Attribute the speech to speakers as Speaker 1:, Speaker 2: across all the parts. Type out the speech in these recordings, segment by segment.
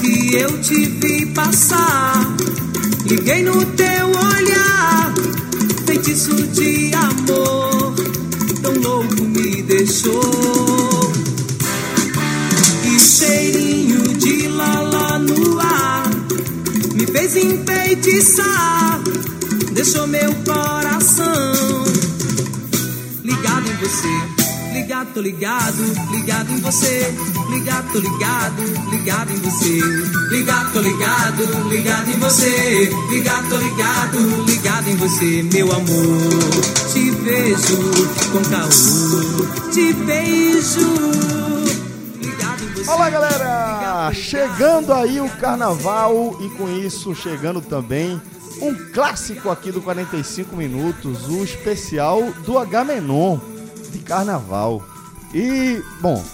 Speaker 1: que eu te vi passar. Liguei no teu olhar, feitiço de amor, tão louco me deixou. E cheirinho de lala no ar, me fez enfeitiçar, deixou meu coração ligado em você, ligado, tô ligado, ligado em você, ligado, tô ligado, ligado em você, ligado, tô ligado, ligado em você, ligado, tô ligado, ligado em você, meu amor. Te vejo com caô, te vejo, ligado em você.
Speaker 2: Olá,
Speaker 1: ligado,
Speaker 2: galera!
Speaker 1: ligado,
Speaker 2: Chegando aí o
Speaker 1: ligado em
Speaker 2: carnaval e com isso chegando também um clássico aqui do 45 minutos, o especial do Agamenon de carnaval. E, bom,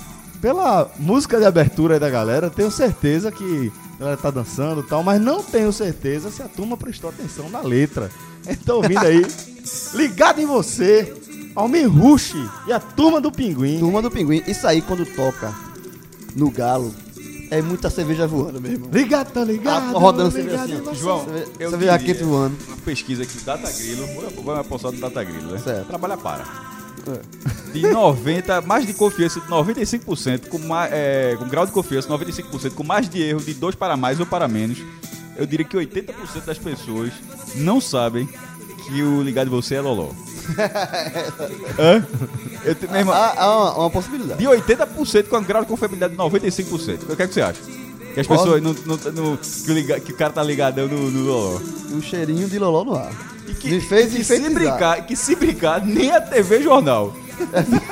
Speaker 2: pela música de abertura aí da galera, tenho certeza que ela tá dançando e tal, mas não tenho certeza se a turma prestou atenção na letra. Então, ouvindo aí, ligado em você, Almir Rushi e a turma do Pinguim.
Speaker 3: Turma do Pinguim. Isso aí, quando toca no galo, é muita cerveja voando mesmo.
Speaker 2: Ligado, tá
Speaker 3: Ah,
Speaker 2: ligado?
Speaker 3: rodando cerveja
Speaker 2: ligado em
Speaker 3: assim, ó.
Speaker 2: você.
Speaker 4: João,
Speaker 3: Cerveja-
Speaker 4: eu
Speaker 3: cerveja
Speaker 4: diria-
Speaker 3: quente voando.
Speaker 4: Uma pesquisa aqui, Data Grilo, vai apostar do Data Grilo, né?
Speaker 3: Certo. É.
Speaker 4: Trabalha para. De 90, mais de confiança de 95%, com, mais, é, com grau de confiança de 95%, com mais de erro de 2 para mais ou para menos, eu diria que 80% das pessoas não sabem que o ligado em você é Loló. Hã? Eu, te- meu irmão,
Speaker 3: Ah, ah, uma, uma possibilidade.
Speaker 4: de 80% com grau de confiabilidade de 95%. O que é que você acha? Que as
Speaker 3: Posso?
Speaker 4: pessoas não. não- não- que, o liga- que o cara tá ligadão no, no Loló.
Speaker 3: Um cheirinho de loló no ar.
Speaker 4: E que,
Speaker 3: Me fez
Speaker 4: que se
Speaker 3: enfeitizar.
Speaker 4: brincar, que se brincar, nem a TV Jornal.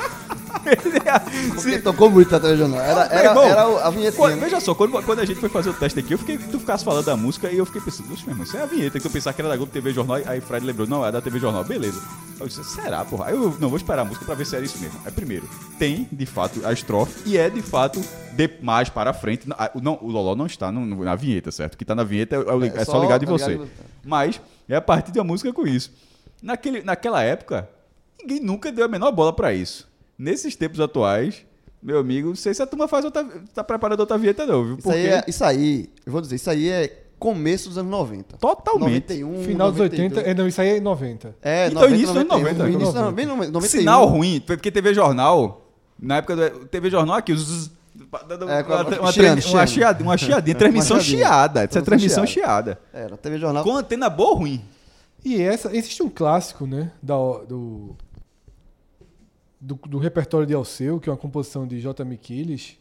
Speaker 4: Nem a-
Speaker 3: Porque
Speaker 4: se-
Speaker 3: tocou muito na televisão. Era,
Speaker 4: Meu
Speaker 3: era,
Speaker 4: irmão,
Speaker 3: era o- a vinhetinha.
Speaker 4: quando-
Speaker 3: né?
Speaker 4: veja só, quando, quando a gente foi fazer o teste aqui, eu fiquei, tu ficasse falando da música e eu fiquei pensando, "Oxe, meu irmão, isso é a vinheta que eu pensava que era da Globo TV Jornal. Aí Fred lembrou, não, é da TV Jornal, beleza. Eu disse, será, porra? Aí eu não vou esperar a música pra ver se era isso mesmo. É primeiro, tem de fato a estrofe e é de fato de mais para frente. Não, ah, não, o Loló não está no- no- na vinheta, certo? O que tá na vinheta é, o-
Speaker 3: É
Speaker 4: é só,
Speaker 3: só
Speaker 4: ligado em
Speaker 3: tá ligado
Speaker 4: você.
Speaker 3: em você.
Speaker 4: Mas é a partir da música com isso. Naquele, naquela época, ninguém nunca deu a menor bola pra isso. Nesses tempos atuais, meu amigo, não sei se a turma faz outra, tá preparando outra vinheta não, viu?
Speaker 3: Isso aí, é, isso aí, eu vou dizer, isso aí é começo dos anos 90.
Speaker 4: totalmente.
Speaker 3: 91,
Speaker 5: Final dos
Speaker 3: 92.
Speaker 5: 80. É, não, isso aí é 90.
Speaker 3: É,
Speaker 4: Então,
Speaker 3: 90,
Speaker 4: início dos anos
Speaker 3: 91,
Speaker 4: 90.
Speaker 3: início dos anos- bem no- 91.
Speaker 4: Sinal ruim, porque TV Jornal, na época do TV Jornal aqui, os... zzz, dando
Speaker 3: É, com a-
Speaker 4: uma, tre- uma,
Speaker 3: chiando,
Speaker 4: tre-
Speaker 3: chiando.
Speaker 4: uma chiadinha, uma chiadinha, transmissão
Speaker 3: Uma chiadinha.
Speaker 4: chiada. Isso é
Speaker 3: Transmissão
Speaker 4: transmissão chiada.
Speaker 3: Era, TV Jornal.
Speaker 4: Com antena boa ou ruim?
Speaker 5: E essa, existe um clássico, né? Da, do, do, do repertório de Alceu, que é uma composição de J. Miquiles,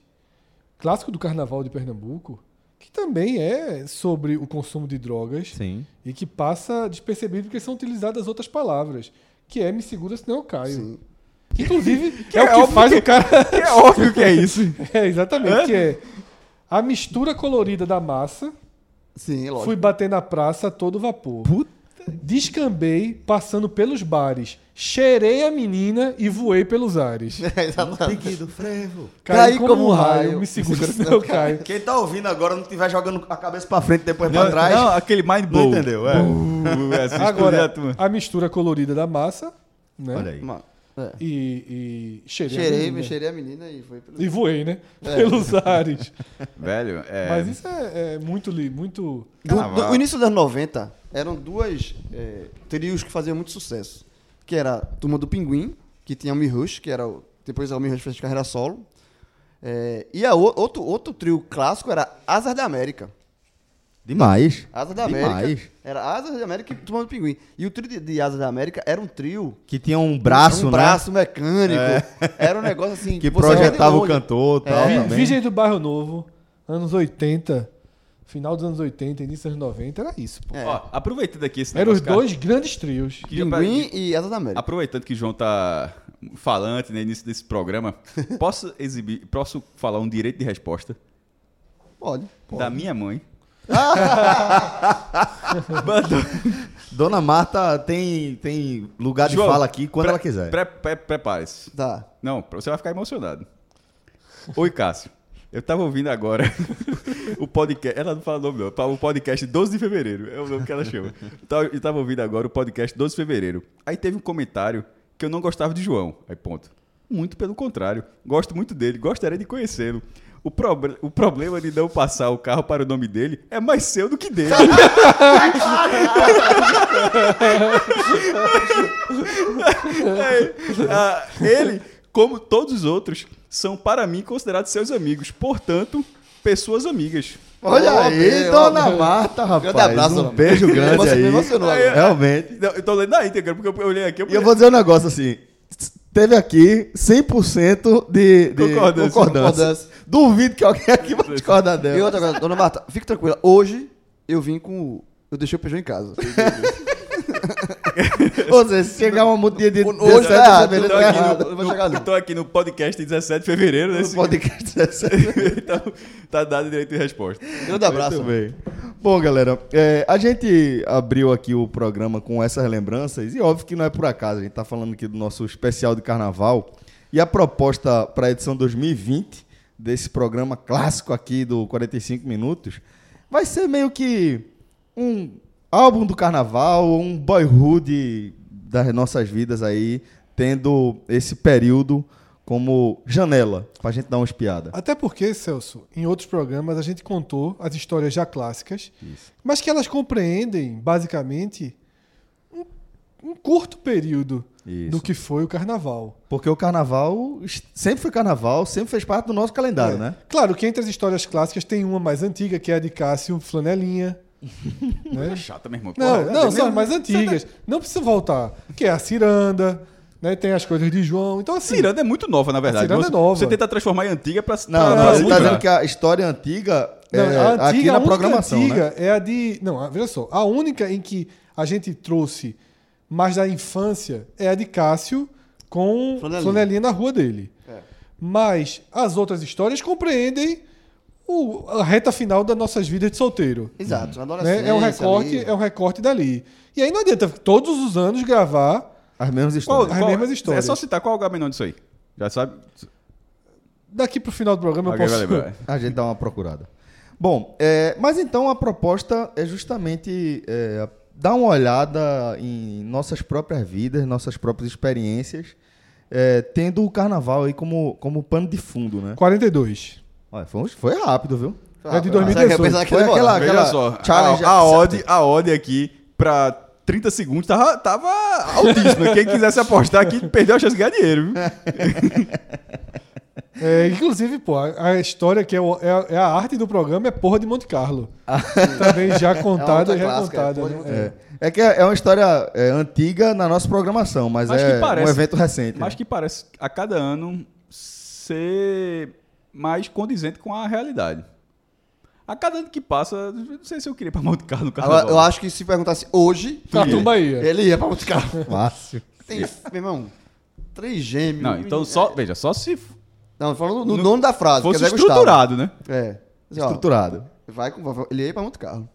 Speaker 5: clássico do Carnaval de Pernambuco, que também é sobre o consumo de drogas
Speaker 6: Sim.
Speaker 5: e que passa despercebido porque são utilizadas outras palavras, que é me segura senão eu caio.
Speaker 3: Sim.
Speaker 5: Que, inclusive,
Speaker 4: Que
Speaker 5: é,
Speaker 4: é
Speaker 5: o que
Speaker 4: óbvio
Speaker 5: faz
Speaker 4: que-
Speaker 5: o cara...
Speaker 4: Que é óbvio que é isso.
Speaker 5: é, exatamente, que é a mistura colorida da massa
Speaker 3: Sim, lógico.
Speaker 5: Fui bater na praça a todo vapor. Descambei passando pelos bares. Cheirei a menina e voei pelos ares.
Speaker 3: É,
Speaker 6: Tá.
Speaker 2: Pique do frevo.
Speaker 3: Caí como um raio.
Speaker 5: Me segura senão eu caio.
Speaker 2: Quem tá ouvindo agora não tiver jogando a cabeça pra frente depois
Speaker 4: Não, não, aquele mind blow.
Speaker 2: Não entendeu, é.
Speaker 4: Uh, é, assim, explodir a
Speaker 5: Agora,
Speaker 4: turma.
Speaker 5: a mistura colorida da massa, né?
Speaker 6: Olha aí.
Speaker 3: Mano, é.
Speaker 5: E, e cheirei, a
Speaker 3: Cheirei,
Speaker 5: menina.
Speaker 3: cheirei a menina e foi pelo...
Speaker 5: E voei, né? Pelos ares.
Speaker 4: Velho, é.
Speaker 5: Mas isso é, é muito... li- muito...
Speaker 3: Do-
Speaker 2: Ah,
Speaker 3: do-
Speaker 4: Carnaval.
Speaker 3: o início dos anos 90 eram duas é, trios que faziam muito sucesso. Que era a Turma do Pinguim, que tinha o Mirush, que era o, depois o Mirush fez carreira solo. É, e a o- outro, outro trio clássico era Asas da América.
Speaker 6: Demais.
Speaker 3: Asas da América.
Speaker 6: Demais.
Speaker 3: Era Asas da América e Turma do Pinguim. E o trio de, de Asas da América era um trio.
Speaker 6: Que tinha um braço,
Speaker 3: um
Speaker 6: né?
Speaker 3: braço mecânico. Era um negócio assim.
Speaker 6: Que
Speaker 3: você vai de
Speaker 6: projetava o
Speaker 3: longe.
Speaker 6: cantor
Speaker 3: É.
Speaker 6: e tal
Speaker 5: Vi-
Speaker 6: também.
Speaker 5: Virgem do Bairro Novo, anos 80, final dos anos 80, início dos anos 90, era isso, pô.
Speaker 3: é.
Speaker 4: Ó, aproveitando aqui É, esse
Speaker 5: Eram os
Speaker 4: negócio, cara,
Speaker 5: dois grandes trios.
Speaker 4: que já pra-
Speaker 3: Pinguim e Asas da América.
Speaker 4: Aproveitando que o João tá falante no início desse programa, posso exibir, posso falar um direito de resposta
Speaker 3: Ah, Pode.
Speaker 4: da minha mãe?
Speaker 6: Dona Marta tem, tem lugar Tá de
Speaker 4: João,
Speaker 6: fala aqui quando
Speaker 4: pre-
Speaker 6: ela quiser.
Speaker 4: pre- pre- Prepare-se.
Speaker 3: Tá.
Speaker 4: Não, você vai ficar emocionado. Oi, Cássio. Eu tava ouvindo agora o podcast. Ela não fala o nome, não. Tava O podcast 12 de fevereiro. É o nome que ela chama. Eu tava- Eu tava ouvindo agora o podcast 12 de fevereiro. Aí teve um comentário que eu não gostava de João. Aí, ponto. Muito pelo contrário. Gosto muito dele. Gostaria de conhecê-lo. O, proble- o problema de não passar o carro para o nome dele é mais seu do que dele. É, ah, ele, como todos os outros, são para mim considerados seus amigos, portanto, pessoas amigas.
Speaker 3: Olha
Speaker 6: Ô,
Speaker 3: aí,
Speaker 6: bem,
Speaker 3: dona
Speaker 6: dona Marta, rapaz.
Speaker 3: Grande abraço,
Speaker 6: um
Speaker 3: dona-
Speaker 6: beijo grande
Speaker 3: Você me
Speaker 6: aí.
Speaker 3: emocionou
Speaker 4: agora.
Speaker 6: Realmente.
Speaker 4: Não, eu tô lendo na íntegra, porque eu- eu olhei aqui.
Speaker 6: E eu vou dizer um negócio assim. Teve aqui 100% de, de concordância.
Speaker 4: Concordância.
Speaker 3: Concordância.
Speaker 6: Duvido que alguém aqui vai discordar dela.
Speaker 3: E outra coisa, dona Marta, fique tranquila. Hoje eu vim com. o- Eu deixei o Peugeot em casa.
Speaker 6: Ou seja, se chegar uma multa de
Speaker 3: Hoje tá
Speaker 6: 17 de
Speaker 3: errado,
Speaker 6: fevereiro,
Speaker 4: tô
Speaker 6: tá
Speaker 4: aqui,
Speaker 6: errado.
Speaker 3: Eu
Speaker 4: no,
Speaker 3: vou chegar
Speaker 4: no,
Speaker 3: ali.
Speaker 4: tô aqui no podcast de 17 de fevereiro. Nesse...
Speaker 6: Podcast 17.
Speaker 4: então, tá dado direito de resposta.
Speaker 3: Grande abraço.
Speaker 6: Muito bem. Bom, galera, é, a gente abriu aqui o programa com essas lembranças e óbvio que não é por acaso, a gente tá falando aqui do nosso especial de carnaval e a proposta para a edição 2020 desse programa clássico aqui do 45 minutos vai ser meio que um álbum do carnaval, um boyhood das nossas vidas aí, tendo esse período como janela pra gente dar uma espiada.
Speaker 5: Até porque, Celso, em outros programas a gente contou as histórias já clássicas, mas que elas compreendem, basicamente, um, um curto período
Speaker 6: Isso.
Speaker 5: do que foi o carnaval.
Speaker 6: Porque o carnaval est- sempre foi carnaval, sempre fez parte do nosso calendário,
Speaker 5: É.
Speaker 6: né?
Speaker 5: Claro que entre as histórias clássicas tem uma mais antiga, que é a de Cássio Flanelinha. né?
Speaker 4: Chata, meu irmão.
Speaker 5: Não,
Speaker 4: Porra,
Speaker 5: não,
Speaker 4: mesmo-
Speaker 5: são as mais antigas. Não precisa voltar. Que é a Ciranda, né? Tem as coisas de João. Então, assim.
Speaker 4: Ciranda é muito nova, na verdade.
Speaker 5: Ciranda
Speaker 4: você,
Speaker 5: é nova.
Speaker 4: Você tenta transformar em antiga pra...
Speaker 6: Não,
Speaker 4: pra
Speaker 6: não, você tá
Speaker 4: mudar.
Speaker 6: dizendo que a história antiga
Speaker 5: Não,
Speaker 6: é
Speaker 5: a antiga,
Speaker 6: aqui
Speaker 5: a
Speaker 6: na
Speaker 5: única
Speaker 6: programação,
Speaker 5: antiga
Speaker 6: né?
Speaker 5: é a de. Não, a- veja só. A única em que a gente trouxe mais da infância é a de Cássio com
Speaker 3: Flanelinha.
Speaker 5: Flanelinha na rua dele. Mas as outras histórias compreendem o- a reta final das nossas vidas de solteiro.
Speaker 3: Exato, adolescente.
Speaker 5: né? É um recorte, é um recorte dali. E aí não adianta todos os anos gravar.
Speaker 6: As mesmas
Speaker 4: Qual,
Speaker 6: histórias.
Speaker 5: As
Speaker 4: qual-
Speaker 5: mesmas histórias.
Speaker 4: É só citar qual é o Gabinão disso aí. Já sabe?
Speaker 5: Daqui pro final do programa
Speaker 4: Alguém vai
Speaker 5: eu posso.
Speaker 4: lembrar.
Speaker 6: A gente dá uma procurada. Bom, é, mas então a proposta é justamente é, dar uma olhada em nossas próprias vidas, nossas próprias experiências, é, tendo o carnaval aí como, como pano de fundo, né?
Speaker 5: 42.
Speaker 6: Olha, foi, um- foi rápido, viu?
Speaker 5: é de 2018.
Speaker 6: Foi aquela,
Speaker 4: Veja
Speaker 6: aquela
Speaker 4: só,
Speaker 6: Ah, challenge
Speaker 4: a, a, odd, a odd aqui pra 30 segundos tava, tava altíssima. Quem quisesse apostar aqui perdeu a chance de ganhar dinheiro, viu?
Speaker 5: É, inclusive, pô, a, a história que é, o- é a- é a arte do programa é porra de Monte Carlo. Também já contada
Speaker 3: Ah. É outra
Speaker 5: e
Speaker 3: clássica, é
Speaker 5: recontada.
Speaker 3: Porra de
Speaker 5: né?
Speaker 3: Monte
Speaker 5: É.
Speaker 6: É. É que é é uma história é, antiga na nossa programação, mas,
Speaker 4: Mas
Speaker 6: é
Speaker 4: que parece-
Speaker 6: um evento recente.
Speaker 4: Mas
Speaker 6: né?
Speaker 4: que parece a cada ano ser mais condizente com a realidade. A cada ano que passa, eu não sei se eu queria ir pra Monte Carlo no carnaval.
Speaker 3: Agora, eu acho que se perguntasse hoje,
Speaker 5: Tatu Bahia.
Speaker 3: ele ia pra Monte Carlo.
Speaker 6: Fácil.
Speaker 3: Tem, meu irmão, três gêmeos.
Speaker 4: Não, então só, veja, só se f-
Speaker 3: Não, falando no, nome da frase.
Speaker 4: fosse
Speaker 3: que é Zé Gustavo.
Speaker 4: estruturado, né?
Speaker 3: É. Assim, ó,
Speaker 6: Estruturado.
Speaker 3: Vai com, vai- ele ia pra um Monte Carlo.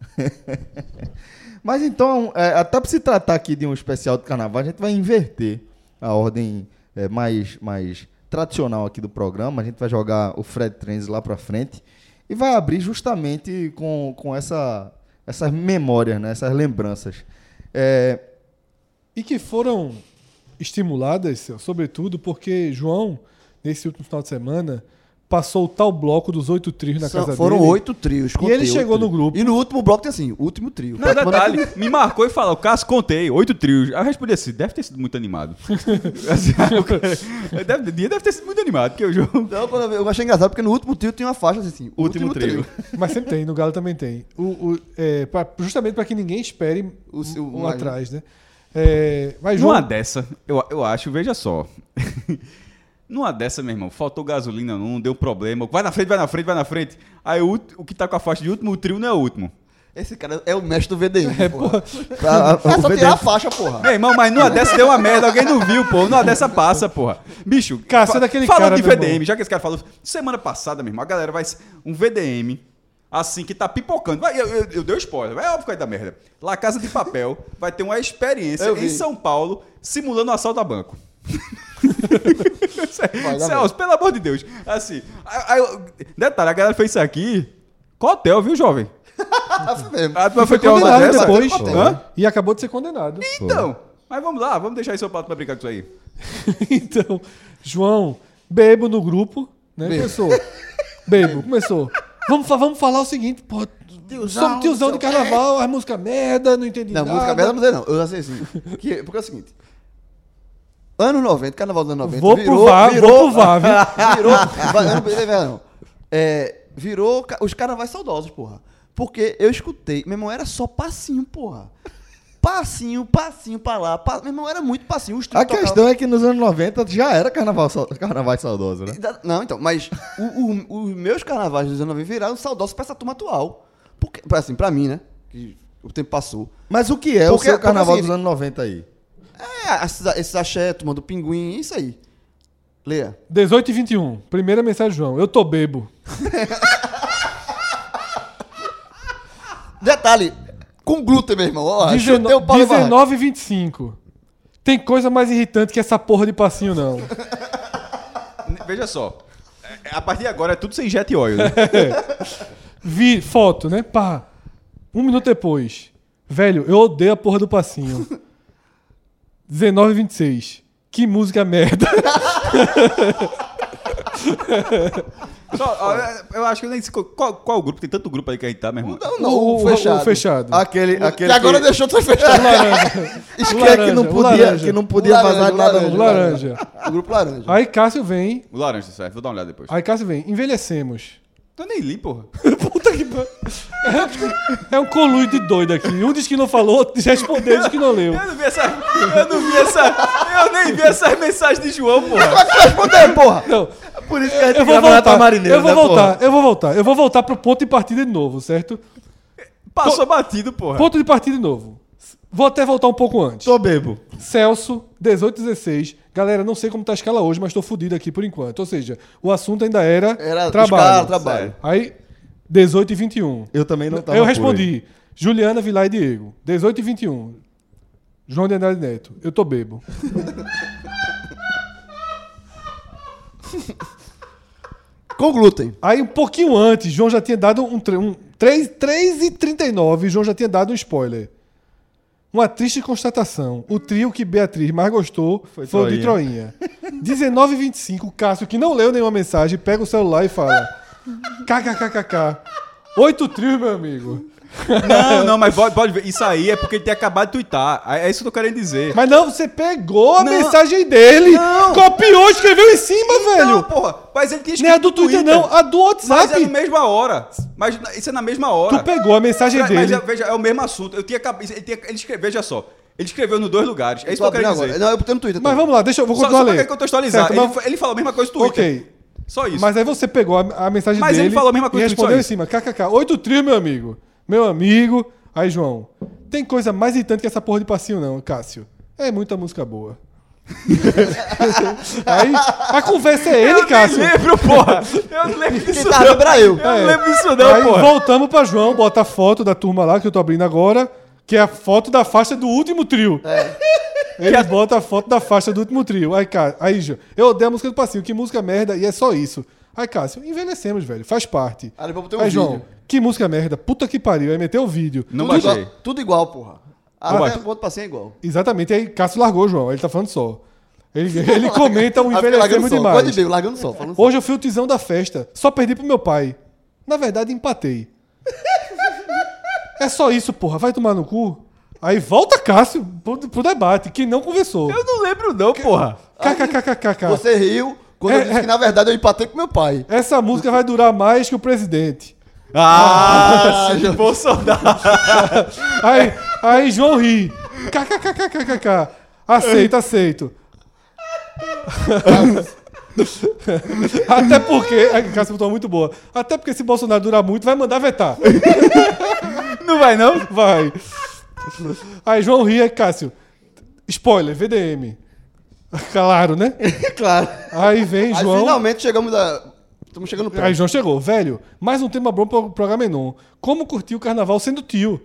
Speaker 6: Mas então, é, até para se tratar aqui de um especial de carnaval, a gente vai inverter a ordem é, mais, mais tradicional aqui do programa. A gente vai jogar o Fred Trends lá para frente e vai abrir justamente com, com essa, essas memórias, né? essas lembranças. É,
Speaker 5: E que foram estimuladas, Cel, sobretudo porque João, nesse último final de semana, passou o tal bloco dos oito trios na
Speaker 3: São-
Speaker 5: casa
Speaker 3: foram
Speaker 5: dele.
Speaker 3: oito trios. contei
Speaker 5: ele chegou
Speaker 3: oito
Speaker 5: no grupo.
Speaker 3: E no último bloco tem assim, último trio.
Speaker 4: Não, é detalhe, me marcou e falou, Cássio, contei, oito trios. Aí eu respondi assim, deve ter sido muito animado. Assim, o cara- deve, deve ter sido muito animado, porque o jogo...
Speaker 3: Então, quando eu, eu achei engraçado, porque no último trio tem uma faixa assim, último,
Speaker 4: Último
Speaker 3: trio.
Speaker 4: trio.
Speaker 5: Mas sempre tem, no Galo também tem. O, o- é, pra- justamente para que ninguém espere
Speaker 3: O
Speaker 5: o,
Speaker 3: seu- mais,
Speaker 5: o
Speaker 3: né?
Speaker 5: atrás, né? É, mas João,
Speaker 4: Numa dessa, eu, eu acho, veja só. Numa dessa, meu irmão, faltou gasolina não deu problema. Vai na frente, vai na frente, vai na frente. Aí o, ult- o que tá com a faixa de último trio não é o último.
Speaker 3: Esse cara é o mestre do VDI, é, porra.
Speaker 6: a- a-
Speaker 3: É
Speaker 6: o
Speaker 3: só
Speaker 6: VDI
Speaker 3: tirar a faixa, porra.
Speaker 4: Meu irmão, mas numa dessa deu uma merda, alguém não viu, pô. Numa dessa passa, porra. Bicho,
Speaker 5: Cara,
Speaker 4: fa-
Speaker 5: você é daquele
Speaker 4: falando
Speaker 5: cara,
Speaker 4: de
Speaker 5: meu
Speaker 4: VDM,
Speaker 5: irmão.
Speaker 4: já que esse cara falou, semana passada, meu irmão, a galera vai s- um VDM assim que tá pipocando. Vai, eu, eu, eu dei um spoiler, é óbvio que vai dar merda. Lá Casa de Papel vai ter uma experiência
Speaker 3: Eu
Speaker 4: em
Speaker 3: vi.
Speaker 4: São Paulo simulando um assalto a banco.
Speaker 3: Vai dar
Speaker 4: Celso, pelo amor de Deus. Assim, aí- aí- detalhe, a galera fez isso aqui. Cotel, viu, jovem?
Speaker 3: Ah, foi mesmo.
Speaker 4: Ah, mas foi ter uma
Speaker 5: condenado
Speaker 4: dessa?
Speaker 5: depois
Speaker 4: Hã?
Speaker 5: e acabou de ser condenado.
Speaker 4: Então, mas vamos lá, vamos deixar isso pra brincar com isso aí.
Speaker 5: Então, João, bebo no grupo, né? Pensou. Bebo, começou. Vamos, fa- vamos falar o seguinte, pô. Somos tiozão de carnaval, as músicas merda, não entendi
Speaker 3: Não,
Speaker 5: nada.
Speaker 3: música merda não sei não. Eu já sei sim. Que- porque é o seguinte. Anos 90, carnaval dos anos 90.
Speaker 5: Vou
Speaker 3: virou,
Speaker 5: provar,
Speaker 3: virou,
Speaker 5: vou provar, viu?
Speaker 3: Virou. vai, eu não pensei, velho, não. É, virou ca- os carnavais saudosos, porra. Porque eu escutei. Meu irmão era só passinho, porra. Passinho, passinho pra lá. pa- meu irmão era muito passinho. Os
Speaker 6: A
Speaker 3: tocava-
Speaker 6: questão é que nos anos 90 já era carnaval, sau- carnaval saudoso, né?
Speaker 3: Da- Não, então, mas o- o- os meus carnavais dos anos 90 viraram saudosos pra essa turma atual. Porque, pra- assim, pra mim, né? Que o tempo passou.
Speaker 6: Mas o que é
Speaker 3: Porque-
Speaker 6: o seu
Speaker 3: porque
Speaker 6: carnaval
Speaker 3: assim,
Speaker 6: dos anos 90 aí?
Speaker 3: É, esses, esses axé, turma do pinguim, isso aí. Leia.
Speaker 5: 18 e 21. Primeira mensagem, João. Eu tô bebo.
Speaker 3: Detalhe, com glúten, meu irmão. Ó,
Speaker 5: Dezeno-
Speaker 3: chutei o Ah, pau no barraco.
Speaker 5: 19 e 25. Tem coisa mais irritante que essa porra de passinho, não.
Speaker 4: Veja só. É, A partir de agora é tudo sem jet óleo. Né?
Speaker 5: Vi foto, né? Pá. Um minuto depois. Velho, eu odeio a porra do passinho. 19 e 26. Que música merda.
Speaker 4: Só, ó, eu- eu acho que eu nem sei qual- qual, qual grupo, tem tanto grupo aí que a gente tá, meu irmão.
Speaker 3: Não, não, o, fechado.
Speaker 5: O fechado.
Speaker 6: Aquele,
Speaker 3: E
Speaker 6: aquele
Speaker 3: agora
Speaker 6: que,
Speaker 3: deixou de ser fechado.
Speaker 2: é
Speaker 6: aquele
Speaker 5: laranja,
Speaker 6: que não
Speaker 5: o
Speaker 6: podia,
Speaker 5: laranja.
Speaker 6: que não podia
Speaker 3: O laranja,
Speaker 6: vazar
Speaker 3: o
Speaker 6: nada.
Speaker 3: laranja.
Speaker 5: O
Speaker 6: não.
Speaker 5: laranja.
Speaker 3: O grupo laranja.
Speaker 5: Aí Cássio vem.
Speaker 4: O laranja, certo? Vou dar uma olhada depois.
Speaker 5: Aí Cássio vem. Envelhecemos.
Speaker 4: Eu nem li, porra.
Speaker 5: Puta que pariu. É um coluio de doido aqui. Um diz que não falou, outro diz respondeu, diz que não leu.
Speaker 4: Eu não vi essa. Eu não vi essa. Eu nem vi essas mensagens de João, porra.
Speaker 3: Vai responder, porra!
Speaker 5: Não,
Speaker 6: Por isso que a gente
Speaker 5: eu vou
Speaker 6: grava lá pra
Speaker 5: voltar.
Speaker 6: Marineiro,
Speaker 5: eu vou
Speaker 6: né, porra?
Speaker 5: voltar, eu vou voltar. Eu vou voltar pro ponto de partida de novo, certo?
Speaker 4: Passou batido, porra.
Speaker 5: Ponto de partida de novo. Vou até voltar um pouco antes.
Speaker 6: Tô bebo.
Speaker 5: Celso, 1816. Galera, não sei como tá a escala hoje, mas tô fudido aqui por enquanto. Ou seja, o assunto ainda era,
Speaker 3: Era os
Speaker 5: trabalho.
Speaker 3: caras, trabalho.
Speaker 5: Aí, 18 e 21.
Speaker 6: Eu também não tava
Speaker 5: eu
Speaker 6: por aí.
Speaker 5: respondi. Juliana, Vilar e Diego. 18 e 21. João de Andrade Neto. Eu tô bebo.
Speaker 3: Com glúten.
Speaker 5: Aí, um pouquinho antes, João já tinha dado um... tre- um 3, 3 e 39, João já tinha dado um spoiler. Uma triste constatação. O trio que Beatriz mais gostou foi, o de Troinha. 19 e 25, Cássio, que não leu nenhuma mensagem, pega o celular e fala... KKKKK. Oito trios, meu amigo.
Speaker 4: Não, não, mas pode, pode ver. Isso aí é porque ele tem acabado de twittar. É isso que eu tô querendo dizer.
Speaker 5: Mas não, você pegou a
Speaker 4: Não.
Speaker 5: mensagem dele,
Speaker 4: Não. Então,
Speaker 5: copiou, escreveu em cima, velho.
Speaker 4: Não, porra. Mas ele tinha
Speaker 5: Nem a
Speaker 4: escrito
Speaker 5: do
Speaker 4: no
Speaker 5: Twitter, não, a do WhatsApp.
Speaker 4: Mas é na mesma hora. Mas na- isso é na mesma hora.
Speaker 5: Tu pegou a mensagem
Speaker 4: Mas,
Speaker 5: dele.
Speaker 4: é- veja, é o mesmo assunto. Eu tinha acabado. Ele, tinha- ele escreve- veja só. Ele escreveu nos dois lugares. É isso que eu quero dizer.
Speaker 3: Não, eu botei no Twitter.
Speaker 5: Mas vamos lá, deixa eu vou
Speaker 4: Só, só
Speaker 5: continuar
Speaker 4: pra
Speaker 5: lendo.
Speaker 4: contextualizar.
Speaker 5: Certo,
Speaker 4: ele,
Speaker 5: mas-
Speaker 4: fa- ele fala a mesma coisa do Twitter.
Speaker 5: um Ok.
Speaker 4: Só isso.
Speaker 5: Mas aí você pegou a, a mensagem
Speaker 4: Mas ele
Speaker 5: dele.
Speaker 4: falou é a mesma coisa
Speaker 5: e
Speaker 4: que tu,
Speaker 5: respondeu
Speaker 4: só
Speaker 5: em cima. KKK. Oito trio, meu amigo. Meu amigo. Aí, João. Tem coisa mais irritante que essa porra de passinho, não, Cássio. É muita música boa. aí, a conversa é ele,
Speaker 4: eu
Speaker 5: Cássio.
Speaker 4: nem lembro, porra. Eu não lembro
Speaker 3: Quem
Speaker 4: disso
Speaker 3: tá
Speaker 4: não.
Speaker 3: lembra eu.
Speaker 4: Eu não lembro disso
Speaker 5: É. aí
Speaker 4: não, porra.
Speaker 5: voltamos pra João, bota a foto da turma lá que eu tô abrindo agora, que é a foto da faixa do último trio.
Speaker 3: É.
Speaker 5: Ele bota a foto da faixa do último trio. Aí, cara, aí, João, eu odeio a música do passinho, que música merda, e é só isso. Aí, Cássio, envelhecemos, velho, faz parte.
Speaker 3: Aí depois botei um
Speaker 5: Aí, João,
Speaker 3: vídeo.
Speaker 5: que música merda, puta que pariu, aí meteu o vídeo.
Speaker 4: Não
Speaker 3: tudo,
Speaker 4: baixei.
Speaker 3: igual, tudo igual, porra. Até
Speaker 4: baixei.
Speaker 3: o ponto pra 100 é igual.
Speaker 5: Exatamente, aí Cássio largou, João, ele tá falando só. Ele, ele comenta um
Speaker 3: Aí fica
Speaker 5: envelhecemos
Speaker 3: sol. Pode
Speaker 5: demais.
Speaker 3: beber, Ah, largando sol. Falando
Speaker 5: Hoje eu fui o tizão da festa. Só perdi pro meu pai. Na verdade, empatei. é só isso, porra. Vai tomar no cu. Aí volta Cássio pro, pro debate, que não conversou.
Speaker 4: Eu não lembro não, porra.
Speaker 5: KKKKK.
Speaker 3: sol. Você riu quando
Speaker 5: É,
Speaker 3: eu disse
Speaker 5: é.
Speaker 3: que, na verdade, eu empatei com meu pai.
Speaker 5: Essa música vai durar mais que o presidente.
Speaker 4: Ah, sim, Bolsonaro.
Speaker 5: Aí, aí João ri. KKKKKK. Aceito, aceito. Até porque. Aí, Cássio botou uma muito boa. Até porque se Bolsonaro durar muito, vai mandar vetar.
Speaker 4: Não vai não?
Speaker 5: Vai. Aí, João Ria, Cássio. Spoiler, VDM. Claro, né?
Speaker 3: claro.
Speaker 5: Aí vem
Speaker 3: Aí,
Speaker 5: João.
Speaker 3: finalmente, chegamos a... Estamos chegando perto.
Speaker 5: Aí João chegou, velho. Mais um tema bom pro pro Agamenon. Como curtir o carnaval sendo tio?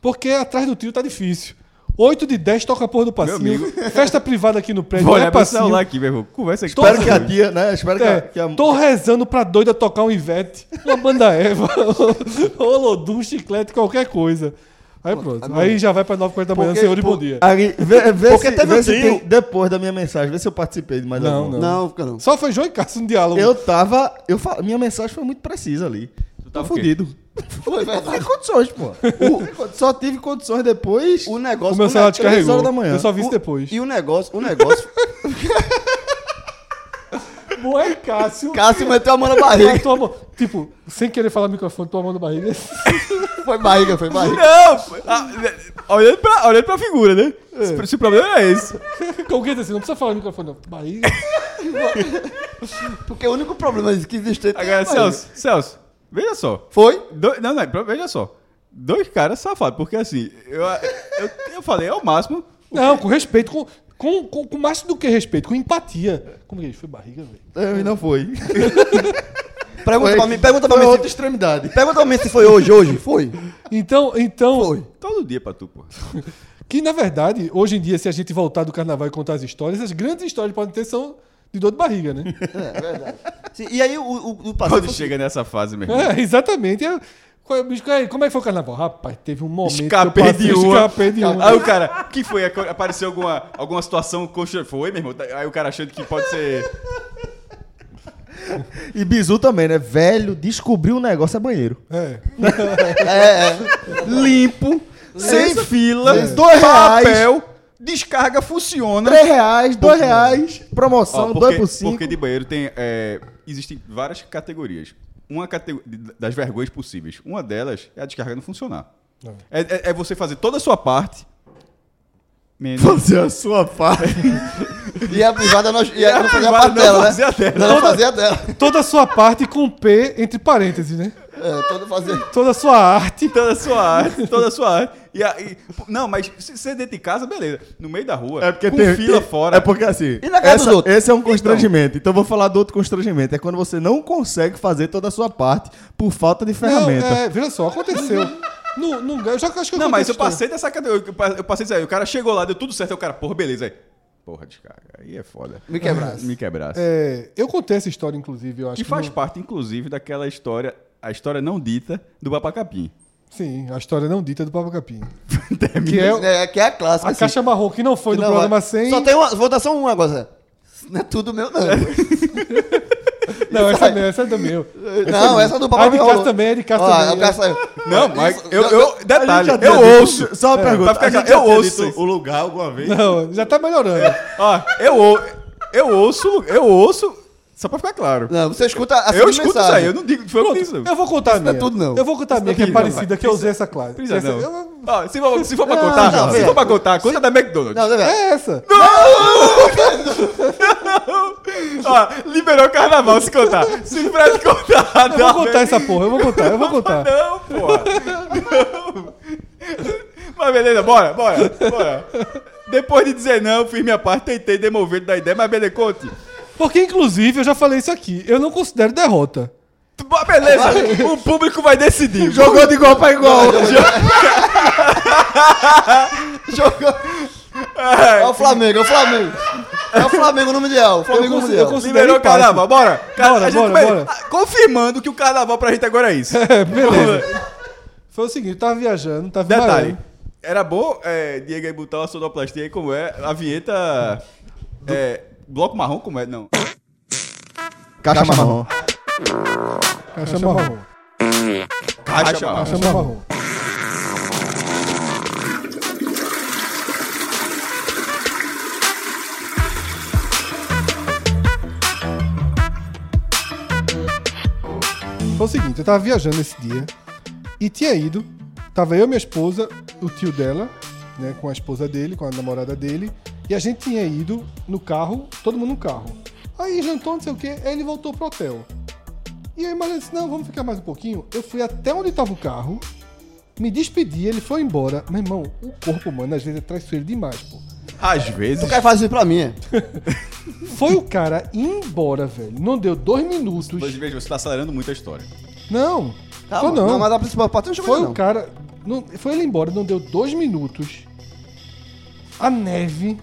Speaker 5: Porque atrás do tio tá difícil. 8 de 10 toca a porra do passinho. Festa privada aqui no prédio,
Speaker 4: Olha
Speaker 5: é
Speaker 4: pro
Speaker 5: passinho.
Speaker 4: celular aqui, meu irmão. Conversa aqui.
Speaker 6: Espero que a tia, né? Espero que
Speaker 5: É,
Speaker 6: a, que a-
Speaker 5: tô rezando pra doida tocar um Ivete, uma banda Eva, ou Lodum, chiclete, qualquer coisa. Aí pronto. Aí já vai pra 9h40 da manhã,
Speaker 3: Porque-
Speaker 5: senhor de bom
Speaker 3: por-
Speaker 5: dia.
Speaker 2: Aí, vê, vê
Speaker 3: Porque
Speaker 2: se,
Speaker 3: teve
Speaker 2: vê
Speaker 3: um
Speaker 2: se
Speaker 3: trio.
Speaker 2: tem- depois da minha mensagem, vê se eu participei de mais
Speaker 5: Não,
Speaker 2: alguma.
Speaker 5: não.
Speaker 3: Não, fica não.
Speaker 5: Só foi João e Cássio no diálogo.
Speaker 2: Eu tava. Eu fal... Minha mensagem foi muito precisa ali.
Speaker 4: Tu
Speaker 2: Tô
Speaker 4: tava o quê?
Speaker 2: fudido.
Speaker 3: Foi verdade.
Speaker 2: Tem condições, pô. O- Só tive condições depois.
Speaker 3: O negócio.
Speaker 5: O meu
Speaker 3: o
Speaker 5: celular
Speaker 3: ne-
Speaker 2: três
Speaker 5: descarregou.
Speaker 2: horas da manhã.
Speaker 5: Eu só vi isso
Speaker 3: o-
Speaker 5: depois.
Speaker 3: E o negócio, o negócio.
Speaker 5: Bom é Cássio.
Speaker 3: Cássio meteu a mão na barriga.
Speaker 5: Tua mão- Tipo, sem querer falar no microfone, tua mão na barriga.
Speaker 3: Foi barriga, foi barriga.
Speaker 4: Não! foi- ah, olhando, pra, olhando pra figura, né? Se, se o problema é esse.
Speaker 5: Alguém disse assim, não precisa falar no microfone, não. Barriga.
Speaker 3: Porque o único problema que existia. tem
Speaker 4: Agora, é
Speaker 3: a barriga.
Speaker 4: Celso, Celso, veja só.
Speaker 3: Foi?
Speaker 4: Dois- não, não, veja só. Dois caras safados, porque assim, eu, eu, eu falei, é o máximo.
Speaker 5: Não, com respeito, com, com, com, com mais do que respeito, com empatia. Como que é isso? Foi barriga, velho.
Speaker 2: É, e Não foi.
Speaker 3: Pergunta pra mim, pergunta pra
Speaker 2: Foi
Speaker 3: mim.
Speaker 2: outra
Speaker 3: Se,
Speaker 2: extremidade.
Speaker 3: pergunta pra mim se foi hoje, hoje. Foi.
Speaker 5: Então, então
Speaker 3: Foi.
Speaker 4: Todo dia pra tu, pô.
Speaker 5: que na verdade, hoje em dia, se a gente voltar do carnaval e contar as histórias, as grandes histórias podem ter são de dor de barriga, né?
Speaker 3: É, verdade. Sim, e aí o, o, o passeio.
Speaker 4: Quando chega nessa fase, meu irmão.
Speaker 5: É, exatamente. É, qual é, bicho, qual é- como é que foi o carnaval? Rapaz, teve um momento. que eu
Speaker 4: Escapei de
Speaker 5: passei-
Speaker 4: uma.
Speaker 5: Escapei de uma.
Speaker 4: Aí o cara, que foi? Aco- Apareceu alguma, alguma situação coxa. Foi, meu irmão? Aí o cara achando que pode ser.
Speaker 2: E Bizu também, né? Velho, descobriu um negócio é banheiro. É,
Speaker 5: É.
Speaker 2: Limpo, sem
Speaker 4: Sem fila,
Speaker 2: É. Dois reais.
Speaker 4: papel, descarga, funciona.
Speaker 2: 3 reais, 2 reais, promoção,
Speaker 4: Ó,
Speaker 2: 2 por
Speaker 4: Porque
Speaker 2: 5.
Speaker 4: de banheiro tem. é, existem várias categorias. Uma categoria das vergonhas possíveis. Uma delas é a descarga não funcionar. É, é- é você fazer toda a sua parte. Menos.
Speaker 2: Fazer a sua parte.
Speaker 3: E a privada nós. assim, E
Speaker 4: a
Speaker 3: a, não fazia a
Speaker 4: privada
Speaker 3: parte
Speaker 4: não
Speaker 3: dela,
Speaker 4: fazia a
Speaker 3: né?
Speaker 4: dela.
Speaker 3: Não, Não fazia a dela.
Speaker 5: Toda a sua parte com P entre parênteses, né?
Speaker 3: É, todo fazia.
Speaker 5: Toda a sua arte.
Speaker 4: Toda a sua arte, toda a sua arte. E, a- e- não, mas se você dentro de casa, beleza. No meio da rua,
Speaker 2: É porque
Speaker 4: com
Speaker 2: tem
Speaker 4: fila
Speaker 2: tem-
Speaker 4: fora.
Speaker 2: É porque assim.
Speaker 3: E na casa
Speaker 2: essa-
Speaker 3: dos outros?
Speaker 2: Esse é um constrangimento. Então, eu vou falar do outro constrangimento. É quando você não consegue fazer toda a sua parte por falta de
Speaker 5: Não,
Speaker 2: ferramenta.
Speaker 5: é, veja só, aconteceu. Não, não, eu já acho que
Speaker 4: Não, mas eu
Speaker 5: contei a história.
Speaker 4: passei dessa categoria. Eu pa- Eu passei disso aí. O cara chegou lá, deu tudo certo. Aí o cara, porra, beleza. Aí, porra, descarga. Aí é foda.
Speaker 3: Me quebrasse.
Speaker 4: Me quebrasse.
Speaker 5: É, eu contei essa história, inclusive, eu acho
Speaker 4: que
Speaker 5: que
Speaker 4: faz
Speaker 5: não-
Speaker 4: parte, inclusive, daquela história, a história não dita do Papacapim.
Speaker 5: Sim, a história não dita do Papa Capim. que é
Speaker 3: É, que é a clássica.
Speaker 5: a
Speaker 3: assim.
Speaker 5: caixa marrom que não foi
Speaker 3: Que
Speaker 5: no
Speaker 3: não
Speaker 5: programa
Speaker 3: é.
Speaker 5: 100.
Speaker 3: Só tem uma. Vou dar só um agora, Zé. Não é tudo meu, não.
Speaker 5: Não, essa, não, essa é do meu.
Speaker 3: Não, essa é do papai.
Speaker 5: Ah, de
Speaker 3: que
Speaker 5: casa
Speaker 3: rolou.
Speaker 5: também, é de casa
Speaker 3: Ó,
Speaker 5: também,
Speaker 3: a
Speaker 5: é.
Speaker 3: Casa...
Speaker 4: Não, mas
Speaker 3: isso-
Speaker 4: eu,
Speaker 3: não,
Speaker 4: eu, detalhe,
Speaker 2: já tinha
Speaker 4: eu
Speaker 2: dito-
Speaker 4: ouço.
Speaker 2: Só uma pergunta.
Speaker 4: pra ficar
Speaker 2: A gente
Speaker 4: claro,
Speaker 2: já
Speaker 4: eu
Speaker 2: tinha
Speaker 4: ouço
Speaker 2: dito
Speaker 4: isso.
Speaker 2: o lugar alguma vez?
Speaker 5: Não, já tá melhorando.
Speaker 4: Ó, eu, ou- eu ouço, eu ouço, só pra ficar claro.
Speaker 3: Não, você escuta a
Speaker 4: eu
Speaker 3: seguinte
Speaker 4: escuto
Speaker 3: mensagem.
Speaker 4: isso aí, eu não digo, foi o que disse.
Speaker 5: Eu vou contar a minha.
Speaker 3: não é tudo, não.
Speaker 5: Eu vou contar a minha, que é
Speaker 4: Precisa,
Speaker 5: parecida, que eu usei essa classe.
Speaker 4: Precisa
Speaker 5: Essa-
Speaker 4: não.
Speaker 5: eu-
Speaker 4: Ó, se, for, se for pra
Speaker 3: Não,
Speaker 4: contar,
Speaker 3: não,
Speaker 4: se
Speaker 3: velho.
Speaker 4: for pra contar, conta da
Speaker 3: Não,
Speaker 4: McDonald's.
Speaker 3: não, não.
Speaker 5: É essa.
Speaker 4: Ó, liberou o carnaval se contar. Se Fred contar,
Speaker 5: Eu
Speaker 4: dá,
Speaker 5: vou contar
Speaker 4: velho.
Speaker 5: essa porra, eu vou contar, eu vou contar.
Speaker 4: Não, porra. Não. Mas beleza, bora, bora, bora. Depois de dizer não, fiz minha parte, tentei demover da ideia, mas beleza, conte.
Speaker 5: Porque, inclusive, eu já falei isso aqui, eu não considero derrota.
Speaker 4: Tu- bo- Beleza, o público vai decidir.
Speaker 2: Jogou de igual pra igual.
Speaker 3: Jogou. É o Flamengo, é o Flamengo. É o Flamengo no Mundial. o Flamengo no
Speaker 5: consigo-
Speaker 3: Mundial.
Speaker 5: eu consigo-
Speaker 4: Liberou o
Speaker 5: empate.
Speaker 4: carnaval, bora. Cara,
Speaker 5: Bora,
Speaker 4: a gente
Speaker 5: bora,
Speaker 4: vai-
Speaker 5: bora.
Speaker 4: Ah, Confirmando que o carnaval pra gente agora é isso.
Speaker 5: É, beleza. Foi o seguinte, eu tava viajando, tava em
Speaker 4: Detalhe,
Speaker 5: Bahia.
Speaker 4: era bom, é, Diego, aí botar uma sonoplastia aí, como é, a vinheta... é, bloco marrom, como é? Não.
Speaker 2: Caixa marrom.
Speaker 5: Caixa marrom.
Speaker 4: Caixa, marrom.
Speaker 5: Caixa marrom. Foi o seguinte, eu tava viajando esse dia e tinha ido, tava eu, minha esposa, o tio dela, né, com a esposa dele, com a namorada dele, e a gente tinha ido no carro, todo mundo no carro. Aí jantou, não sei o que, aí ele voltou pro hotel. E aí, mas eu disse, não, vamos ficar mais um pouquinho. Eu fui até onde tava o carro, me despedi, ele foi embora. Meu irmão, o corpo humano às vezes é traiçoeiro demais, pô.
Speaker 4: Às vezes...
Speaker 3: O cara faz isso pra mim. é.
Speaker 5: Foi o cara ir embora, velho. Não deu dois minutos.
Speaker 4: Mas veja, você tá acelerando muito a história.
Speaker 5: Não,
Speaker 3: Calma,
Speaker 5: tô não.
Speaker 3: Tá não, mas a principal parte não chegou
Speaker 5: Foi
Speaker 3: ainda,
Speaker 5: o
Speaker 3: não.
Speaker 5: cara. não- foi ele embora, não deu dois minutos. A neve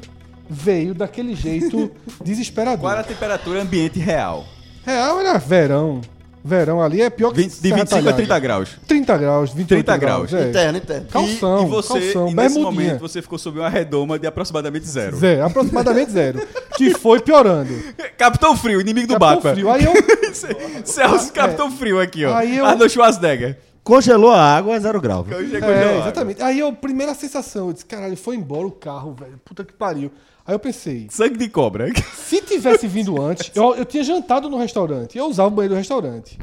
Speaker 5: veio daquele jeito
Speaker 4: Qual era
Speaker 5: desesperador.
Speaker 4: a temperatura ambiente real?
Speaker 5: Real era verão. Verão ali é pior que
Speaker 4: 20, de
Speaker 5: Serra
Speaker 4: 25 a
Speaker 5: Talhada.
Speaker 4: 30 graus.
Speaker 5: 30 graus, 28
Speaker 4: 30
Speaker 5: graus.
Speaker 4: graus.
Speaker 5: é.
Speaker 3: Interno, interno.
Speaker 4: e,
Speaker 5: Calção,
Speaker 4: e você,
Speaker 5: calção,
Speaker 4: e nesse
Speaker 5: bermudinha.
Speaker 4: momento, você ficou sob uma redoma de aproximadamente zero.
Speaker 5: Zero, aproximadamente zero. Que foi piorando.
Speaker 4: Capitão Frio, inimigo do
Speaker 5: Capitão
Speaker 4: Batman.
Speaker 5: Frio. Aí eu,
Speaker 4: Celso Capitão Frio aqui, ó.
Speaker 5: Aí eu-
Speaker 4: Arnold Schwarzenegger.
Speaker 6: Congelou a água, é zero grau. viu?
Speaker 5: é, exatamente. Aí eu, primeira sensação, eu disse, caralho, foi embora o carro, velho. Puta que pariu. Aí eu pensei,
Speaker 4: Sangue de cobra.
Speaker 5: se tivesse vindo antes, eu, eu tinha jantado no restaurante. Eu usava o banheiro do restaurante.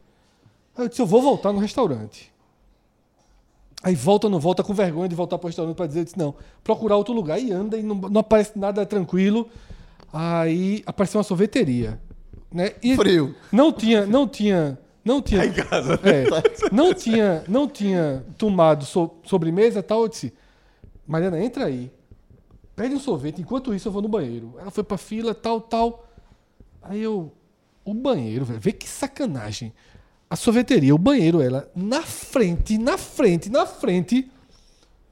Speaker 5: Aí eu disse, eu vou voltar no restaurante. Aí volta, não volta, com vergonha de voltar pro restaurante pra dizer, eu disse, não, procurar outro lugar. E anda e não, não aparece nada é tranquilo. Aí apareceu uma sorveteria. Né? E
Speaker 3: Frio.
Speaker 5: Não tinha, não tinha, não tinha. em casa. não tinha, não tinha tomado so- sobremesa e tal. Eu disse, Mariana, entra aí. Pede um sorvete, enquanto isso eu vou no banheiro. Ela foi pra fila, tal, tal. Aí eu. O banheiro, velho. Vê que sacanagem. A sorveteria, o banheiro, ela, na frente, na frente, na frente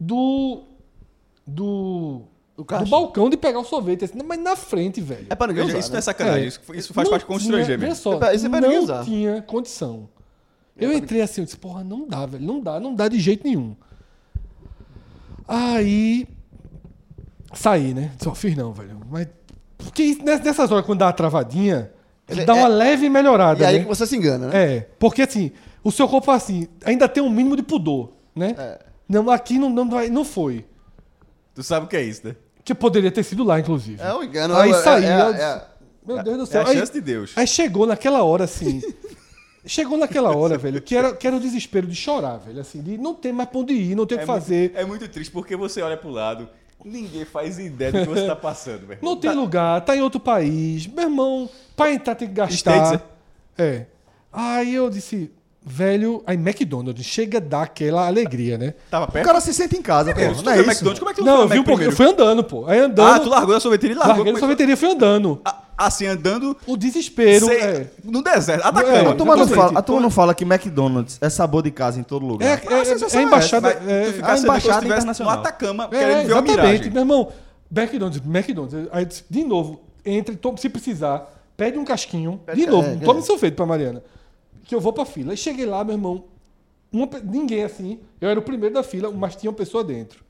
Speaker 5: do. Do.
Speaker 3: Do caixa.
Speaker 5: do balcão de pegar o sorvete. Assim, mas na frente, velho.
Speaker 3: É pra ninguém
Speaker 4: Veja,
Speaker 3: usar,
Speaker 4: isso
Speaker 3: né?
Speaker 4: não é sacanagem.
Speaker 5: É.
Speaker 4: Isso, isso faz
Speaker 5: Não
Speaker 4: parte constranger
Speaker 5: tinha- vê
Speaker 4: mesmo.
Speaker 5: só,
Speaker 3: É pra- isso é pra ninguém
Speaker 5: não
Speaker 3: usar.
Speaker 5: tinha condição. Eu entrei assim, eu disse, porra, não dá, velho. Não dá, não dá de jeito nenhum. Aí. Saí, né? Só fiz não, velho. Mas. Porque isso- ness- nessas horas, quando dá uma travadinha, ele
Speaker 3: É-
Speaker 5: dá uma
Speaker 3: é-
Speaker 5: leve melhorada.
Speaker 3: E aí
Speaker 5: né?
Speaker 3: que você se engana, né?
Speaker 5: É, porque assim, o seu corpo fala assim, ainda tem um mínimo de pudor, né?
Speaker 3: É.
Speaker 5: Não, aqui não, não, vai- não foi.
Speaker 4: Tu sabe o que é isso, né?
Speaker 5: Que poderia ter sido lá, inclusive.
Speaker 3: É um engano.
Speaker 5: Aí
Speaker 3: é-
Speaker 5: saí,
Speaker 3: é-
Speaker 5: eu
Speaker 3: é-
Speaker 5: disse, Meu Deus do
Speaker 4: É
Speaker 5: céu.
Speaker 4: a
Speaker 5: Aí-
Speaker 4: chance de Deus.
Speaker 5: Aí chegou naquela hora, assim. chegou naquela hora, velho, que era, que era o desespero de chorar, velho. Assim, de não ter mais pra onde ir, não ter o
Speaker 4: É
Speaker 5: que fazer.
Speaker 4: Muito, é muito triste porque você olha pro lado, ninguém faz ideia do que você tá passando, velho.
Speaker 5: Não tem lugar, tá em outro país. Meu irmão, pra entrar tem que gastar.
Speaker 4: States,
Speaker 5: É. Aí eu disse, velho, aí McDonald's chega a dar aquela alegria, né?
Speaker 4: Tava
Speaker 6: O
Speaker 4: perto.
Speaker 6: cara se sente em casa, pô.
Speaker 4: Primeiro, se tu
Speaker 6: Não é
Speaker 4: foi no
Speaker 6: isso?
Speaker 4: McDonald's, como é que tu
Speaker 5: Não,
Speaker 4: foi
Speaker 5: eu
Speaker 4: no
Speaker 5: vi um
Speaker 4: Mac
Speaker 5: pouquinho, eu
Speaker 4: primeiro?
Speaker 5: fui andando, pô. Aí
Speaker 4: Ah, tu
Speaker 5: andando,
Speaker 4: largou da sorveteria e largou.
Speaker 5: larguei na
Speaker 4: como é que
Speaker 5: sorveteria e fui andando.
Speaker 4: foi? Ah, Assim, andando
Speaker 5: O desespero,
Speaker 4: sem-
Speaker 5: é.
Speaker 4: no deserto,
Speaker 5: É,
Speaker 6: A
Speaker 4: atacando.
Speaker 6: turma, não
Speaker 5: exatamente.
Speaker 6: fala, a turma não fala que McDonald's é sabor de casa em todo
Speaker 4: Ah,
Speaker 5: É,
Speaker 6: lugar.
Speaker 5: é, é, é embaixada.
Speaker 4: Mas
Speaker 5: é-
Speaker 4: tu ficar sendo
Speaker 6: embaixada
Speaker 4: como se tivesse no
Speaker 6: internacional.
Speaker 4: Atacama,
Speaker 5: É,
Speaker 4: querendo ver uma
Speaker 5: exatamente,
Speaker 4: miragem.
Speaker 5: meu irmão. McDonald's, McDonald's. Aí, disse, de novo, entre, toma- se precisar, pede um casquinho. de novo,
Speaker 3: é,
Speaker 5: tome
Speaker 3: é.
Speaker 5: sorvete pra Mariana. Que eu vou pra fila. Aí cheguei lá, meu irmão, uma pe- ninguém assim. Eu era o primeiro da fila, mas tinha uma pessoa dentro.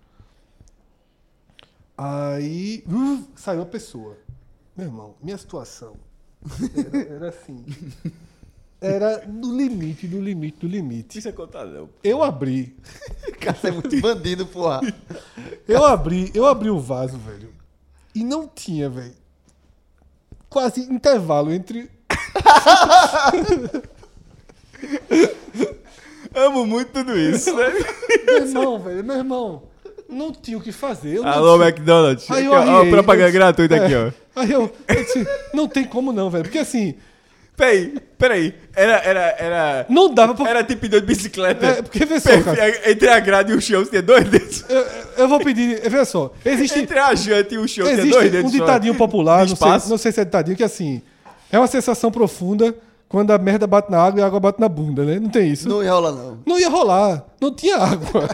Speaker 5: Aí uh, saiu a pessoa. Meu irmão, minha situação era, era assim. Era no limite, do limite, do limite.
Speaker 4: Isso é contado, não.
Speaker 5: Eu abri
Speaker 3: Cara, você é muito bandido, porra.
Speaker 5: Eu abri, eu abri o vaso, velho. E não tinha, velho. Quase intervalo entre.
Speaker 4: Amo muito tudo isso, né?
Speaker 5: Meu irmão, velho, meu irmão. Não tinha o que fazer. eu não
Speaker 4: Alô,
Speaker 5: tinha-
Speaker 4: McDonald's.
Speaker 5: Aí
Speaker 4: Aqui,
Speaker 5: eu
Speaker 4: ó, ó,
Speaker 5: arriei,
Speaker 4: propaganda
Speaker 5: eu-
Speaker 4: gratuita aqui,
Speaker 5: É.
Speaker 4: ó.
Speaker 5: Aí eu, eu disse, não tem como não, velho. Porque assim,
Speaker 4: Peraí, peraí. Era, era, era...
Speaker 5: não dava pra.
Speaker 4: Era tipo de bicicleta.
Speaker 5: É, porque vê só,
Speaker 4: Perfe- é,
Speaker 5: cara.
Speaker 4: Entre a grade e o chão, você tem dois dedos.
Speaker 5: Eu, eu vou pedir. Veja só. Existe,
Speaker 4: Entre a janta e o chão, você é tem dois
Speaker 5: existe um
Speaker 4: dedos só.
Speaker 5: ditadinho popular, não sei,
Speaker 4: espaço.
Speaker 5: não sei se é ditadinho, que assim. É uma sensação profunda quando a merda bate na água e a água bate na bunda, né? Não tem isso.
Speaker 3: Não enrola, não.
Speaker 5: Não ia rolar, não tinha água.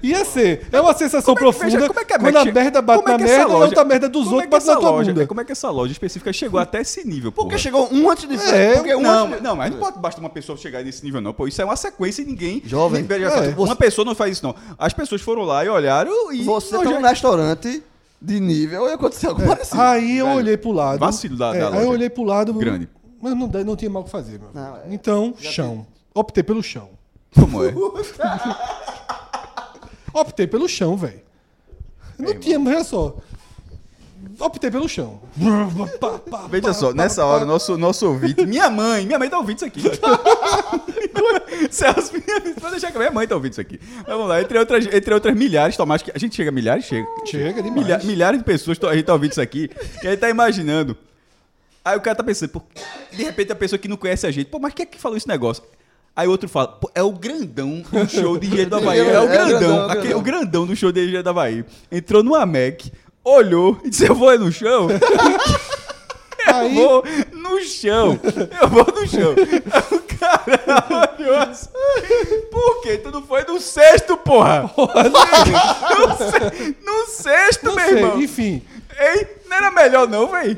Speaker 5: ia ser. É uma sensação
Speaker 4: Como é que-
Speaker 5: profunda
Speaker 4: veja, como é que
Speaker 5: quando a
Speaker 4: Mac-
Speaker 5: merda bate
Speaker 4: como é
Speaker 5: na
Speaker 4: que essa
Speaker 5: merda e a
Speaker 4: loja-
Speaker 5: outra merda dos
Speaker 4: como é
Speaker 5: outros
Speaker 4: que
Speaker 5: bate na
Speaker 4: essa
Speaker 5: tua
Speaker 4: loja-
Speaker 5: bunda.
Speaker 4: Como é que essa loja específica chegou até esse nível, pô?
Speaker 3: Porque chegou um antes de ser.
Speaker 5: É,
Speaker 3: porque um
Speaker 4: não,
Speaker 3: antes de...
Speaker 4: não, mas não pode basta uma pessoa chegar nesse nível, não. Pô, isso é uma sequência e ninguém.
Speaker 3: Jovem.
Speaker 4: Veja,
Speaker 5: É.
Speaker 4: Uma pessoa não faz isso, não. As pessoas foram lá e olharam e.
Speaker 3: Você tá
Speaker 4: hoje é-
Speaker 3: num restaurante de nível e aconteceu algo parecido.
Speaker 5: Aí eu
Speaker 4: velho,
Speaker 5: olhei pro lado. É,
Speaker 4: vacilo da- da
Speaker 5: Aí eu
Speaker 4: loja.
Speaker 5: olhei pro lado.
Speaker 4: Grande.
Speaker 5: Mas não, dá- não tinha mal o que fazer, meu.
Speaker 3: Não, é-
Speaker 5: então, chão. Optei pelo chão.
Speaker 3: um
Speaker 4: Como é?
Speaker 5: Optei pelo chão, velho. Não tinha, mas olha só. Optei pelo chão. Pá, pá,
Speaker 4: Veja
Speaker 5: pá,
Speaker 4: só, né?
Speaker 5: pá,
Speaker 4: nessa
Speaker 5: pá.
Speaker 4: hora, nosso, nosso ouvinte. Minha mãe, minha mãe tá ouvindo isso aqui. Celso, minha, pode deixar que minha mãe tá ouvindo isso aqui. Mas Vamos lá, entre outras, entre outras milhares, Tomás, que a gente chega a milhares? Chega.
Speaker 5: Chega demais.
Speaker 4: Milha- milhares de pessoas, to- a gente tá ouvindo isso aqui, e aí tá imaginando. Aí o cara tá pensando, pô, de repente a pessoa que não conhece a gente, pô, mas quem é que falou esse negócio? Aí outro fala, pô, é o grandão do show de Engenheiro da Bahia. É o grandão, aquele- o grandão do show de Engenheiro da Bahia. Entrou numa Mac, olhou e disse, eu vou no chão? Eu
Speaker 5: Aí-
Speaker 4: vou no chão. Eu vou no chão. Aí O cara olhou assim. Por quê? Tu não foi no sexto, porra! no, se- no sexto,
Speaker 5: Não
Speaker 4: meu
Speaker 5: sei,
Speaker 4: irmão!
Speaker 5: enfim.
Speaker 4: Ei, não era melhor não, véi?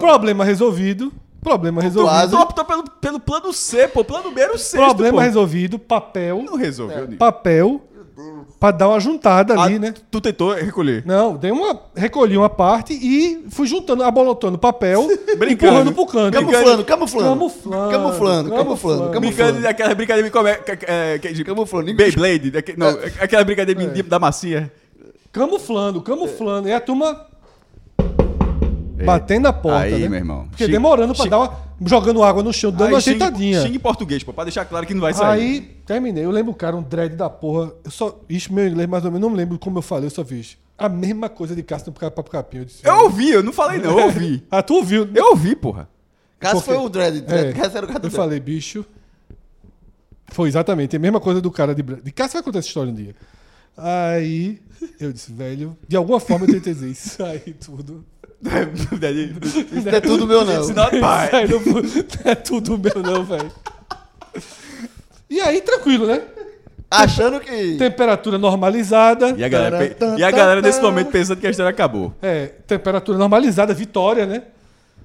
Speaker 5: Problema resolvido. Problema
Speaker 4: Tu,
Speaker 5: resolvido.
Speaker 4: tu optou pelo, pelo plano C, pô. Plano B era o sexto, pô.
Speaker 5: Problema é resolvido, papel,
Speaker 4: Não resolveu, Nico.
Speaker 5: papel, pra dar uma juntada ali,
Speaker 4: Ah,
Speaker 5: né?
Speaker 4: tu- Tu tentou recolher.
Speaker 5: Não, dei uma, recolhi uma parte e fui juntando, abolotando papel,
Speaker 4: Brincando.
Speaker 5: empurrando pro canto.
Speaker 3: Camuflando, camuflando.
Speaker 5: Camuflando.
Speaker 3: Camuflando, camuflando.
Speaker 5: Camuflando.
Speaker 4: Brincando
Speaker 3: camuflando.
Speaker 4: daquela brincadeira de como é, que- é, que- de
Speaker 3: Camuflando.
Speaker 4: Beyblade, daque- não, aquela brincadeira de- da massinha.
Speaker 5: Camuflando, camuflando. E a turma batendo a porta,
Speaker 4: É. Aí,
Speaker 5: né?
Speaker 4: meu irmão.
Speaker 5: Porque
Speaker 4: Xing-
Speaker 5: demorando pra
Speaker 4: xing-
Speaker 5: dar uma... Jogando água no chão, dando
Speaker 4: Aí
Speaker 5: uma
Speaker 4: xingue-
Speaker 5: ajeitadinha.
Speaker 4: xingue em português, pô, pra deixar claro que não vai sair.
Speaker 5: Aí terminei. Eu lembro o cara, um dread da porra. Eu só. Isso, meu inglês, mais ou menos, não lembro como eu falei, eu só fiz. A mesma coisa de Cássio no Papo Capim. Eu disse.
Speaker 4: Eu ouvi, eu não falei não, eu ouvi.
Speaker 5: ah, tu ouviu?
Speaker 4: Eu ouvi, porra.
Speaker 3: Cássio
Speaker 5: Porque-
Speaker 3: foi o Dread.
Speaker 5: É,
Speaker 3: Dread. Cássio era o cara do
Speaker 5: eu
Speaker 3: Dread.
Speaker 5: falei, bicho. Foi exatamente a mesma coisa do cara de. bra- De Cássio vai contar essa história um dia. Aí eu disse, velho. De alguma forma eu tentei dizer isso aí tudo.
Speaker 3: Isso não é tudo meu, não.
Speaker 4: Sinal de pai.
Speaker 5: Isso aí não não é tudo meu, não, velho. E aí, tranquilo, né?
Speaker 3: Achando que.
Speaker 5: Temperatura normalizada.
Speaker 4: E a galera, pe- e a galera nesse momento pensando que a história acabou.
Speaker 5: É, temperatura normalizada, vitória, né?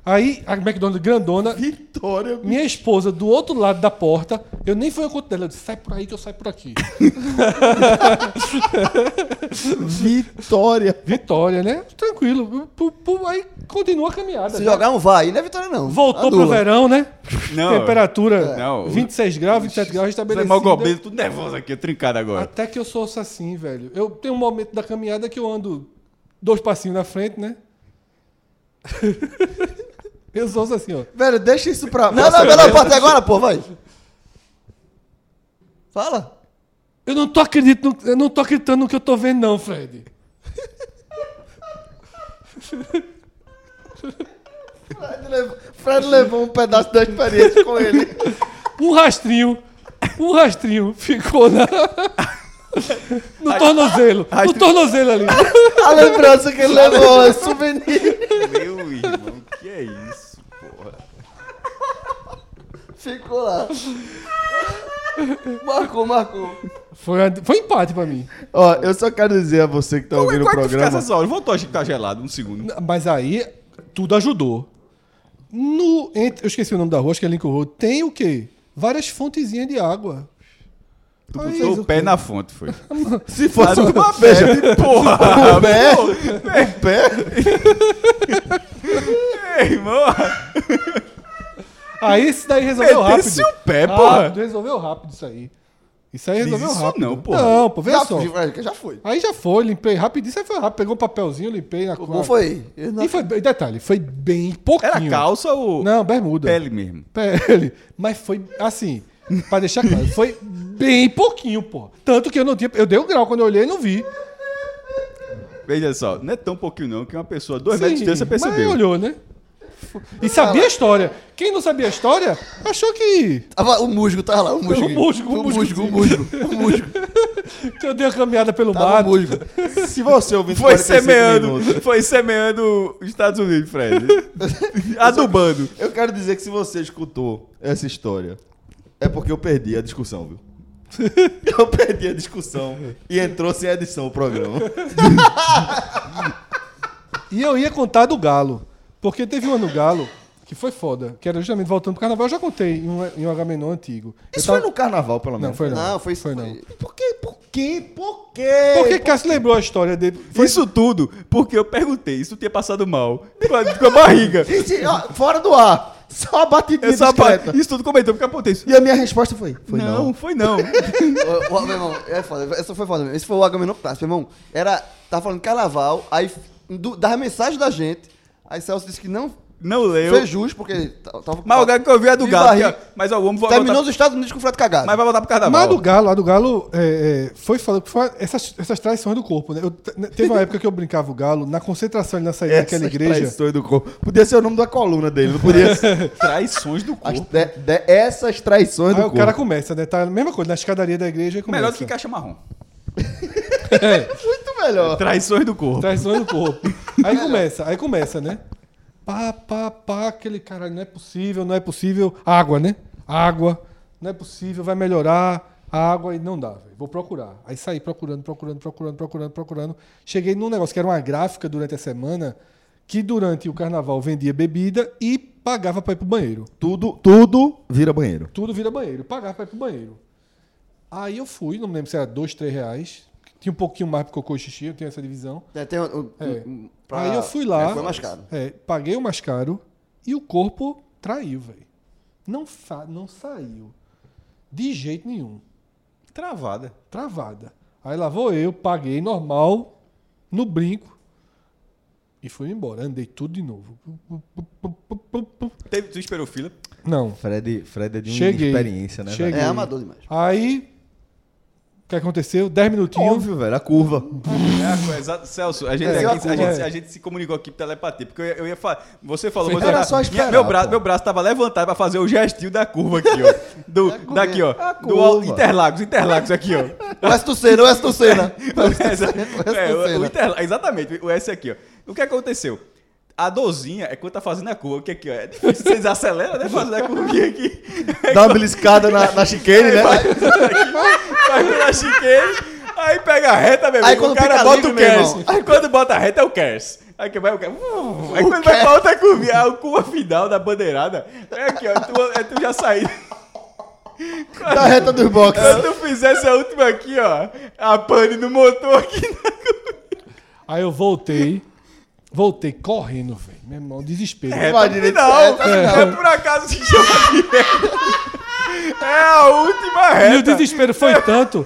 Speaker 5: Aí a McDonald's grandona,
Speaker 6: Vitória.
Speaker 5: minha esposa do outro lado da porta, eu nem fui ao encontro dela, eu disse, sai por aí que eu saio por aqui.
Speaker 6: Vitória.
Speaker 5: vitória, né? Tranquilo. Pu- pu- aí continua a caminhada.
Speaker 3: Se
Speaker 5: né?
Speaker 3: jogar um vai, não é vitória, não.
Speaker 5: Voltou pro
Speaker 3: Anula.
Speaker 5: verão, né?
Speaker 4: Não. é.
Speaker 5: Temperatura assim, né?
Speaker 4: Não.
Speaker 5: 26 graus, 27 graus
Speaker 4: Você é
Speaker 5: estabelecida.
Speaker 4: mal gobeiro, tudo nervoso aqui, trincado agora.
Speaker 5: Até que eu sou assim, velho. Eu tenho um momento da caminhada que eu ando dois passinhos na frente, né? eu sou assim, ó.
Speaker 6: Velho, deixa isso pra.
Speaker 3: Não, não, não, não, pode agora, pô, vai. Fala.
Speaker 5: Eu não tô acreditando, eu não tô acreditando no que eu tô vendo, não, Fred.
Speaker 6: Fred levou- Fred levou um pedaço da experiência com ele.
Speaker 5: Um rastrinho, um rastrinho ficou na. No tornozelo. No tornozelo ali.
Speaker 6: A lembrança que ele levou é souvenir.
Speaker 4: Meu irmão, que é isso, porra.
Speaker 3: Ficou lá. Marcou, marcou.
Speaker 5: Foi, a- foi um empate pra mim.
Speaker 6: Ó, eu só quero dizer a você que tá
Speaker 4: Como é
Speaker 6: ouvindo o
Speaker 4: que tu fica
Speaker 6: programa.
Speaker 4: essa hora? Voltou a ficar gelado um segundo.
Speaker 5: Mas aí, tudo ajudou. No, entre- eu esqueci o nome da rua, acho que é Lincoln Road. Tem o quê? Várias fontezinhas de água.
Speaker 4: Tu
Speaker 5: Aí,
Speaker 4: botou o pé na fonte, foi.
Speaker 6: Se fosse
Speaker 4: Mas-
Speaker 6: uma beija,
Speaker 4: Porra!
Speaker 6: o pé, o pé.
Speaker 4: Meu irmão,
Speaker 5: Aí esse daí resolveu
Speaker 4: metesse
Speaker 5: rápido.
Speaker 4: o pé,
Speaker 5: Rápido,
Speaker 4: porra.
Speaker 5: resolveu rápido isso aí. Isso aí
Speaker 4: Diz
Speaker 5: resolveu
Speaker 4: isso
Speaker 5: rápido.
Speaker 4: não, porra.
Speaker 5: Não, pô, vê
Speaker 3: Já,
Speaker 5: só.
Speaker 3: foi, já foi.
Speaker 5: Aí já foi, limpei rapidinho, aí foi rápido. Pegou um papelzinho, limpei na
Speaker 3: O
Speaker 5: quadra.
Speaker 3: bom foi. Ele não-
Speaker 5: E foi, e detalhe, foi bem pouquinho.
Speaker 4: Era calça ou
Speaker 5: Não, bermuda.
Speaker 4: pele mesmo?
Speaker 5: Pele. Mas foi assim, pra deixar claro, foi bem pouquinho, pô. Tanto que eu não tinha. Eu dei o grau quando eu olhei e não vi.
Speaker 4: Veja só, não é tão pouquinho não que uma pessoa a dois
Speaker 5: Sim,
Speaker 4: metros de distância
Speaker 5: Mas
Speaker 4: percebeu.
Speaker 5: olhou, né? E sabia a história. Quem não sabia a história achou que,
Speaker 3: Tava, o musgo tava lá, o musgo.
Speaker 5: O musgo, o
Speaker 3: o musgo.
Speaker 5: musgo.
Speaker 3: O musgo, o musgo.
Speaker 5: que eu dei a caminhada pelo
Speaker 3: Tava o
Speaker 5: mato.
Speaker 3: musgo.
Speaker 6: Se você ouvir
Speaker 4: Foi semeando, foi semeando os Estados Unidos, Fred. Adubando.
Speaker 6: Eu quero dizer que se você escutou essa história, é porque eu perdi a discussão, viu? Eu perdi a discussão e entrou sem edição o programa.
Speaker 5: E eu ia contar do Galo. Porque teve um ano do Galo que foi foda. Que era justamente voltando pro carnaval. Eu já contei em um, em um Agamenon antigo. Eu
Speaker 6: Isso
Speaker 5: tava-
Speaker 6: foi no carnaval, pelo menos.
Speaker 5: Não, foi não.
Speaker 3: Não, foi isso.
Speaker 5: foi não.
Speaker 6: Por quê? Por quê? Por quê?
Speaker 5: Por que Cássio lembrou a história dele? Foi
Speaker 4: Isso tudo porque eu perguntei isso tinha passado mal com a, com a barriga.
Speaker 6: Gente, ó, fora do ar. Só a batidinha
Speaker 3: É
Speaker 4: Eu só pa-
Speaker 6: discreta.
Speaker 4: isso tudo comentou porque eu apontei isso.
Speaker 6: E a minha resposta foi, foi
Speaker 4: não,
Speaker 6: não.
Speaker 4: foi não.
Speaker 3: Ô, ô, meu irmão, é foda. Essa foi foda mesmo. Esse foi o Agamenon Clássico, meu irmão. Era, tava falando carnaval, aí f- do, dava mensagem da gente. Aí Celso disse que não
Speaker 4: Não leu.
Speaker 3: fez jus, porque tava... tava
Speaker 4: Mas o lugar que eu vi é do
Speaker 3: De
Speaker 4: galo.
Speaker 3: barriga.
Speaker 4: que é- Mas ó, o homem vai
Speaker 3: Terminou
Speaker 4: voltar,
Speaker 3: os Estados Unidos com o Fred cagado.
Speaker 4: mas vai voltar pro carnaval.
Speaker 5: Mas a do Galo, a do Galo é, é, foi falando que foi essas, essas traições do corpo, né? Eu te- né, teve uma época que eu brincava o Galo, na concentração ali na saída daquela igreja.
Speaker 6: traições do corpo. Podia ser o nome da coluna dele, não podia ser.
Speaker 4: Traições do
Speaker 6: As
Speaker 4: corpo.
Speaker 6: de- de- essas traições
Speaker 5: Aí
Speaker 6: do
Speaker 5: o
Speaker 6: corpo.
Speaker 5: cara começa, né? Tá a mesma coisa, na escadaria da igreja e começa.
Speaker 4: Melhor do que caixa marrom.
Speaker 5: É,
Speaker 6: Muito melhor.
Speaker 4: Traições do corpo.
Speaker 5: traições do corpo. Aí começa, aí começa, né? Pá, pá, pá, aquele caralho, não é possível, não é possível. Água, né? Água, não é possível, vai melhorar. Água e não dá, velho. Vou procurar. Aí saí procurando, procurando, procurando, procurando, procurando. Cheguei num negócio que era uma gráfica durante a semana que durante o carnaval vendia bebida e pa- pagava pra ir pro banheiro.
Speaker 6: Tudo, tudo vira banheiro.
Speaker 5: Tudo vira banheiro. Pagava pra ir pro banheiro. Aí eu fui, não me lembro se era dois, três reais. Tinha um pouquinho mais pro cocô e xixi, eu tinha essa divisão.
Speaker 3: É, tem um- um-
Speaker 5: É.
Speaker 3: um- pra-
Speaker 5: Aí eu fui lá.
Speaker 3: É, foi mais caro.
Speaker 5: É, paguei o mais caro e o corpo traiu, velho. Não, fa- não saiu. De jeito nenhum.
Speaker 4: Travada.
Speaker 5: Travada. Aí lá vou eu, paguei normal, no brinco. E fui embora. Andei tudo de novo.
Speaker 4: Teve, tu esperou fila.
Speaker 5: Não.
Speaker 6: Fred, Fred é de uma
Speaker 5: Cheguei.
Speaker 6: experiência, né?
Speaker 5: Cheguei.
Speaker 6: velho?
Speaker 3: É amador demais.
Speaker 5: Aí. O que aconteceu? Dez minutinhos.
Speaker 6: Óbvio, velho, a curva.
Speaker 4: É, foi exato. Celso, a gente,
Speaker 5: É,
Speaker 4: aqui-
Speaker 5: eu-
Speaker 4: a, gente,
Speaker 5: é.
Speaker 4: a gente se comunicou aqui por telepatia, porque eu ia, eu ia falar. Você falou, mas
Speaker 6: Era
Speaker 4: eu-
Speaker 6: só
Speaker 4: minha-
Speaker 6: esperar,
Speaker 4: meu, braço,
Speaker 6: pô.
Speaker 4: meu braço tava levantado pra fazer o gestinho da curva aqui, ó. Do,
Speaker 3: curva.
Speaker 4: daqui, ó.
Speaker 6: A
Speaker 4: Do al-
Speaker 6: curva.
Speaker 4: Interlagos, Interlagos aqui, ó.
Speaker 3: O S do Senna, o S do Senna.
Speaker 4: É, o- o
Speaker 3: cena.
Speaker 4: Interla- exatamente, o S aqui, ó. O que aconteceu? A dorzinha é quando tá fazendo a curva, que aqui, ó. É difícil, vocês aceleram, né? Fazendo a curvinha aqui.
Speaker 6: Dá uma beliscada na, na chicane, né?
Speaker 4: Vai pela chiqueira, aí pega a reta, meu
Speaker 3: Aí
Speaker 4: amigo,
Speaker 3: quando
Speaker 4: o cara
Speaker 3: fica
Speaker 4: bota
Speaker 3: livre,
Speaker 4: o
Speaker 3: meu
Speaker 4: cares.
Speaker 3: irmão.
Speaker 4: Aí quando bota a reta é o cares. Aí que vai o cares. Uh, Aí quando vai
Speaker 3: cares.
Speaker 4: pra outra curva, a curva final da bandeirada, é aqui, ó, tu, é tu já saído.
Speaker 3: Tá
Speaker 6: Na reta dos boxes.
Speaker 4: Se tu fizesse a última aqui, ó, a pane no motor aqui.
Speaker 5: Aí eu voltei. Voltei correndo, velho. Meu irmão, desespero.
Speaker 6: Imagina,
Speaker 4: É, Não,
Speaker 6: é,
Speaker 4: é, por acaso se chama de É a última
Speaker 5: E o
Speaker 4: reta.
Speaker 5: desespero foi tanto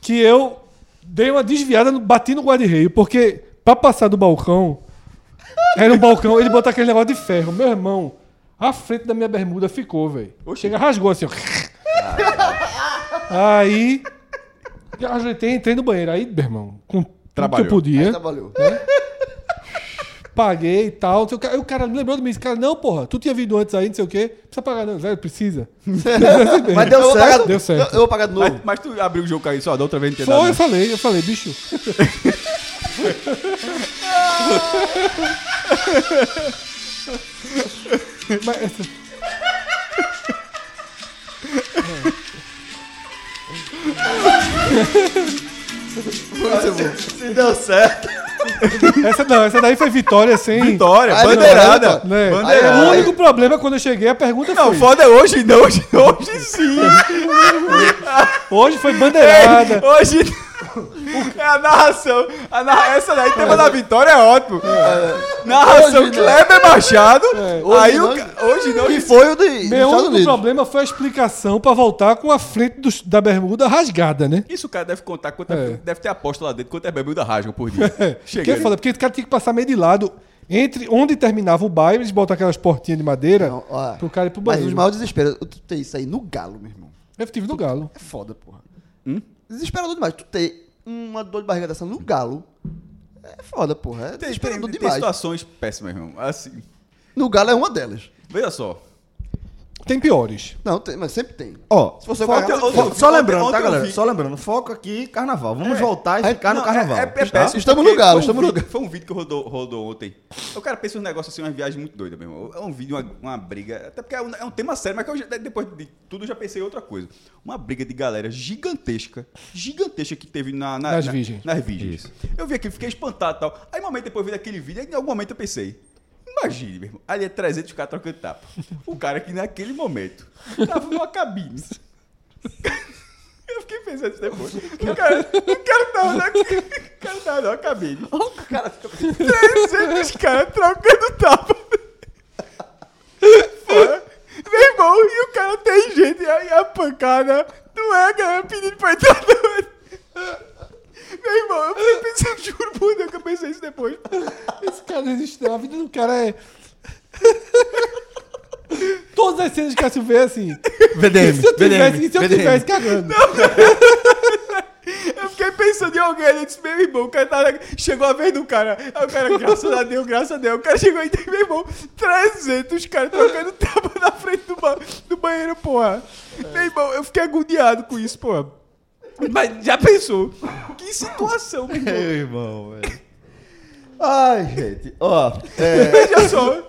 Speaker 5: que eu dei uma desviada, no- bati no guarda-reio, porque pra passar do balcão, era um balcão, ele botou aquele negócio de ferro. Meu irmão, a frente da minha bermuda ficou, velho. Chega, rasgou assim, ó. Aí, eu ajeitei, entrei no banheiro. Aí, meu irmão, com tudo
Speaker 4: Trabalhou.
Speaker 5: que eu podia,
Speaker 3: Trabalhou. tá
Speaker 5: paguei e tal. não sei o que. Aí o cara me lembrou de mim, disse, cara, não, porra, tu tinha vindo antes aí, não sei o quê. Precisa pagar não, velho, precisa.
Speaker 6: Mas
Speaker 3: Eu
Speaker 6: deu
Speaker 3: vou pagar-
Speaker 6: certo.
Speaker 5: Deu certo.
Speaker 3: Eu eu vou pagar de novo.
Speaker 4: Mas, mas tu abriu o jogo aí só da outra vez não tinha dado,
Speaker 5: Foi,
Speaker 4: não.
Speaker 5: eu falei, eu falei, bicho. Mas essa-
Speaker 6: Se deu certo.
Speaker 5: Essa não, essa daí foi vitória sem.
Speaker 4: Vitória,
Speaker 3: Aí,
Speaker 4: bandeirada.
Speaker 3: vitória,
Speaker 5: Né?
Speaker 3: Bandeirada.
Speaker 5: O único problema quando eu cheguei, a pergunta
Speaker 4: Não,
Speaker 5: foi.
Speaker 4: foda é hoje, não, hoje, hoje sim.
Speaker 5: Hoje foi
Speaker 4: Ei,
Speaker 5: bandeirada.
Speaker 4: hoje. É a narração. A narra... Essa daí, tema da vitória é ótimo. Narração
Speaker 3: Hoje não.
Speaker 6: né?
Speaker 3: É,
Speaker 4: Kleber Machado.
Speaker 3: Hoje
Speaker 4: aí
Speaker 3: não.
Speaker 4: o ca- Hoje não.
Speaker 3: E foi o de dos
Speaker 5: Meu
Speaker 3: Estados
Speaker 5: único
Speaker 3: Unidos.
Speaker 5: problema foi a explicação pra voltar com a frente dos- da bermuda rasgada, né?
Speaker 4: Isso o cara deve contar quanto
Speaker 5: É.
Speaker 4: deve ter aposta lá dentro, quanto é bebida rasgam por dia.
Speaker 5: Que eu
Speaker 4: Chega.
Speaker 5: falei, É, porque o cara tinha que passar meio de lado. Entre onde terminava o bairro, eles botam aquelas portinhas de madeira
Speaker 3: Não, ó, é.
Speaker 5: pro cara ir pro
Speaker 3: Mas
Speaker 5: banheiro.
Speaker 3: os maiores desesperos, tu ter isso aí no galo, meu irmão.
Speaker 5: Eu tive no galo.
Speaker 3: É foda, porra. Desesperador demais. Tu ter uma dor de barriga dessa no galo é foda, porra. É
Speaker 4: Tem,
Speaker 3: desesperador
Speaker 4: tem- tem
Speaker 3: demais.
Speaker 4: situações péssimas, irmão. Assim.
Speaker 3: No galo é uma delas.
Speaker 4: Veja só.
Speaker 5: Tem piores.
Speaker 3: Não, tem, mas sempre tem.
Speaker 6: Ó,
Speaker 3: Se você
Speaker 4: Falta-
Speaker 3: pagar, você-
Speaker 4: outra-
Speaker 6: só lembrando,
Speaker 4: ontem
Speaker 6: tá,
Speaker 4: eu
Speaker 6: galera?
Speaker 4: vi-
Speaker 6: Só lembrando, foco aqui, carnaval. Vamos voltar e ficar no
Speaker 4: Não,
Speaker 6: carnaval.
Speaker 4: É, é, é péssimo.
Speaker 3: Estamos
Speaker 4: porque
Speaker 3: no galo,
Speaker 4: foi um
Speaker 3: estamos no
Speaker 4: vídeo- Foi um vídeo que rodou, rodou ontem. O cara pensa um negócio assim, uma viagem muito doida mesmo. É um vídeo, uma, uma briga. Até porque é um, é um tema sério, mas que eu já- depois de tudo eu já pensei em outra coisa. Uma briga de galera gigantesca, gigantesca que teve na, na-
Speaker 5: Nas
Speaker 4: na-
Speaker 5: virgens.
Speaker 4: Nas virgens. Eu vi aquilo, fiquei espantado e tal. Aí um momento depois eu vi aquele vídeo, aí em algum momento eu pensei. Imagine, meu irmão, ali é 300 caras trocando tapa. O cara que naquele momento tava numa cabine. Eu fiquei pensando isso depois. O cara, o cara tava na, o cara tava na cabine. O cara fica... 300 caras trocando tapa. Fora. Meu irmão, e o cara tem gente, e a, e a pancada não é, cara, pedindo pra entrar na- Meu irmão, eu fiquei pensando, juro por Deus que eu pensei isso depois.
Speaker 5: Esse cara existe, a vida do cara é. Todas as cenas que a vê assim.
Speaker 6: VDM,
Speaker 5: E se eu tivesse,
Speaker 6: VDM,
Speaker 5: e se eu
Speaker 6: VDM.
Speaker 5: tivesse cagando?
Speaker 4: Eu fiquei pensando em alguém, eu disse, meu irmão, o cara tava- chegou a vez do cara, aí o cara, graças a Deus, graças a Deus, o cara chegou e disse, meu irmão, 300 caras trocando tapa na frente do, ba- do banheiro, porra. Meu irmão, eu fiquei agoniado com isso, porra. Mas já pensou? Que situação, meu irmão.
Speaker 6: Meu irmão, velho. Ai, gente, ó. é,
Speaker 4: Veja só.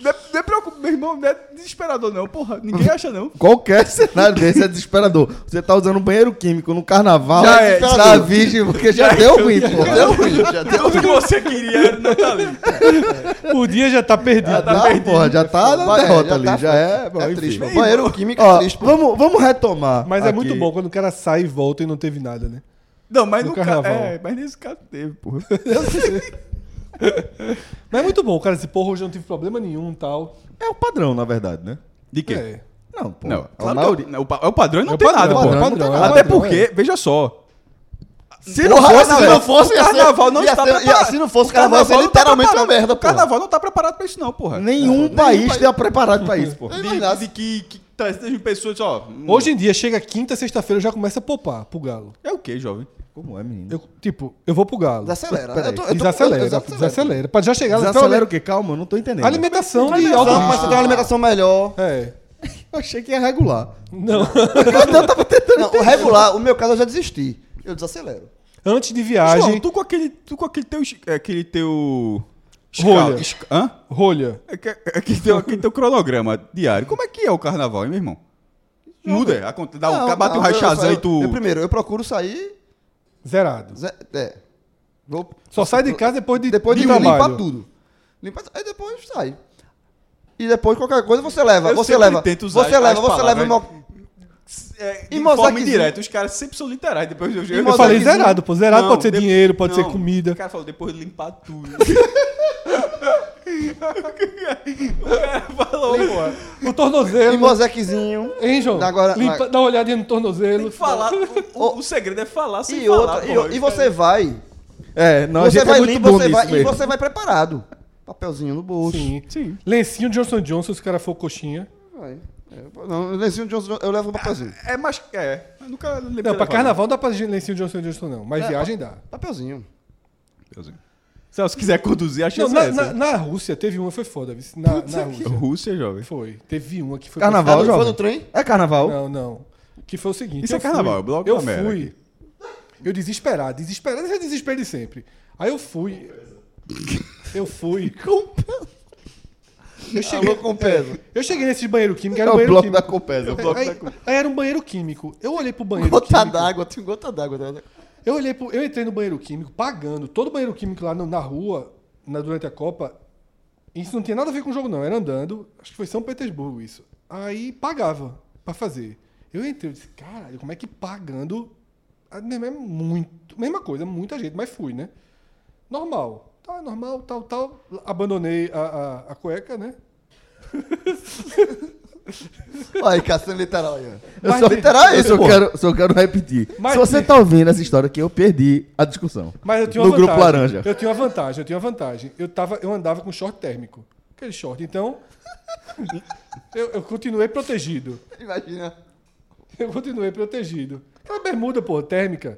Speaker 4: Não é, não é preocup- meu irmão, não é desesperador, não. Porra, ninguém acha, não.
Speaker 6: Qualquer cenário desse é desesperador. Você tá usando banheiro químico no carnaval,
Speaker 4: Já é,
Speaker 6: tá
Speaker 3: desesperador.
Speaker 6: virgem, porque
Speaker 5: é
Speaker 6: já deu ruim, pô.
Speaker 3: Deu ruim, já deu
Speaker 4: O que você queria não tá ali.
Speaker 5: O dia já tá perdido.
Speaker 6: Já tá, porra, já tá na
Speaker 3: Vai, é,
Speaker 6: derrota
Speaker 3: já
Speaker 6: ali,
Speaker 3: tá
Speaker 6: já é. bom,
Speaker 3: É
Speaker 6: enfim.
Speaker 3: triste, mano. Banheiro químico é
Speaker 6: Ó,
Speaker 3: triste, pô.
Speaker 6: vamos, vamos retomar.
Speaker 5: Mas é
Speaker 6: aqui.
Speaker 5: muito bom quando o cara sai e volta e não teve nada, né?
Speaker 4: Não, mas
Speaker 5: No
Speaker 4: no ca-
Speaker 5: carnaval.
Speaker 4: É, mas nesse caso teve, porra.
Speaker 5: Mas é muito bom, o cara disse, porra, hoje eu não tive problema nenhum e tal.
Speaker 6: É o padrão, na verdade, né?
Speaker 4: De quê?
Speaker 5: É.
Speaker 6: Não, pô.
Speaker 4: Não,
Speaker 6: a
Speaker 4: claro
Speaker 6: maioria-
Speaker 4: que é, o, pa- é o padrão e não
Speaker 5: É o
Speaker 4: tem
Speaker 5: padrão,
Speaker 4: nada,
Speaker 5: é o
Speaker 4: pô.
Speaker 5: padrão, é o
Speaker 4: Até
Speaker 5: padrão,
Speaker 4: porque, veja só.
Speaker 6: Se não fosse,
Speaker 3: se
Speaker 6: velho,
Speaker 3: não fosse,
Speaker 4: o
Speaker 3: ia ser-
Speaker 4: carnaval não
Speaker 3: ia
Speaker 4: está
Speaker 3: ser- ia-
Speaker 4: preparado.
Speaker 3: se não fosse o carnaval, ia ser
Speaker 4: não tá
Speaker 3: literalmente uma
Speaker 4: preparado.
Speaker 3: merda,
Speaker 4: O
Speaker 3: porra.
Speaker 4: carnaval não tá preparado pra isso, não, porra.
Speaker 6: nenhum país está preparado pra isso, pô.
Speaker 4: De, de que, que traz- tem pessoas, ó. hum,
Speaker 5: Hoje em dia, chega quinta, sexta-feira, eu já começa a poupar pro galo.
Speaker 4: É o quê, jovem?
Speaker 6: Como é, menino?
Speaker 5: Eu, tipo, eu vou pro galo.
Speaker 3: Desacelera.
Speaker 6: Peraí.
Speaker 3: Eu tô- eu tô-
Speaker 5: Desacelera,
Speaker 3: eu tô-
Speaker 5: desacelera. desacelera. Pra já chegar...
Speaker 6: Desacelera o quê? Calma, eu não tô entendendo.
Speaker 5: Alimentação
Speaker 3: É
Speaker 5: de alto
Speaker 3: Mas você tem uma alimentação melhor.
Speaker 5: É.
Speaker 6: Eu achei que ia regular.
Speaker 5: Não.
Speaker 3: Não, o regular, o meu caso eu já desisti. Eu desacelero.
Speaker 5: Antes de
Speaker 4: João,
Speaker 5: viagem,
Speaker 4: tu com aquele, tu com aquele teu. es- é, Aquele teu.
Speaker 5: Rolha.
Speaker 4: esca- hã?
Speaker 5: rolha.
Speaker 4: É que- é que tem aquele teu cronograma diário. Como é que é o carnaval, hein, meu irmão? Muda, é, aconte- dá um,
Speaker 3: Não,
Speaker 4: bate um
Speaker 3: não, eu-
Speaker 4: rachazão
Speaker 3: eu-
Speaker 4: e tu.
Speaker 3: eu- primeiro, eu procuro sair.
Speaker 5: Zerado.
Speaker 3: ze- É. Vou
Speaker 5: Só sai de casa depois de
Speaker 3: Depois de,
Speaker 5: trabalho.
Speaker 3: limpar tudo. Limpar, aí depois sai. E depois qualquer coisa você leva.
Speaker 4: Eu
Speaker 3: você
Speaker 4: sempre
Speaker 3: leva.
Speaker 4: tento usar
Speaker 3: você
Speaker 4: as
Speaker 3: leva, você
Speaker 4: palavras.
Speaker 3: leva. Mo...
Speaker 4: É, de
Speaker 3: E
Speaker 4: forma
Speaker 3: mosaiquezinho.
Speaker 4: indireta, os caras sempre são literais. Depois eu,
Speaker 5: Eu falei
Speaker 3: Mosaiquezinho.
Speaker 5: zerado, pô. Zerado
Speaker 4: Não,
Speaker 5: pode ser
Speaker 4: de-
Speaker 5: dinheiro, pode ser
Speaker 4: não, O
Speaker 5: comida.
Speaker 4: cara falou, depois de limpar tudo. o cara falou, pô.
Speaker 5: O tornozelo.
Speaker 3: E mosequezinho.
Speaker 5: Hein, João?
Speaker 3: Agora-
Speaker 5: Limpa- Dá uma olhadinha no tornozelo.
Speaker 4: Tem que falar. O, o segredo é falar sem
Speaker 3: E,
Speaker 4: falar.
Speaker 3: outra, e,
Speaker 4: pô.
Speaker 3: e você vai.
Speaker 6: É, não, a
Speaker 3: você
Speaker 6: gente
Speaker 3: vai
Speaker 6: é muito
Speaker 3: limpo,
Speaker 6: bom
Speaker 3: você
Speaker 6: nisso
Speaker 3: vai, e
Speaker 6: mesmo.
Speaker 3: você vai preparado. Papelzinho no bolso.
Speaker 5: Sim.
Speaker 4: Sim.
Speaker 5: Lencinho Johnson Johnson, se o cara for coxinha.
Speaker 3: Vai. É, Não, lencinho de Johnson, eu levo o papelzinho.
Speaker 4: É mais. É. Eu nunca lembrei
Speaker 5: Não,
Speaker 4: da
Speaker 5: pra
Speaker 4: palavra.
Speaker 5: carnaval não dá pra lencinho Johnson Johnson, não. Mas viagem dá.
Speaker 3: Papelzinho.
Speaker 4: Deusinho. Se você quiser conduzir, a
Speaker 5: Não,
Speaker 4: chance é
Speaker 5: na, na,
Speaker 4: essa.
Speaker 5: na Rússia teve uma, foi foda. viu? Na, na Rússia.
Speaker 4: Rússia, jovem.
Speaker 5: Foi. Teve uma que foi.
Speaker 6: Carnaval,
Speaker 3: Ah, não
Speaker 6: jovem?
Speaker 3: foi no trem?
Speaker 6: É carnaval.
Speaker 5: Não, não. Que foi o seguinte.
Speaker 4: Isso
Speaker 5: eu
Speaker 4: é carnaval,
Speaker 5: fui-
Speaker 4: é bloco
Speaker 5: Eu
Speaker 4: da merda
Speaker 5: fui. Eu desesperado, desesperado, esse é desespero de sempre. Aí eu fui. Eu fui. Eu cheguei,
Speaker 3: com peso.
Speaker 5: eu cheguei nesse banheiro químico, era
Speaker 6: É
Speaker 5: um
Speaker 6: o
Speaker 5: banheiro
Speaker 6: bloco da
Speaker 5: químico.
Speaker 6: Copesa.
Speaker 5: Aí, aí era um banheiro químico. Eu olhei pro banheiro
Speaker 3: Gota
Speaker 5: químico.
Speaker 3: d'água, tem gota d'água. né?
Speaker 5: Eu olhei pro, eu entrei no banheiro químico pagando. Todo banheiro químico lá no- na rua, na- durante a Copa, isso não tinha nada a ver com o jogo não, era andando, acho que foi São Petersburgo isso. Aí pagava pra fazer. Eu entrei, eu disse, caralho, como é que pagando Ah, mesmo é muito, mesma coisa, muita gente, mas fui, né? Normal. Tá, normal, tal, tal. Abandonei a, a, a cueca, né?
Speaker 3: Olha aí, caçando literal aí. ó.
Speaker 6: Eu
Speaker 5: Mas-
Speaker 6: só,
Speaker 3: Literal é
Speaker 6: eu
Speaker 3: isso,
Speaker 6: só
Speaker 3: pô.
Speaker 6: quero, só quero repetir.
Speaker 5: Mas-
Speaker 6: Se você tá ouvindo essa história aqui, eu perdi a discussão.
Speaker 5: Mas eu tinha uma
Speaker 6: No
Speaker 5: vantagem.
Speaker 6: grupo laranja.
Speaker 5: Eu tinha uma vantagem, eu tinha uma vantagem. Eu, tava, eu andava com short térmico. Aquele short. Então, eu, eu continuei protegido.
Speaker 3: Imagina.
Speaker 5: Eu continuei protegido. Aquela bermuda, pô, térmica.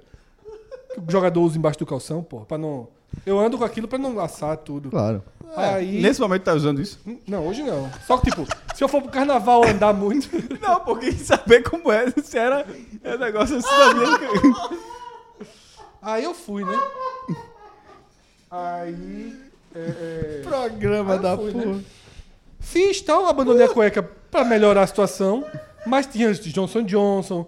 Speaker 5: Que o jogador usa embaixo do calção, pô, pra não... Eu ando com aquilo pra não laçar tudo.
Speaker 6: Claro. É,
Speaker 5: Aí...
Speaker 4: Nesse momento tá usando isso?
Speaker 5: Não, hoje não. Só que, tipo, se eu for pro carnaval andar muito...
Speaker 4: Não, porque saber como é, se era. É negócio assim da minha.
Speaker 5: Aí eu fui, né? Aí... é, é,
Speaker 6: Programa da
Speaker 5: fui,
Speaker 6: porra.
Speaker 5: né? Fiz tal, abandonei a cueca pra melhorar a situação, mas tinha os de Johnson Johnson,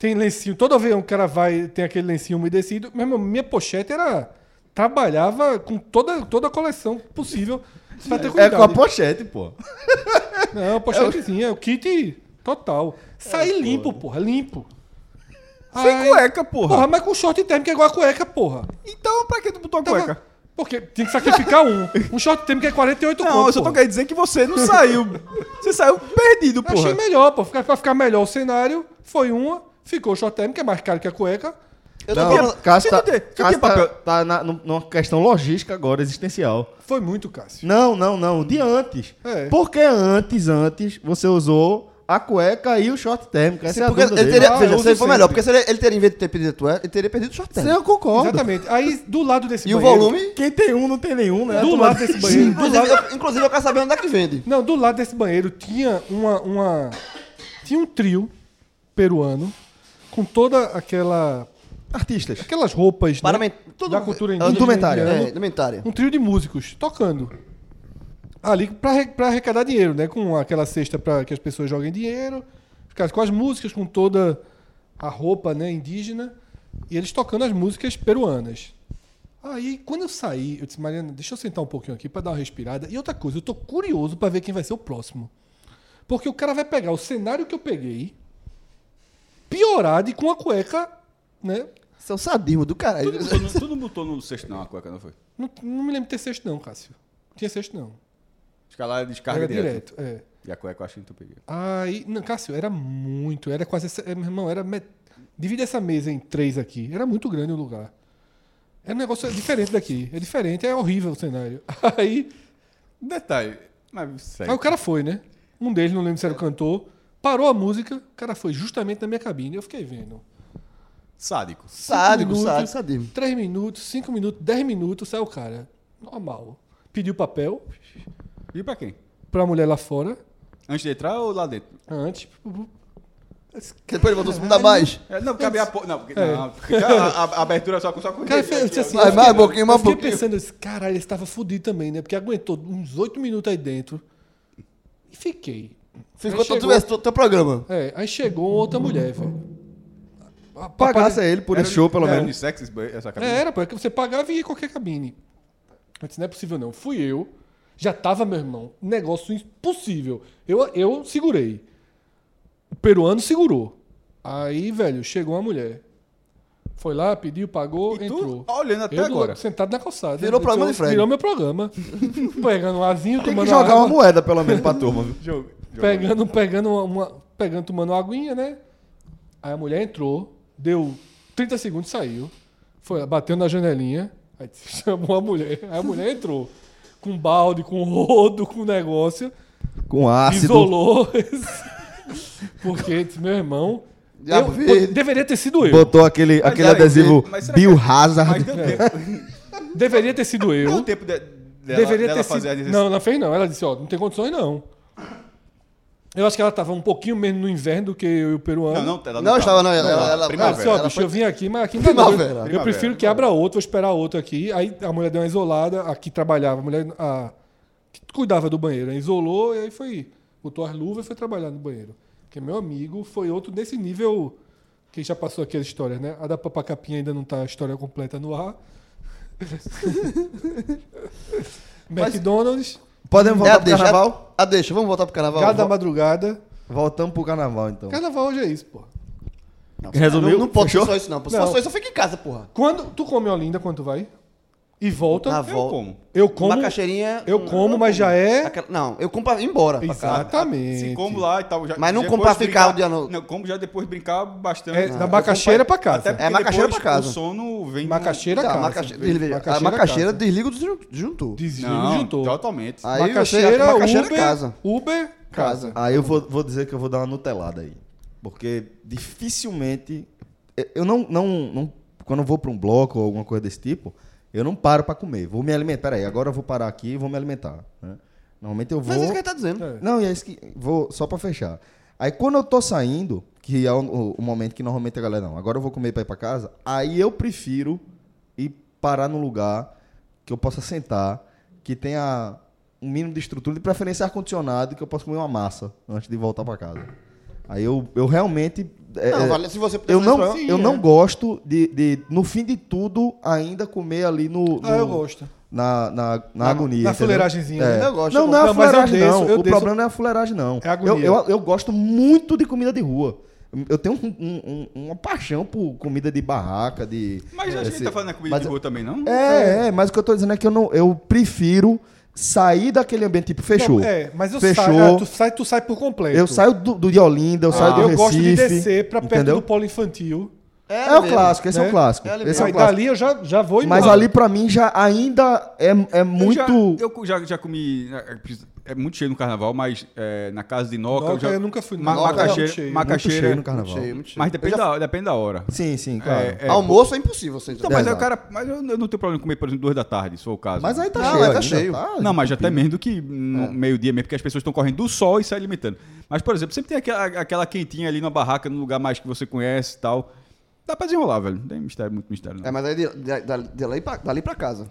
Speaker 5: tem lencinho, toda vez que um cara vai, tem aquele lencinho umedecido, mas meu, minha pochete era trabalhava com toda, toda a coleção possível pra ter
Speaker 6: É
Speaker 5: cuidado.
Speaker 6: com a pochete, pô.
Speaker 5: Não, pochetezinha, é o kit total. Saí limpo, porra, limpo. Ai,
Speaker 4: Sem cueca, porra.
Speaker 5: Porra, mas com short térmico é igual a cueca, porra.
Speaker 4: Então, pra que tu botou a
Speaker 5: Tava-
Speaker 4: cueca?
Speaker 5: Porque tinha que sacrificar um. Um short térmico é 48
Speaker 4: Não,
Speaker 5: conto,
Speaker 4: eu só tô
Speaker 5: porra.
Speaker 4: querendo dizer que você não saiu. Você saiu perdido,
Speaker 5: Eu Achei
Speaker 4: porra.
Speaker 5: melhor, pô. Ficar- Pra ficar melhor o cenário, foi uma, ficou o short térmico, que é mais caro que a cueca.
Speaker 3: Eu tô
Speaker 6: Não,
Speaker 3: falando.
Speaker 6: Cássio tá,
Speaker 4: Você não tem- você
Speaker 6: Cássio
Speaker 4: tem
Speaker 6: tá,
Speaker 4: papel?
Speaker 6: tá na- num- numa questão logística agora, existencial.
Speaker 5: Foi muito, Cássio.
Speaker 6: Não, não, não. De antes.
Speaker 5: É.
Speaker 6: Porque antes, antes, você usou a cueca e o short térmico. Essa é a
Speaker 3: Porque
Speaker 6: dúvida
Speaker 3: ele
Speaker 6: dele.
Speaker 3: teria,
Speaker 5: Ah, eu
Speaker 3: veja, se ele
Speaker 5: uso
Speaker 3: for melhor, porque
Speaker 5: sempre.
Speaker 3: se ele, ele teria, em vez de ter perdido a tua, ele teria perdido o short
Speaker 6: Sim,
Speaker 3: term.
Speaker 6: Eu concordo.
Speaker 5: Exatamente. Aí, do lado desse
Speaker 3: E o
Speaker 5: banheiro-
Speaker 3: volume?
Speaker 6: Quem tem um não tem nenhum, né?
Speaker 5: Do lado desse banheiro. do
Speaker 3: Inclusive,
Speaker 5: lado-
Speaker 3: eu, inclusive, eu quero saber onde é que vende.
Speaker 5: Não, do lado desse banheiro tinha uma, uma. Tinha um trio peruano com toda aquela.
Speaker 6: Artistas.
Speaker 5: Aquelas roupas né,
Speaker 3: Paramen- todo-
Speaker 5: da cultura
Speaker 3: é,
Speaker 6: né?
Speaker 5: indígena.
Speaker 6: indumentária,
Speaker 5: indiana.
Speaker 3: É, alimentária.
Speaker 5: Um trio de músicos tocando. ali para arrecadar dinheiro, né? Com aquela cesta para que as pessoas joguem dinheiro, os caras com as músicas, com toda a roupa né, indígena, e eles tocando as músicas peruanas. Aí, quando eu saí, eu disse, Mariana, deixa eu sentar um pouquinho aqui para dar uma respirada. E outra coisa, eu tô curioso para ver quem vai ser o próximo. Porque o cara vai pegar o cenário que eu peguei, piorado e com a cueca, né?
Speaker 3: Isso é um sadismo do caralho.
Speaker 4: Tu não botou no- Tu não botou no sexto, não, a cueca, não foi?
Speaker 5: Não, não me lembro de ter sexto, não, Cássio. Não tinha sexto, não.
Speaker 4: Escalar descarga
Speaker 5: Era
Speaker 4: direto.
Speaker 5: direto. É.
Speaker 4: E a cueca eu acho que tu peguei.
Speaker 5: Aí, não, Cássio, era muito, era quase, essa, é, meu irmão, era met... divide essa mesa em três aqui, era muito grande o lugar. É um negócio diferente daqui, é diferente, é horrível o cenário. Aí,
Speaker 4: Detalhe. Mas segue.
Speaker 3: É.
Speaker 5: aí o cara foi, né? Um deles, não lembro se era o cantor, parou a música, o cara foi justamente na minha cabine, eu fiquei vendo.
Speaker 4: Sádico.
Speaker 3: Sádico,
Speaker 5: minutos.
Speaker 3: sádico, sadismo.
Speaker 5: Três minutos, cinco minutos, dez minutos, saiu o cara, normal. Pediu papel
Speaker 4: E pra quem?
Speaker 5: pra mulher lá fora,
Speaker 4: Antes de entrar ou lá dentro?
Speaker 5: antes,
Speaker 3: Que Depois ele botou segunda mais.
Speaker 4: É, Não, cabe a porta. Não, porque,
Speaker 5: É.
Speaker 4: não, porque a, a- a abertura é só com só com
Speaker 5: Cara, eu
Speaker 4: dedo,
Speaker 5: fiquei- eu
Speaker 4: aqui,
Speaker 5: disse assim,
Speaker 4: ó.
Speaker 3: Vai,
Speaker 5: eu
Speaker 3: vai,
Speaker 5: fiquei-
Speaker 3: boquinha, mais
Speaker 5: eu fiquei
Speaker 3: boquinha.
Speaker 5: pensando, eu disse, caralho, esse tava fudido também, né? Porque aguentou uns oito minutos aí dentro. E fiquei.
Speaker 3: Ficou
Speaker 5: Aí
Speaker 3: todo
Speaker 5: chegou-
Speaker 3: o teu programa.
Speaker 5: É, aí chegou outra mulher, velho. A-
Speaker 6: Pagasse a ele por esse show, pelo
Speaker 4: Era é.
Speaker 6: menos.
Speaker 4: unissex esse banhe- essa
Speaker 5: É,
Speaker 4: cabine?
Speaker 5: era, pô, é que você pagava e ia em qualquer cabine. Eu disse, não é possível não. Fui eu, já tava, meu irmão, negócio impossível. Eu, eu segurei. O peruano segurou. Aí, velho, chegou uma mulher. Foi lá, pediu, pagou,
Speaker 4: E
Speaker 5: entrou.
Speaker 4: tu olhando até
Speaker 5: eu do
Speaker 4: agora.
Speaker 5: lado, sentado na calçada. né?
Speaker 3: Virou programa de Fred.
Speaker 5: Virou meu programa. pegando um azinho,
Speaker 6: Tem que
Speaker 5: tomando
Speaker 6: jogar uma
Speaker 5: água.
Speaker 6: moeda, pelo menos, pra turma, viu?
Speaker 4: Jogo. jogo.
Speaker 5: Pegando, pegando uma, uma- Pegando, tomando uma aguinha, né? Aí a mulher entrou, deu 30 segundos, saiu. Foi, lá, bateu na janelinha. Aí chamou a mulher. Aí a mulher entrou. Com balde, com rodo, com negócio.
Speaker 6: Com ácido.
Speaker 5: Isolou. Porque, disse, meu irmão.
Speaker 3: Diabo
Speaker 5: eu-
Speaker 3: verde.
Speaker 5: deveria ter sido eu.
Speaker 6: Botou aquele, aquele
Speaker 4: é,
Speaker 6: adesivo
Speaker 4: mas será
Speaker 5: é-
Speaker 6: Bill
Speaker 4: Mas
Speaker 6: Hazard.
Speaker 4: deu tempo.
Speaker 5: Deveria ter sido eu.
Speaker 4: Deu tempo de, dela,
Speaker 5: Deveria
Speaker 4: dela
Speaker 5: ter
Speaker 4: fazer a
Speaker 5: sido.
Speaker 4: necessidade.
Speaker 5: Não, não fez não. Ela disse, ó, não tem condições não. Eu acho que ela tava um pouquinho menos no inverno do que eu e o peruano.
Speaker 4: Não, não, ela
Speaker 3: Não,
Speaker 4: tava.
Speaker 3: estava não. Ela, ela, ela,
Speaker 5: Ela disse, ó,
Speaker 4: primavera.
Speaker 5: Ah, bicho, eu vim aqui, mas aqui não dá não. Eu-
Speaker 3: Primavera.
Speaker 5: Eu prefiro que abra outro, vou esperar outro aqui. Aí a mulher deu uma isolada, aqui trabalhava, a mulher a, que cuidava do banheiro, né? isolou e aí foi, botou as luvas e foi trabalhar no banheiro. Porque meu amigo foi outro desse nível que já passou aqui as histórias, né? A da papacapinha ainda não tá a história completa no ar. McDonald's.
Speaker 6: Podemos
Speaker 3: É a
Speaker 6: voltar pro
Speaker 3: deixa,
Speaker 6: carnaval?
Speaker 3: a- a deixa, vamos voltar pro carnaval.
Speaker 5: Gado da
Speaker 3: Vo-
Speaker 5: madrugada.
Speaker 6: Voltamos pro carnaval, então.
Speaker 5: Carnaval hoje é isso, pô.
Speaker 6: Resumiu?
Speaker 3: Não, não pode ser só isso, não. pô. Se
Speaker 5: Não.
Speaker 3: for só isso, eu fico em casa, porra.
Speaker 5: Quando tu come Olinda quando tu vai e volta,
Speaker 3: Na
Speaker 5: eu,
Speaker 4: Eu
Speaker 3: volta.
Speaker 4: como.
Speaker 5: como,
Speaker 3: Macaxeirinha.
Speaker 5: eu
Speaker 4: Uhum.
Speaker 5: como, mas já é
Speaker 3: Aquela- Não, eu compro pra ir embora. Ah, pra casa.
Speaker 5: exatamente.
Speaker 4: Se Assim como lá e tal. Já,
Speaker 3: Mas não
Speaker 4: depois
Speaker 3: comprar ficar o dia
Speaker 4: não.
Speaker 3: no-
Speaker 4: Não, como já depois brincar bastante.
Speaker 5: É, da macaxeira pra casa.
Speaker 4: Até
Speaker 3: É, macaxeira
Speaker 4: depois
Speaker 3: pra casa.
Speaker 4: O sono vem.
Speaker 5: Macaxeira
Speaker 3: Tá,
Speaker 5: casa.
Speaker 3: macaxe-
Speaker 5: velho.
Speaker 3: veja,
Speaker 6: é
Speaker 3: A
Speaker 5: Macaxeira
Speaker 3: macaxeira
Speaker 5: casa.
Speaker 3: desliga do junto.
Speaker 5: Desliga
Speaker 4: Não, então tá.
Speaker 5: e juntou.
Speaker 4: totalmente.
Speaker 3: Aí você-
Speaker 5: Macaxeira,
Speaker 3: macaxeira
Speaker 5: Uber,
Speaker 3: casa.
Speaker 5: Uber, casa.
Speaker 6: Aí eu vou, vou dizer que eu vou dar uma nutelada aí. Porque dificilmente. eh, Eu não. não, não quando eu vou pra um bloco ou alguma coisa desse tipo, eu não paro pra comer. Vou me alimentar. Peraí, agora eu vou parar aqui e vou me alimentar. né? Normalmente eu vou.
Speaker 3: Mas isso que ele tá dizendo.
Speaker 5: É.
Speaker 6: Não, e é isso que. Vou, só pra fechar. Aí quando eu tô saindo, que é o, o momento que normalmente a galera, não, agora eu vou comer pra ir pra casa, aí eu prefiro ir parar num lugar que eu possa sentar, que tenha um mínimo de estrutura, de preferência ar-condicionado, que eu possa comer uma massa antes de voltar pra casa. Aí eu, eu realmente. é,
Speaker 3: Não,
Speaker 6: é,
Speaker 3: vale, se você puder
Speaker 6: eu
Speaker 3: fazer assim, é.
Speaker 6: não,
Speaker 3: isso pra-
Speaker 6: eu não gosto de, de, no fim de tudo, ainda comer ali no.
Speaker 5: Ah, eu
Speaker 6: no-
Speaker 5: gosto.
Speaker 6: na, na, na, agonia.
Speaker 5: na
Speaker 6: entendeu?
Speaker 5: fuleiragemzinha,
Speaker 6: É.
Speaker 5: né?
Speaker 3: Eu gosto, eu
Speaker 6: Não, não é
Speaker 5: gosto.
Speaker 6: a
Speaker 5: Não, mas eu
Speaker 6: fuleiragem,
Speaker 5: desço,
Speaker 6: não.
Speaker 5: eu
Speaker 6: O
Speaker 5: desço.
Speaker 6: problema não é a fuleiragem, não.
Speaker 5: É a agonia.
Speaker 6: Eu, eu, eu gosto muito de comida de rua. Eu tenho um- um- um- uma paixão por comida de barraca, de.
Speaker 4: Mas
Speaker 3: é,
Speaker 4: a gente
Speaker 6: esse-
Speaker 4: tá falando da comida
Speaker 6: mas-
Speaker 4: de rua também, não?
Speaker 6: É, é, mas o que eu tô dizendo é que eu, não, eu prefiro sair daquele ambiente, tipo, fechou.
Speaker 5: Não, é, mas eu
Speaker 6: Fechou.
Speaker 5: saio, ah, tu sai, tu sai por completo. Ah,
Speaker 6: Eu saio do, do de Olinda, eu saio do
Speaker 5: eu
Speaker 6: Recife.
Speaker 5: gosto de descer pra perto
Speaker 6: entendeu?
Speaker 5: do polo infantil.
Speaker 6: É, o
Speaker 3: mesmo.
Speaker 6: clássico, esse é,
Speaker 5: né?
Speaker 6: o clássico.
Speaker 3: É ali
Speaker 6: esse é o
Speaker 5: aí
Speaker 6: clássico.
Speaker 5: dali eu já, já vou embora.
Speaker 6: Mas ali pra mim já ainda é, é
Speaker 4: Eu
Speaker 6: muito.
Speaker 4: já- Eu cu- já, já comi. é, É muito cheio no carnaval, mas é, na casa de Noca.
Speaker 5: Noca,
Speaker 4: já,
Speaker 5: eu nunca fui no
Speaker 4: Ma-
Speaker 5: Noca, é muito
Speaker 4: Macaxeira.
Speaker 6: muito cheio
Speaker 5: cheio.
Speaker 4: macaxeira né? é-
Speaker 6: no carnaval.
Speaker 3: Muito cheio, muito cheio.
Speaker 4: mas depende,
Speaker 3: Eu já-
Speaker 4: da, depende da hora.
Speaker 6: Sim, sim, claro.
Speaker 4: É, é.
Speaker 3: Almoço é impossível, você
Speaker 4: Então, mas aí
Speaker 6: Exato.
Speaker 4: o cara. Mas eu, eu não tenho problema em comer, por exemplo, duas da tarde, se for o caso.
Speaker 6: Mas aí tá
Speaker 3: Não,
Speaker 6: cheio.
Speaker 3: mas tá
Speaker 6: ainda,
Speaker 3: cheio.
Speaker 4: Não, mas já até menos do que no meio-dia mesmo, porque as pessoas estão correndo do sol e se alimentando. Mas, por exemplo, sempre tem aquela, aquela quentinha ali numa barraca, num lugar mais que você conhece e tal. Dá pra desenrolar, velho. Não tem mistério, muito mistério, não.
Speaker 3: É, mas aí de, de, da- de lá e pra- dali pra casa.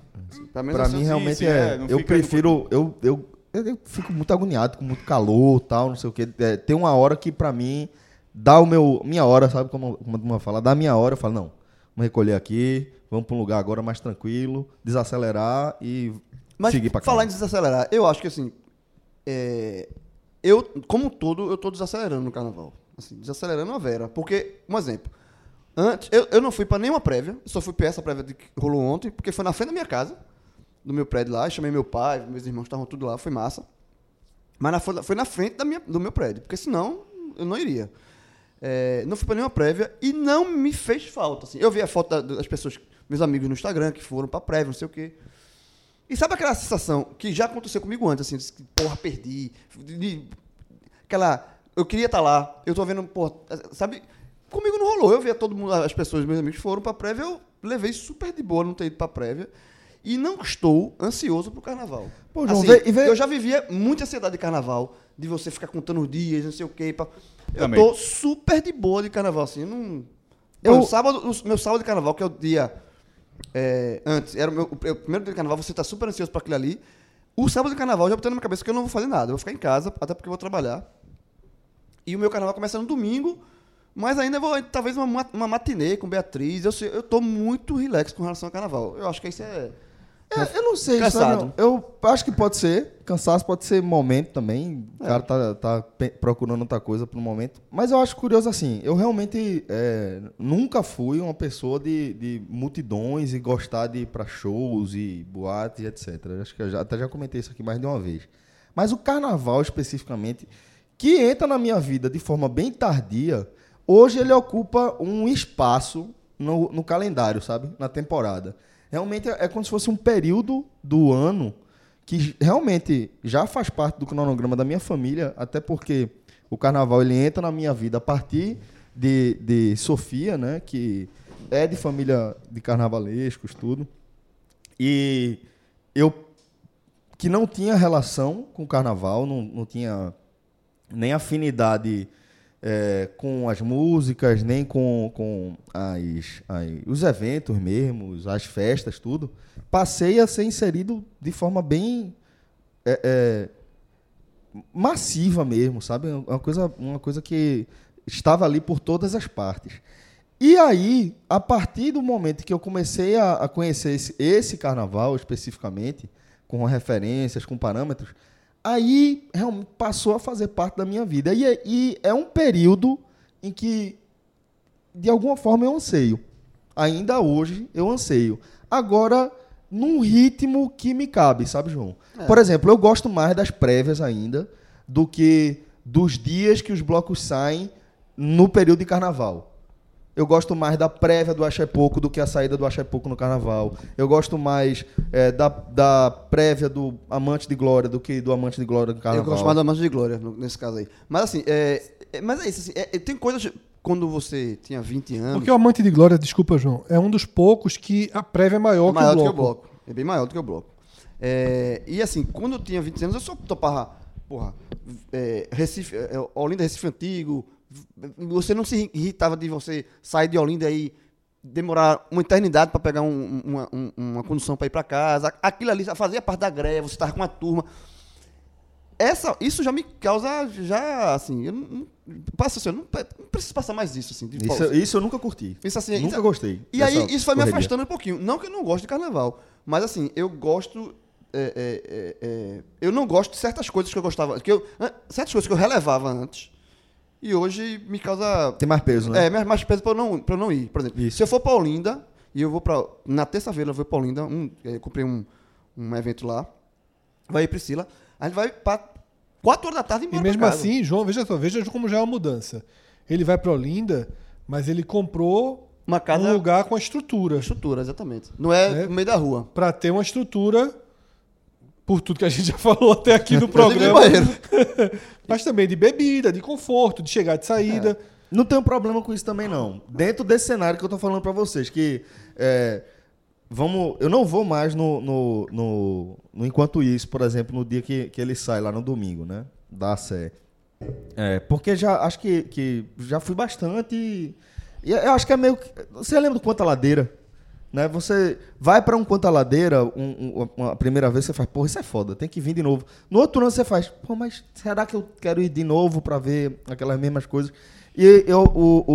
Speaker 3: Pelo menos
Speaker 6: Pra
Speaker 3: assim,
Speaker 6: mim,
Speaker 4: sim,
Speaker 6: realmente
Speaker 4: sim,
Speaker 6: é.
Speaker 4: é, não
Speaker 6: eu
Speaker 4: fica-
Speaker 6: prefiro. Eu, eu, eu, eu fico muito agoniado, com muito calor tal, não sei o quê. É, tem uma hora que, pra mim, dá o meu. Minha hora, sabe como, como uma fala? Dá a minha hora, eu falo, não, vamos recolher aqui, vamos pra um lugar agora mais tranquilo, desacelerar e
Speaker 3: Mas
Speaker 6: seguir pra
Speaker 3: falar
Speaker 6: casa.
Speaker 3: em desacelerar, eu acho que assim. é, eu, como um todo, eu tô desacelerando no carnaval. Assim, desacelerando a Vera. Porque, um exemplo. Antes, eu, eu não fui pra nenhuma prévia, só fui pra essa prévia de que rolou ontem, porque foi na frente da minha casa, do meu prédio lá, chamei meu pai, meus irmãos estavam tudo lá, foi massa. Mas na- foi, foi na frente da minha- do meu prédio, porque senão eu não iria. É, não fui pra nenhuma prévia e não me fez falta. Assim. Eu vi a foto da- das pessoas, meus amigos no Instagram, que foram pra prévia, não sei o quê. E sabe aquela sensação que já aconteceu comigo antes, assim, de, porra, perdi. de- de- aquela. Eu queria estar lá, eu tô vendo, porra, sabe? Comigo não rolou. Eu via todo mundo, as pessoas, meus amigos foram pra prévia, eu levei super de boa não ter ido pra prévia. E não estou ansioso pro carnaval. Assim,
Speaker 6: Pô, João, vê- e vê-
Speaker 3: Eu já vivia muita ansiedade de carnaval, de você ficar contando os dias, não sei o quê. pá. Eu
Speaker 4: Também.
Speaker 3: tô super de boa de carnaval, assim. Não...
Speaker 6: Eu-
Speaker 3: Eu... sábado, o meu sábado de carnaval, que é o dia é, antes, era o, meu, o pr- o primeiro dia de carnaval, você tá super ansioso pra aquilo ali. O sábado de carnaval eu já botei na minha cabeça que eu não vou fazer nada, eu vou ficar em casa, até porque eu vou trabalhar. E o meu carnaval começa no domingo, mas ainda vou, talvez, uma, ma- uma matinê com Beatriz. Eu, sei- eu tô muito relax com relação ao carnaval. Eu acho que isso é.
Speaker 6: É, eu não sei,
Speaker 3: Cansado.
Speaker 6: sabe? Eu acho que pode ser. Cansaço pode ser momento também. O cara tá, tá pe- procurando outra coisa pro momento. Mas eu acho curioso assim. Eu realmente é, nunca fui uma pessoa de, de multidões e gostar de ir pra shows e boates e etc. Eu Acho que eu já, até já comentei isso aqui mais de uma vez. Mas o carnaval especificamente, que entra na minha vida de forma bem tardia, hoje ele ocupa um espaço no, no calendário, sabe? Na temporada. Realmente é é como se fosse um período do ano que j- realmente já faz parte do cronograma da minha família, até porque o carnaval ele entra na minha vida a partir de, de Sofia, né? Que é de família de carnavalescos, tudo. E eu que não tinha relação com o carnaval, não, não tinha nem afinidade eh, com as músicas, nem com, com as, as- os eventos mesmo, as festas, tudo, passei a ser inserido de forma bem eh, eh, massiva mesmo, sabe? É Uma coisa, uma coisa que estava ali por todas as partes. E aí, a partir do momento que eu comecei a, a conhecer esse, esse carnaval especificamente, com referências, com parâmetros, aí realmente passou a fazer parte da minha vida. E, é- e é um período em que, de alguma forma, eu anseio. Ainda hoje, eu anseio. Agora, num ritmo que me cabe, sabe, João?
Speaker 3: É.
Speaker 6: Por exemplo, eu gosto mais das prévias ainda do que dos dias que os blocos saem no período de carnaval. Eu gosto mais da prévia do Axé Pouco do que a saída do Axé Pouco no carnaval. Eu gosto mais eh, da, da prévia do Amante de Glória do que do Amante de Glória no carnaval.
Speaker 3: Eu gosto mais da Mancha de Glória, no- nesse caso aí. Mas assim, é, é- mas é isso. Assim, é- é- tem coisas. Quando você tinha 20 anos.
Speaker 5: Porque o Amante de Glória, desculpa, João, é um dos poucos que a prévia é maior,
Speaker 3: É maior
Speaker 5: que
Speaker 3: do
Speaker 5: o
Speaker 3: que o
Speaker 5: bloco.
Speaker 3: bloco. É bem maior do que o bloco. É, e assim, quando eu tinha 20 anos, eu só topava, porra, é, Recife, é, Olinda Recife Antigo. Você não se irritava de você sair de Olinda e demorar uma eternidade para pegar um- uma, um- uma condução para ir para casa. Aquilo ali fazia parte da greve, você estava com uma turma. Essa, isso já me causa, já, assim, eu não, não- passa, assim, eu não, pe- não preciso passar mais isso, assim. de-
Speaker 6: Isso, isso eu nunca curti.
Speaker 3: Isso assim,
Speaker 6: nunca
Speaker 3: isso-
Speaker 6: gostei.
Speaker 3: e
Speaker 6: dessa
Speaker 3: aí, isso foi me
Speaker 6: correria.
Speaker 3: afastando um pouquinho. Não que eu não gosto de carnaval, mas assim, eu gosto. é, é, é, é, eu não gosto de certas coisas que eu gostava. Que eu, an- certas coisas que eu relevava antes. E hoje me causa.
Speaker 6: Tem mais peso, né?
Speaker 3: É, mais, mais peso pra eu, não, pra eu não ir. Por exemplo, se eu for pra Olinda, e eu vou pra. Na terça-feira eu vou pra Olinda, um, é, comprei um, um evento lá. Vai aí, Priscila. A gente vai pra 4 horas da tarde e
Speaker 5: E
Speaker 6: é
Speaker 3: embora
Speaker 5: mesmo
Speaker 3: pra casa.
Speaker 5: assim, João, veja só, veja como já é uma mudança. Ele vai pra Olinda, mas ele comprou
Speaker 3: Uma casa-
Speaker 5: um lugar com a estrutura.
Speaker 3: Estrutura, exatamente. Não é,
Speaker 5: É.
Speaker 3: no meio da rua.
Speaker 5: Pra ter uma estrutura, por tudo que a gente já falou até aqui no
Speaker 3: Inclusive,
Speaker 5: programa.
Speaker 3: banheiro.
Speaker 5: mas também de bebida, de conforto, de chegar de saída.
Speaker 6: Não tenho problema com isso também, não. Dentro desse cenário que eu tô falando pra vocês, que é, vamos, eu não vou mais no, no, no- no Enquanto Isso, por exemplo, no dia que, que ele sai lá no domingo, né? Da Sé. É, porque já acho que, que já fui bastante. e eu acho que é meio. que- Você lembra do Quanta Ladeira? Né? Você vai para um conta ladeira, um, um, a primeira vez você faz, porra, isso é foda, tem que vir de novo. No outro ano você faz, pô, mas será que eu quero ir de novo para ver aquelas mesmas coisas? E eu, o,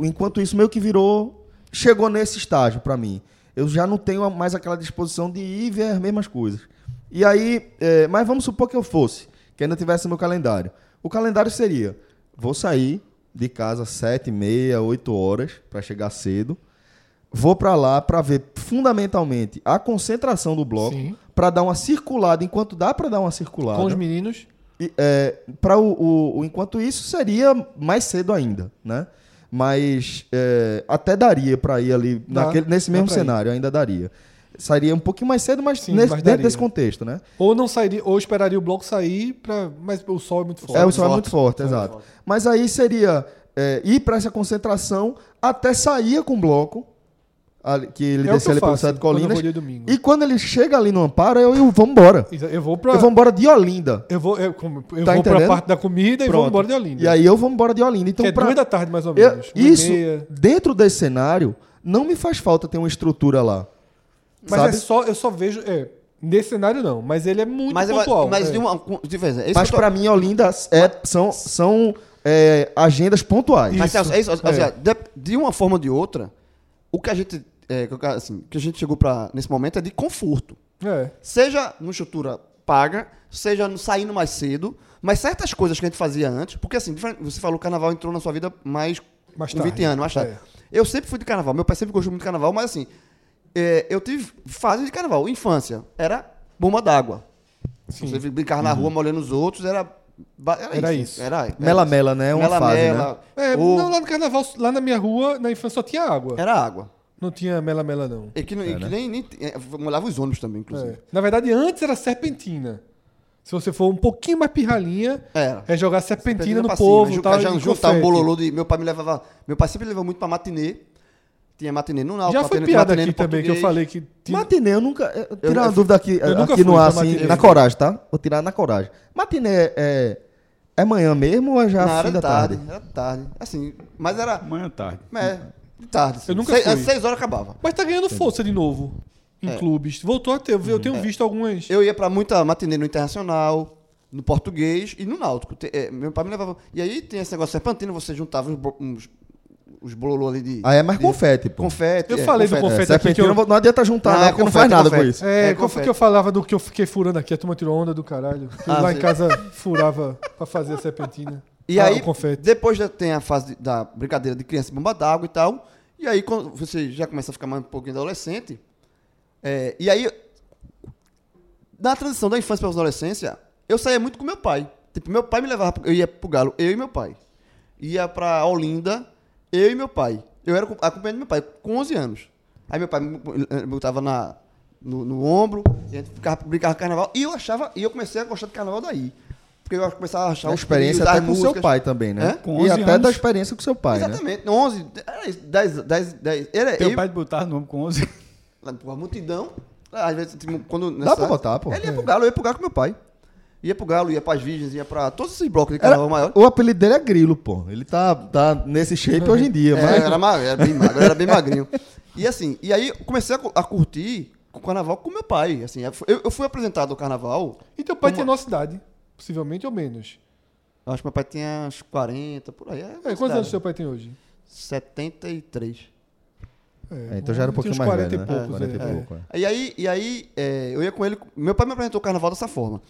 Speaker 6: o, enquanto isso, meio que virou, chegou nesse estágio para mim. Eu já não tenho mais aquela disposição de ir ver as mesmas coisas. E aí, é, mas vamos supor que eu fosse, que ainda tivesse meu calendário. O calendário seria: vou sair de casa às sete, meia, oito horas para chegar cedo. Vou para lá para ver fundamentalmente a concentração do bloco,
Speaker 5: Sim.
Speaker 6: para dar uma circulada enquanto dá para dar uma circulada.
Speaker 5: Com os meninos.
Speaker 6: E, é, para o, o- o- enquanto isso seria mais cedo ainda, né? Mas é, até daria para ir ali
Speaker 5: Dá,
Speaker 6: naquele- nesse
Speaker 5: dá
Speaker 6: mesmo
Speaker 5: pra ir.
Speaker 6: cenário, ainda daria. Sairia um pouquinho mais cedo, mas,
Speaker 5: Sim,
Speaker 6: nesse-
Speaker 5: mas
Speaker 6: dentro
Speaker 5: daria.
Speaker 6: desse contexto, né?
Speaker 5: Ou não sairia, ou esperaria o bloco sair pra. Mas o sol é muito forte.
Speaker 6: É, o sol é muito forte, exato. Mas aí seria é, ir para essa concentração até sair com o bloco, ali- que ele
Speaker 5: É o que
Speaker 6: descia
Speaker 5: eu
Speaker 6: ali pelo
Speaker 5: faço
Speaker 6: Sete de
Speaker 5: quando eu
Speaker 6: Colinas.
Speaker 5: vou de domingo.
Speaker 6: E quando ele chega ali no Amparo, eu, eu vamos embora.
Speaker 5: Exa- Eu vou pra.
Speaker 6: Eu vou embora de Olinda.
Speaker 5: Eu vou, eu, como- eu
Speaker 6: Tá
Speaker 5: vou pra
Speaker 6: entendendo?
Speaker 5: parte da comida e vou
Speaker 6: Pronto.
Speaker 5: embora de Olinda.
Speaker 6: E aí eu vou embora de Olinda. Então,
Speaker 5: que é
Speaker 6: pra-
Speaker 5: duas da tarde, mais ou
Speaker 6: Eu-
Speaker 5: menos. Uma e
Speaker 6: isso,
Speaker 5: meia.
Speaker 6: dentro desse cenário, não me faz falta ter uma estrutura lá.
Speaker 5: Mas
Speaker 6: sabe?
Speaker 5: é só, eu só vejo. É, nesse cenário não, mas ele é muito
Speaker 3: Mas, eu-
Speaker 5: pontual.
Speaker 3: mas
Speaker 5: é.
Speaker 3: de uma com- diferença. É isso
Speaker 6: Mas
Speaker 3: que eu tô-
Speaker 6: pra mim, Olinda é- são, são é, agendas pontuais.
Speaker 3: Mas,
Speaker 5: Isso.
Speaker 3: Celso, é isso, ou
Speaker 5: É.
Speaker 3: seja, de, de uma forma ou de outra, o que a gente, é, que eu- assim, que a gente chegou para nesse momento é de conforto.
Speaker 5: É.
Speaker 3: Seja numa estrutura paga, seja no saindo mais cedo, mas certas coisas que a gente fazia antes, porque assim, diferente- você falou que o carnaval entrou na sua vida mais,
Speaker 5: Mais
Speaker 3: com 20
Speaker 5: tarde.
Speaker 3: anos, mais tarde.
Speaker 5: É.
Speaker 3: Eu sempre fui de carnaval, meu pai sempre gostou muito de carnaval, mas assim, é, eu tive fase de carnaval. Infância, era bomba d'água. Você brincava na rua, molhando os outros, era. ba-
Speaker 5: Uhum. Era isso.
Speaker 3: Era, era
Speaker 6: Mela-mela, né? É uma fase, né?
Speaker 5: É,
Speaker 3: ou-
Speaker 5: não, lá no carnaval, lá na minha rua, na infância só tinha água.
Speaker 3: Era água.
Speaker 5: Não tinha mela-mela, não.
Speaker 3: E que, não- e
Speaker 6: né?
Speaker 3: que nem, nem é, molhava os ônibus também, inclusive.
Speaker 5: É. Na verdade, antes era serpentina. Se você for um pouquinho mais pirralhinha,
Speaker 3: Era.
Speaker 5: é jogar serpentina, no
Speaker 3: pra
Speaker 5: povo
Speaker 3: cima,
Speaker 5: e tal.
Speaker 3: já
Speaker 5: e
Speaker 3: juntar um
Speaker 5: confete.
Speaker 3: bololô de. Meu pai me levava. Meu pai sempre levou muito pra matinê. Tinha matinê no Náutico.
Speaker 5: Já foi
Speaker 3: matinê-
Speaker 5: piada
Speaker 3: matinê
Speaker 5: aqui
Speaker 3: no
Speaker 5: também, que eu
Speaker 3: português.
Speaker 5: falei que tinha...
Speaker 6: Matinê, eu nunca. eu- eu tirar
Speaker 3: eu
Speaker 6: uma dúvida aqui,
Speaker 5: eu nunca
Speaker 6: aqui no
Speaker 5: fui
Speaker 6: ar,
Speaker 5: pra
Speaker 6: assim,
Speaker 5: matinê.
Speaker 6: na coragem, tá? Vou tirar na coragem. Matinê é, é manhã mesmo ou é já
Speaker 3: Não,
Speaker 6: fim
Speaker 3: era
Speaker 6: da
Speaker 3: de
Speaker 6: tarde?
Speaker 3: tarde. Era de tarde. Assim, mas era.
Speaker 4: Amanhã à tarde.
Speaker 3: É, de tarde. assim.
Speaker 5: Eu nunca
Speaker 3: Seis-
Speaker 5: fui.
Speaker 3: Às seis horas acabava.
Speaker 5: Mas tá ganhando força de novo em
Speaker 3: É. Uhum.
Speaker 5: clubes. Voltou a ter. Eu eu tenho visto algumas.
Speaker 3: Eu ia pra muita matinê no Internacional, no Português e no Náutico. Te- é, meu pai me levava. E aí tem esse negócio serpentino, você juntava uns, bo- uns, os bololô ali de.
Speaker 6: Aí é mais confete, pô.
Speaker 3: Confete.
Speaker 5: Eu
Speaker 3: é,
Speaker 5: falei do
Speaker 3: confete.
Speaker 5: confete
Speaker 6: é,
Speaker 5: aqui que
Speaker 6: serpentina,
Speaker 5: eu-
Speaker 6: não adianta juntar,
Speaker 3: Não,
Speaker 6: não,
Speaker 3: é
Speaker 6: porque não
Speaker 3: confete,
Speaker 6: faz nada
Speaker 3: confete.
Speaker 6: com isso.
Speaker 5: É,
Speaker 3: É,
Speaker 5: qual foi
Speaker 3: confete.
Speaker 5: que eu falava do que eu fiquei furando aqui? A turma tirou onda do caralho. Eu
Speaker 3: Ah,
Speaker 5: lá
Speaker 3: sim.
Speaker 5: em casa furava pra fazer a serpentina.
Speaker 3: E
Speaker 5: Ah,
Speaker 3: aí,
Speaker 5: o confete.
Speaker 3: depois já tem a fase de- da brincadeira de criança e bomba d'água e tal. E aí, quando você já começa a ficar mais um pouquinho adolescente. é, e aí, na transição da infância para a adolescência, eu saía muito com meu pai. Tipo, meu pai me levava, pro- eu ia pro Galo, eu e meu pai. Ia pra Olinda, eu e meu pai. Eu era co- acompanhado do meu pai, com 11 anos. Aí meu pai me bo- eh, botava na, no, no ombro, e a gente ficava, brincava com carnaval. E eu achava, e eu comecei a gostar de carnaval daí. Porque eu começava a achar
Speaker 6: A
Speaker 3: os
Speaker 6: É experiência
Speaker 3: períodos,
Speaker 6: até
Speaker 3: as
Speaker 6: com seu
Speaker 3: músicas.
Speaker 6: pai também, né?
Speaker 3: É?
Speaker 4: Com
Speaker 6: e
Speaker 4: 11
Speaker 6: até
Speaker 4: anos.
Speaker 6: da experiência com seu pai, né? um
Speaker 3: Exatamente, 11, era isso, 10, 10, 10. Era
Speaker 4: Teu
Speaker 3: é eu,
Speaker 4: pai botar no nome com 11.
Speaker 3: lá, porra, multidão. Às vezes, tipo, quando.
Speaker 6: Dá pra botar, pô. É.
Speaker 3: Ele ia pro Galo, eu ia pro Galo com meu pai. Ia pro Galo, ia pras Virgens, ia pra todos esses blocos de
Speaker 6: Era-
Speaker 3: carnaval maior.
Speaker 6: o apelido dele é Grilo, pô. Ele tá, tá nesse shape hoje em dia,
Speaker 3: É,
Speaker 6: mas
Speaker 3: era, ma- era bem magro, era bem magrinho. E assim, e aí eu comecei a, cu- a curtir o carnaval com meu pai. Assim, eu, eu fui apresentado ao carnaval.
Speaker 5: E teu pai
Speaker 3: Como-
Speaker 5: tinha nossa idade, possivelmente ou menos.
Speaker 3: Eu acho que meu pai tinha uns 40, por aí. É,
Speaker 5: É, quantos anos teu pai tem hoje?
Speaker 3: 73.
Speaker 6: É, então já era um
Speaker 5: tinha
Speaker 6: pouquinho
Speaker 5: uns
Speaker 6: mais
Speaker 5: 40
Speaker 6: velho,
Speaker 5: e
Speaker 6: né?
Speaker 5: poucos,
Speaker 6: 40 e
Speaker 5: é.
Speaker 6: pouco, é.
Speaker 3: E aí, e aí é, eu ia com ele. Meu pai me apresentou o carnaval dessa forma.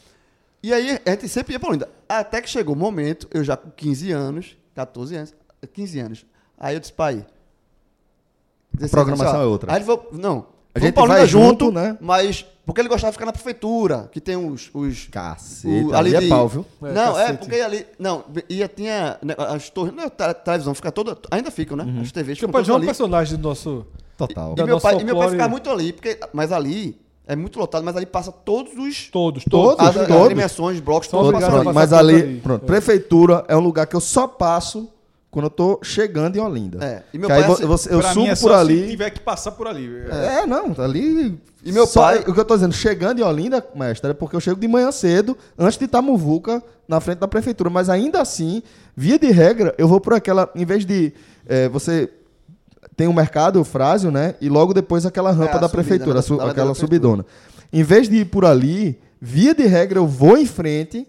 Speaker 3: E aí a gente sempre ia pra Olinda. Até que chegou o momento, eu já com 15 anos, 14 anos, 15 anos. Aí eu disse, pai. 16
Speaker 6: Programação
Speaker 3: anos, ó.
Speaker 6: é outra.
Speaker 3: Aí ele falou, não.
Speaker 6: A
Speaker 3: A
Speaker 6: gente
Speaker 3: gente Paulina
Speaker 6: vai
Speaker 3: junto,
Speaker 6: junto, né?
Speaker 3: né? Mas. Porque ele gostava de ficar na prefeitura, que tem os. os
Speaker 6: Caceta,
Speaker 3: o-
Speaker 6: ali é
Speaker 3: de-
Speaker 6: pau, viu?
Speaker 5: É,
Speaker 3: não, é,
Speaker 5: cacete.
Speaker 3: porque ali. Não, ia tinha. né, As torres. Não, a televisão fica toda. Ainda ficam, né?
Speaker 6: Uhum.
Speaker 3: As TVs
Speaker 5: Teu
Speaker 3: ficam
Speaker 5: pai
Speaker 3: todas
Speaker 5: já é um
Speaker 3: ali.
Speaker 5: personagem do nosso.
Speaker 6: Total.
Speaker 5: Da
Speaker 3: E meu,
Speaker 5: nossa
Speaker 3: pai, e meu pai
Speaker 5: folclore-
Speaker 3: ficava muito ali, porque, mas ali é muito lotado, mas ali passa todos os.
Speaker 5: Todos, Ah, todos.
Speaker 3: as, as
Speaker 6: todos.
Speaker 3: agremiações, blocos,
Speaker 5: São
Speaker 3: todos
Speaker 5: obrigados
Speaker 3: passam
Speaker 5: a
Speaker 3: ali.
Speaker 5: passar
Speaker 6: Mas
Speaker 5: tudo
Speaker 6: ali,
Speaker 5: ali.
Speaker 6: pronto, prefeitura é um lugar que eu só passo quando eu tô chegando em Olinda.
Speaker 3: É, e meu
Speaker 6: Que
Speaker 3: pai
Speaker 6: aí vo-
Speaker 3: assim,
Speaker 6: você- eu
Speaker 4: Pra mim
Speaker 6: subo
Speaker 4: é
Speaker 6: por
Speaker 4: só Se
Speaker 6: ali.
Speaker 4: tiver que passar por ali.
Speaker 6: É. não, ali.
Speaker 3: E meu
Speaker 6: só- é,
Speaker 3: pai-
Speaker 6: O que eu tô dizendo, chegando em Olinda, mestre, é porque eu chego de manhã cedo, antes de Itamuvuca, na frente da prefeitura. Mas ainda assim, via de regra, eu vou por aquela. Em vez de eh, é, você tem o mercado, o frásio, né? E logo depois aquela rampa
Speaker 3: a
Speaker 6: da
Speaker 3: subida,
Speaker 6: prefeitura,
Speaker 3: né?
Speaker 6: a su-
Speaker 3: Da ladeira
Speaker 6: aquela
Speaker 3: da
Speaker 6: subidona. Em vez de ir por ali, via de regra eu vou em frente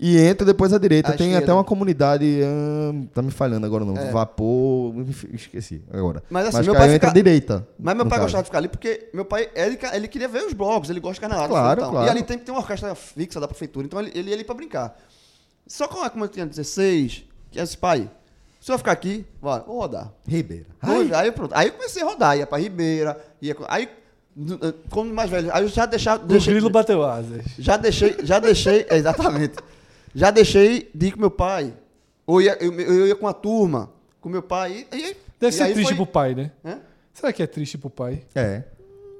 Speaker 6: e entro depois à direita.
Speaker 3: À
Speaker 6: tem até
Speaker 3: esquerda. É.
Speaker 6: uma comunidade, hum, tá me falhando agora não, vapor, enfim, esqueci agora.
Speaker 3: Mas assim,
Speaker 6: Mas
Speaker 3: meu
Speaker 6: que aí
Speaker 3: pai
Speaker 6: eu entro à
Speaker 3: fica-
Speaker 6: direita.
Speaker 3: Mas meu
Speaker 6: no
Speaker 3: pai
Speaker 6: caso.
Speaker 3: gostava de ficar ali porque meu pai, ele, ca- ele queria ver os blocos, ele gosta de carnaval.
Speaker 6: Claro,
Speaker 3: então.
Speaker 6: claro.
Speaker 3: E ali tem, tem uma orquestra fixa da prefeitura, então ele, ele ia ali pra brincar. Só que como eu tinha 16, que esse pai, se eu ficar aqui, vai, vou rodar.
Speaker 6: Ribeira.
Speaker 3: Dois- aí pronto. Aí eu comecei a rodar, ia pra Ribeira, ia. co- Aí, n- n- como mais velho, aí eu já deixava.
Speaker 5: O grilo bateu asas.
Speaker 3: Já deixei, já deixei, é, exatamente. Já deixei de ir com meu pai. Ou ia, eu, eu ia com a turma, com meu pai. E, e,
Speaker 5: Deve
Speaker 3: e
Speaker 5: ser
Speaker 3: aí
Speaker 5: triste
Speaker 3: foi-
Speaker 5: pro pai, né?
Speaker 3: Hã?
Speaker 5: Será que é triste pro pai?
Speaker 6: É.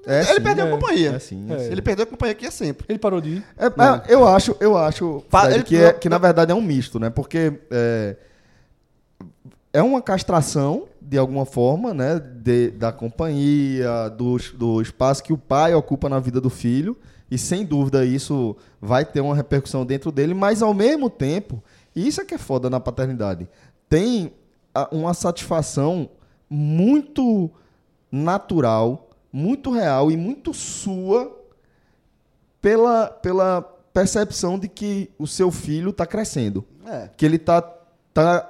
Speaker 6: É,
Speaker 3: Ele
Speaker 6: sim.
Speaker 3: perdeu
Speaker 5: é,
Speaker 3: a companhia.
Speaker 6: é sim,
Speaker 5: é sim.
Speaker 3: Ele perdeu a companhia que é sempre.
Speaker 5: Ele parou de ir.
Speaker 6: É, é, eu acho, eu acho
Speaker 3: Pa-
Speaker 6: Fred,
Speaker 3: Né? ele-
Speaker 6: que, é,
Speaker 3: não-
Speaker 6: que na
Speaker 3: não-
Speaker 6: verdade é um misto, né? Porque é, é uma castração, de alguma forma, né? De- da companhia, do, es- do espaço que o pai ocupa na vida do filho. E sem dúvida isso vai ter uma repercussão dentro dele, mas ao mesmo tempo, e isso é que é foda na paternidade, tem a- uma satisfação muito natural, muito real e muito sua pela, pela percepção de que o seu filho está crescendo,
Speaker 3: É.
Speaker 6: que ele tá, tá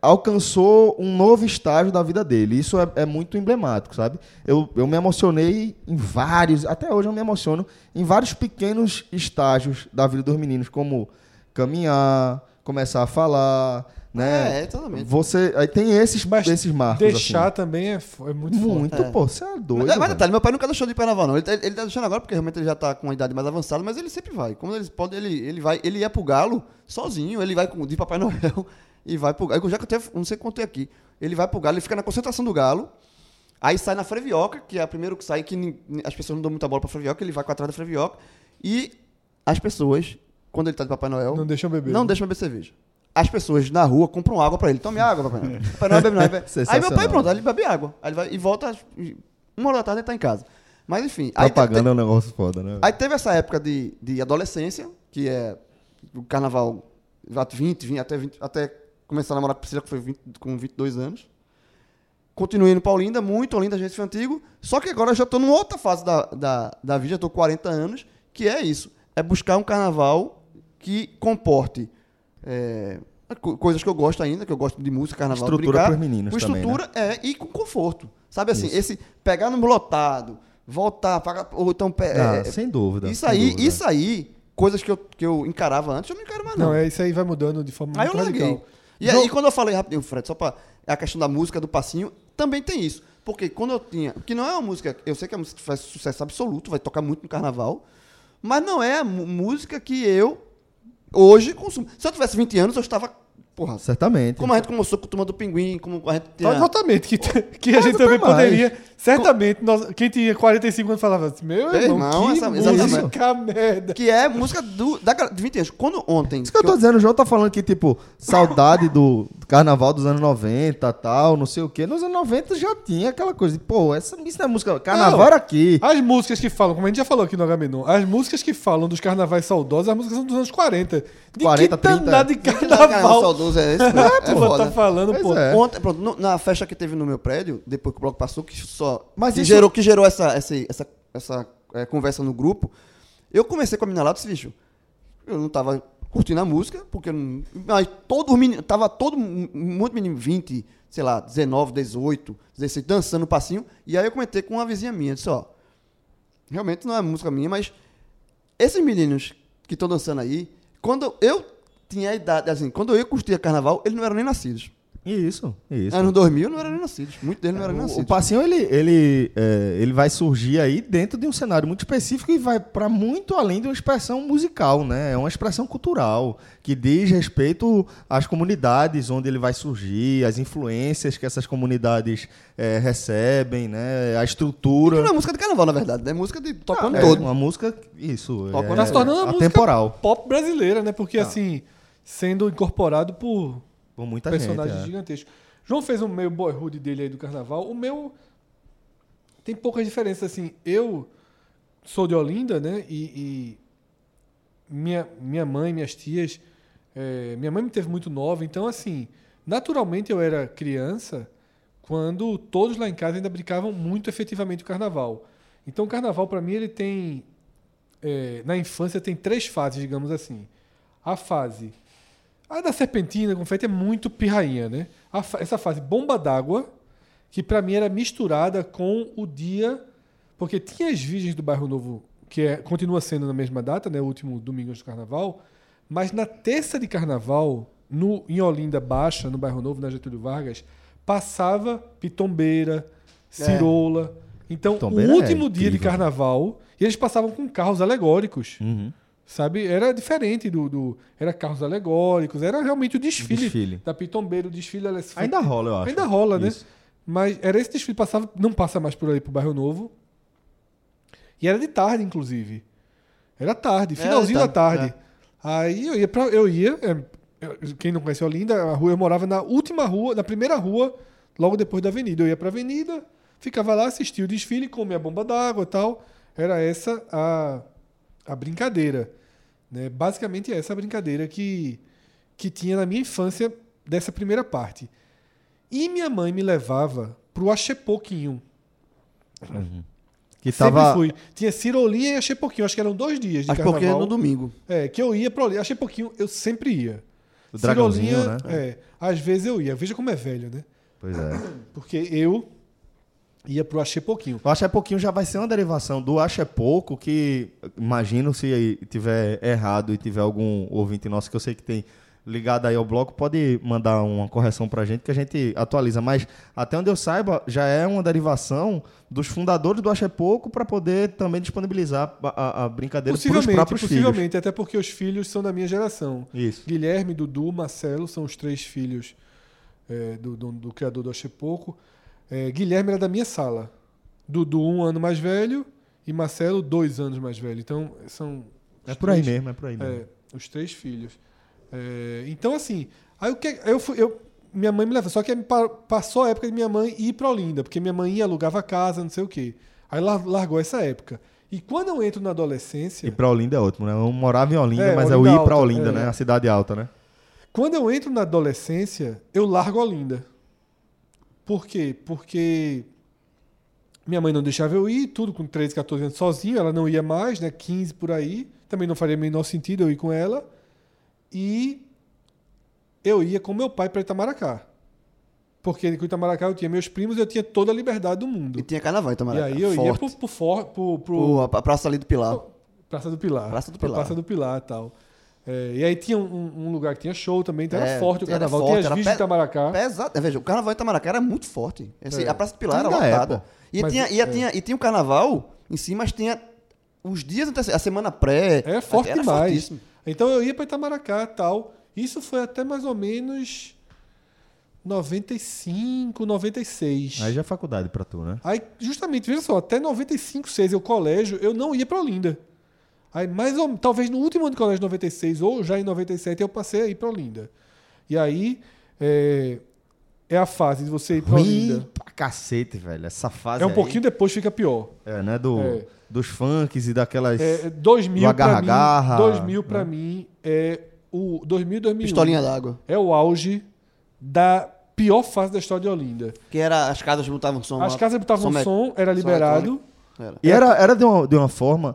Speaker 6: alcançou um novo estágio da vida dele. Isso é, é muito emblemático, sabe? Eu, eu me emocionei em vários, até hoje eu me emociono em vários pequenos estágios da vida dos meninos, como caminhar, começar a falar, né?
Speaker 3: É, totalmente.
Speaker 6: Você aí tem esses
Speaker 5: Mas
Speaker 6: esses marcos
Speaker 5: Deixar
Speaker 6: assim.
Speaker 5: também é, fo- é muito, forte.
Speaker 6: muito,
Speaker 3: É.
Speaker 6: pô, você é doido.
Speaker 3: Mas, mas
Speaker 6: velho.
Speaker 3: detalhe, meu pai nunca deixou de ir pra carnaval, não. Ele, tá- ele tá deixando agora porque realmente ele já tá com uma idade mais avançada, mas ele sempre vai. Quando eles podem, ele, ele vai, ele ia pro galo sozinho, ele vai com, de Papai Noel e vai pro galo. Eu já contei, não sei contei aqui. Ele vai pro galo, ele fica na concentração do galo, aí sai na Frevioca, que é a primeira que sai, que nin- as pessoas não dão muita bola pra Frevioca, ele vai com a atrás da Frevioca. E as pessoas, quando ele tá de Papai Noel,
Speaker 5: Não deixam beber.
Speaker 3: não deixam beber cerveja. As pessoas na rua compram água pra ele. Tome água, Papai Noel. Papai Noel bebe não. Aí vai- Aí meu pai,
Speaker 6: Sensacional.
Speaker 3: pronto, aí ele bebe água. Aí ele vai e volta, às- uma hora da tarde ele tá em casa. Mas enfim. Aí,
Speaker 6: Propaganda é um negócio foda, né?
Speaker 3: te- aí teve essa época de, de adolescência, que é o carnaval lá 20, 20 até, 20, até começar a namorar com Priscila, que foi 20 com 22 anos. Continuei no Paulinda, muito Olinda, gente foi antigo. Só que agora eu já tô numa outra fase da, da, da vida, já tô com 40 anos, que é isso. É buscar um carnaval que comporte é, co- coisas que eu gosto ainda, que eu gosto de música, carnaval,
Speaker 6: Estrutura
Speaker 3: brincar,
Speaker 6: pros meninos
Speaker 3: com
Speaker 6: também, né?
Speaker 3: estrutura é, e com conforto. Sabe assim, esse pegar no lotado, voltar, pagar, ou então... pe-
Speaker 6: Ah,
Speaker 3: é,
Speaker 6: sem dúvida.
Speaker 3: isso
Speaker 6: sem
Speaker 3: aí,
Speaker 6: dúvida.
Speaker 3: isso aí, coisas que eu, que eu encarava antes, eu não encaro mais não.
Speaker 5: Não, é isso aí vai mudando de forma
Speaker 3: Aí eu
Speaker 5: muito
Speaker 3: larguei.
Speaker 5: radical.
Speaker 3: E aí, quando eu falei rapidinho, Fred, só pra. A questão da música, do passinho, também tem isso. Porque quando eu tinha. Que não é uma música. Eu sei que é uma música que faz sucesso absoluto, vai tocar muito no carnaval. Mas não é a mu- música que eu hoje consumo. Se eu tivesse 20 anos, eu estava. Porra,
Speaker 6: Certamente.
Speaker 3: como assim? a gente começou com a turma do pinguim, como a gente tinha.
Speaker 5: Então, exatamente, que, que a gente
Speaker 6: até
Speaker 5: também
Speaker 6: mais.
Speaker 5: poderia. Certamente, nós, quem tinha 45 anos falava assim: Meu
Speaker 3: Meu
Speaker 5: irmão,
Speaker 3: irmão,
Speaker 5: que
Speaker 3: essa-
Speaker 5: música merda.
Speaker 3: Que é música do, da, gal- de 20 anos. Quando ontem.
Speaker 6: Isso que eu tô dizendo, o João tá falando que, tipo, saudade do do carnaval dos anos 90, tal, não sei o quê. Nos anos 90 já tinha aquela coisa de, pô, essa, isso não é música. Carnaval
Speaker 5: Não.
Speaker 6: era aqui.
Speaker 3: Ah.
Speaker 5: As músicas que falam, como a gente já falou aqui no Agamenon, as músicas que falam dos carnavais saudosos, as músicas são dos anos 40. De
Speaker 6: 40,
Speaker 5: que danado de
Speaker 3: Que carnaval
Speaker 5: carnaval
Speaker 3: saudoso é esse? É,
Speaker 5: a turma tá
Speaker 3: foda.
Speaker 5: falando,
Speaker 6: Pois
Speaker 5: pô.
Speaker 6: é.
Speaker 3: Ontem, pronto, no- na festa que teve no meu prédio, depois que o bloco passou, que só.
Speaker 6: Mas
Speaker 3: que,
Speaker 6: isso-
Speaker 3: gerou, que gerou essa, essa, essa, essa, eh, conversa no grupo. Eu comecei com a menina lá e disse, bicho, eu não tava curtindo a música, porque eu não. Mas todo menino. Tava todo. mu- Muito menino, 20, sei lá, 19, 18, 16, dançando o passinho. E aí eu comentei com uma vizinha minha, disse, ó. Realmente não é música minha, mas esses meninos que estão dançando aí, quando eu tinha a idade, assim, quando eu curtia carnaval, eles não eram nem nascidos.
Speaker 6: Isso, isso.
Speaker 3: Anos 2000 É, não eram nem nascidos. Muitos deles não
Speaker 5: É,
Speaker 3: eram nem assim,
Speaker 6: O,
Speaker 3: tipo.
Speaker 6: o
Speaker 3: nascidos.
Speaker 6: passinho, ele, ele, é, ele vai surgir aí dentro de um cenário muito específico e vai para muito além de uma expressão musical, né? É uma expressão cultural que diz respeito às comunidades onde ele vai surgir, às influências que essas comunidades é, recebem, né? A estrutura.
Speaker 3: Não é música de carnaval, na verdade. né? É música de tocando
Speaker 6: É,
Speaker 3: todo.
Speaker 6: Uma música, isso.
Speaker 3: Toca
Speaker 6: é,
Speaker 5: Tá se tornando uma
Speaker 6: atemporal.
Speaker 5: música pop brasileira, né? Porque, assim, sendo incorporado por
Speaker 6: Por muita
Speaker 5: personagens
Speaker 6: gente. é.
Speaker 5: gigantescos. João fez um meio boyhood dele aí do carnaval. O meu tem poucas diferenças, assim. Eu sou de Olinda, né? E, e minha, minha mãe, minhas tias... é, eh, minha mãe me teve muito nova, então, assim... Naturalmente, eu era criança quando todos lá em casa ainda brincavam muito efetivamente o carnaval. Então o carnaval, para mim, ele tem. é, na infância tem três fases, digamos assim. A fase. A da serpentina, confete, é muito pirrainha, né? A fa- essa fase bomba d'água, que para mim era misturada com o dia. Porque tinha as virgens do bairro novo, que é- continua sendo na mesma data, né? O último domingo antes do carnaval. Mas na terça de carnaval, no, em Olinda Baixa, no bairro novo, na Getúlio Vargas, passava pitombeira, cirola. Então,
Speaker 6: É. Pitombeira
Speaker 5: o
Speaker 6: é
Speaker 5: último dia de
Speaker 6: incrível.
Speaker 5: carnaval, e eles passavam com carros alegóricos.
Speaker 6: Uhum.
Speaker 5: Sabe? Era diferente do, do- Era carros alegóricos, era realmente o desfile,
Speaker 6: Desfile.
Speaker 5: da Pitombeira, o desfile. ela se-
Speaker 6: Ainda rola, eu acho.
Speaker 5: ainda rola, né?
Speaker 6: Isso.
Speaker 5: Mas era esse desfile, passava, não passa mais por ali pro Bairro Novo. E era de tarde, inclusive. Era tarde,
Speaker 3: Era
Speaker 5: finalzinho
Speaker 3: de
Speaker 5: da
Speaker 3: tarde,
Speaker 5: tarde. Aí eu ia, pra, eu ia é, eu- quem não conhece Olinda, a rua, eu morava na última rua, na primeira rua, logo depois da avenida. Eu ia pra avenida, ficava lá, assistia o desfile, comia a bomba d'água e tal. Era essa a, a brincadeira. Né? Basicamente essa a brincadeira que, que tinha na minha infância dessa primeira parte. E minha mãe me levava pro Axepoquinho.
Speaker 6: Que
Speaker 5: Sempre
Speaker 6: tava.
Speaker 5: fui. Tinha Cirolinha e Axepoquinho. Acho que eram dois dias de
Speaker 3: Acho
Speaker 5: carnaval.
Speaker 3: porque é no domingo.
Speaker 5: É, que eu ia pro ali. Achei pouquinho, eu sempre ia.
Speaker 6: O né? dragãozinho,
Speaker 5: Cirolinha, É, às vezes eu ia. Veja como é velho, né?
Speaker 6: Pois é.
Speaker 5: Porque eu ia pro Achei Pouquinho.
Speaker 6: O Acha é Pouquinho já vai ser uma derivação do Acha é Pouco, que imagino se aí tiver errado e tiver algum ouvinte nosso que eu sei que tem ligado aí ao bloco, pode mandar uma correção pra gente que a gente atualiza. Mas até onde eu saiba, já é uma derivação dos fundadores do Acha é Pouco para poder também disponibilizar a, a- a brincadeira para os
Speaker 5: Possivelmente,
Speaker 6: próprios filhos.
Speaker 5: possivelmente. Até porque os filhos são da minha geração.
Speaker 6: Isso.
Speaker 5: Guilherme, Dudu, Marcelo são os três filhos é, do, do- do criador do Achei Pouco. É, Guilherme era da minha sala. Dudu, um ano mais velho. E Marcelo, dois anos mais velho. Então, são.
Speaker 6: É
Speaker 5: os
Speaker 6: por aí
Speaker 5: três-
Speaker 6: mesmo, é por aí mesmo.
Speaker 5: É, os três filhos. É, então, assim, aí o que aí eu fui. Eu, minha mãe me leva, só que pa- passou a época de minha mãe ir pra Olinda, porque minha mãe ia, alugava casa, não sei o quê. Aí lar- largou essa época. E quando eu entro na adolescência,
Speaker 6: Ir pra Olinda é ótimo, né? Eu morava em Olinda,
Speaker 5: É,
Speaker 6: mas é o
Speaker 5: Olinda
Speaker 6: ir pra
Speaker 5: Alta,
Speaker 6: Olinda,
Speaker 5: é.
Speaker 6: né? A cidade alta, né?
Speaker 5: Quando eu entro na adolescência, eu largo a Olinda. Por quê? Porque minha mãe não deixava eu ir, tudo com 13, 14 anos sozinho, ela não ia mais, né? 15 por aí. Também não faria o menor sentido eu ir com ela. E eu ia com meu pai para Itamaracá. Porque com Itamaracá eu tinha meus primos, eu tinha toda a liberdade do mundo.
Speaker 3: E tinha carnaval em
Speaker 5: E
Speaker 3: Itamaracá.
Speaker 5: aí eu ia
Speaker 3: forte.
Speaker 5: pro, pro, for- pro- pro-
Speaker 3: Pô, a- a praça ali do Pilar.
Speaker 5: Praça do Pilar.
Speaker 3: Praça do
Speaker 5: Pra
Speaker 3: Pilar.
Speaker 5: Praça do Pilar e tal. É, e aí tinha um, um lugar que tinha show também, então era
Speaker 3: É,
Speaker 5: forte o
Speaker 3: era
Speaker 5: carnaval.
Speaker 3: forte,
Speaker 5: tinha as
Speaker 3: era
Speaker 5: virgens
Speaker 3: pe-
Speaker 5: de Itamaracá.
Speaker 3: Pesado. É, veja, o carnaval em Itamaracá era muito forte. Assim,
Speaker 5: É.
Speaker 3: A Praça do Pilar era
Speaker 6: Ainda é,
Speaker 3: lotada.
Speaker 6: pô.
Speaker 3: e,
Speaker 5: Mas
Speaker 3: tinha, e,
Speaker 5: é.
Speaker 3: tinha, e tinha o carnaval em si, mas tinha os dias antes, a semana pré.
Speaker 5: É forte
Speaker 3: era
Speaker 5: demais.
Speaker 3: fortíssimo.
Speaker 5: Então eu ia para Itamaracá tal. Isso foi até mais ou menos 95, 96.
Speaker 6: Aí já é faculdade pra tu, né?
Speaker 5: Aí, justamente, veja só, até 95, 6, eu colégio, eu não ia pra Olinda. Aí, mais ou talvez no último ano de colégio, 96, ou já em 97, eu passei a ir pra Olinda. E aí, é, é a fase de você ir pra
Speaker 6: Ruim
Speaker 5: Olinda.
Speaker 6: pra cacete, velho. Essa fase
Speaker 5: É um
Speaker 6: aí-
Speaker 5: pouquinho depois fica pior.
Speaker 6: É, né? Do,
Speaker 5: É.
Speaker 6: Dos funks e daquelas.
Speaker 5: É, 2000 pra mim,
Speaker 6: agarra-garra,
Speaker 5: 2000 pra mim é o 2000 2001
Speaker 3: Pistolinha d'água.
Speaker 5: é o auge da pior fase da história de Olinda.
Speaker 3: Que era as casas botavam som.
Speaker 5: As
Speaker 3: lá,
Speaker 5: casas botavam som,
Speaker 3: me-
Speaker 5: era liberado.
Speaker 3: eletrônico. Era.
Speaker 6: E era, era de, uma, de uma forma.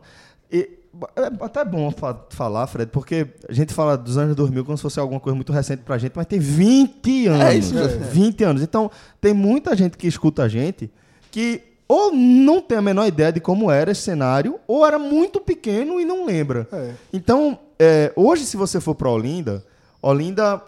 Speaker 6: E, é até bom fa- falar, Fred, porque a gente fala dos anos 2000 como se fosse alguma coisa muito recente pra gente, mas tem 20 anos.
Speaker 3: isso, é.
Speaker 6: 20 anos. Então, tem muita gente que escuta a gente que ou não tem a menor ideia de como era esse cenário, ou era muito pequeno e não lembra.
Speaker 5: É.
Speaker 6: Então, é, hoje, se você for pra Olinda, Olinda,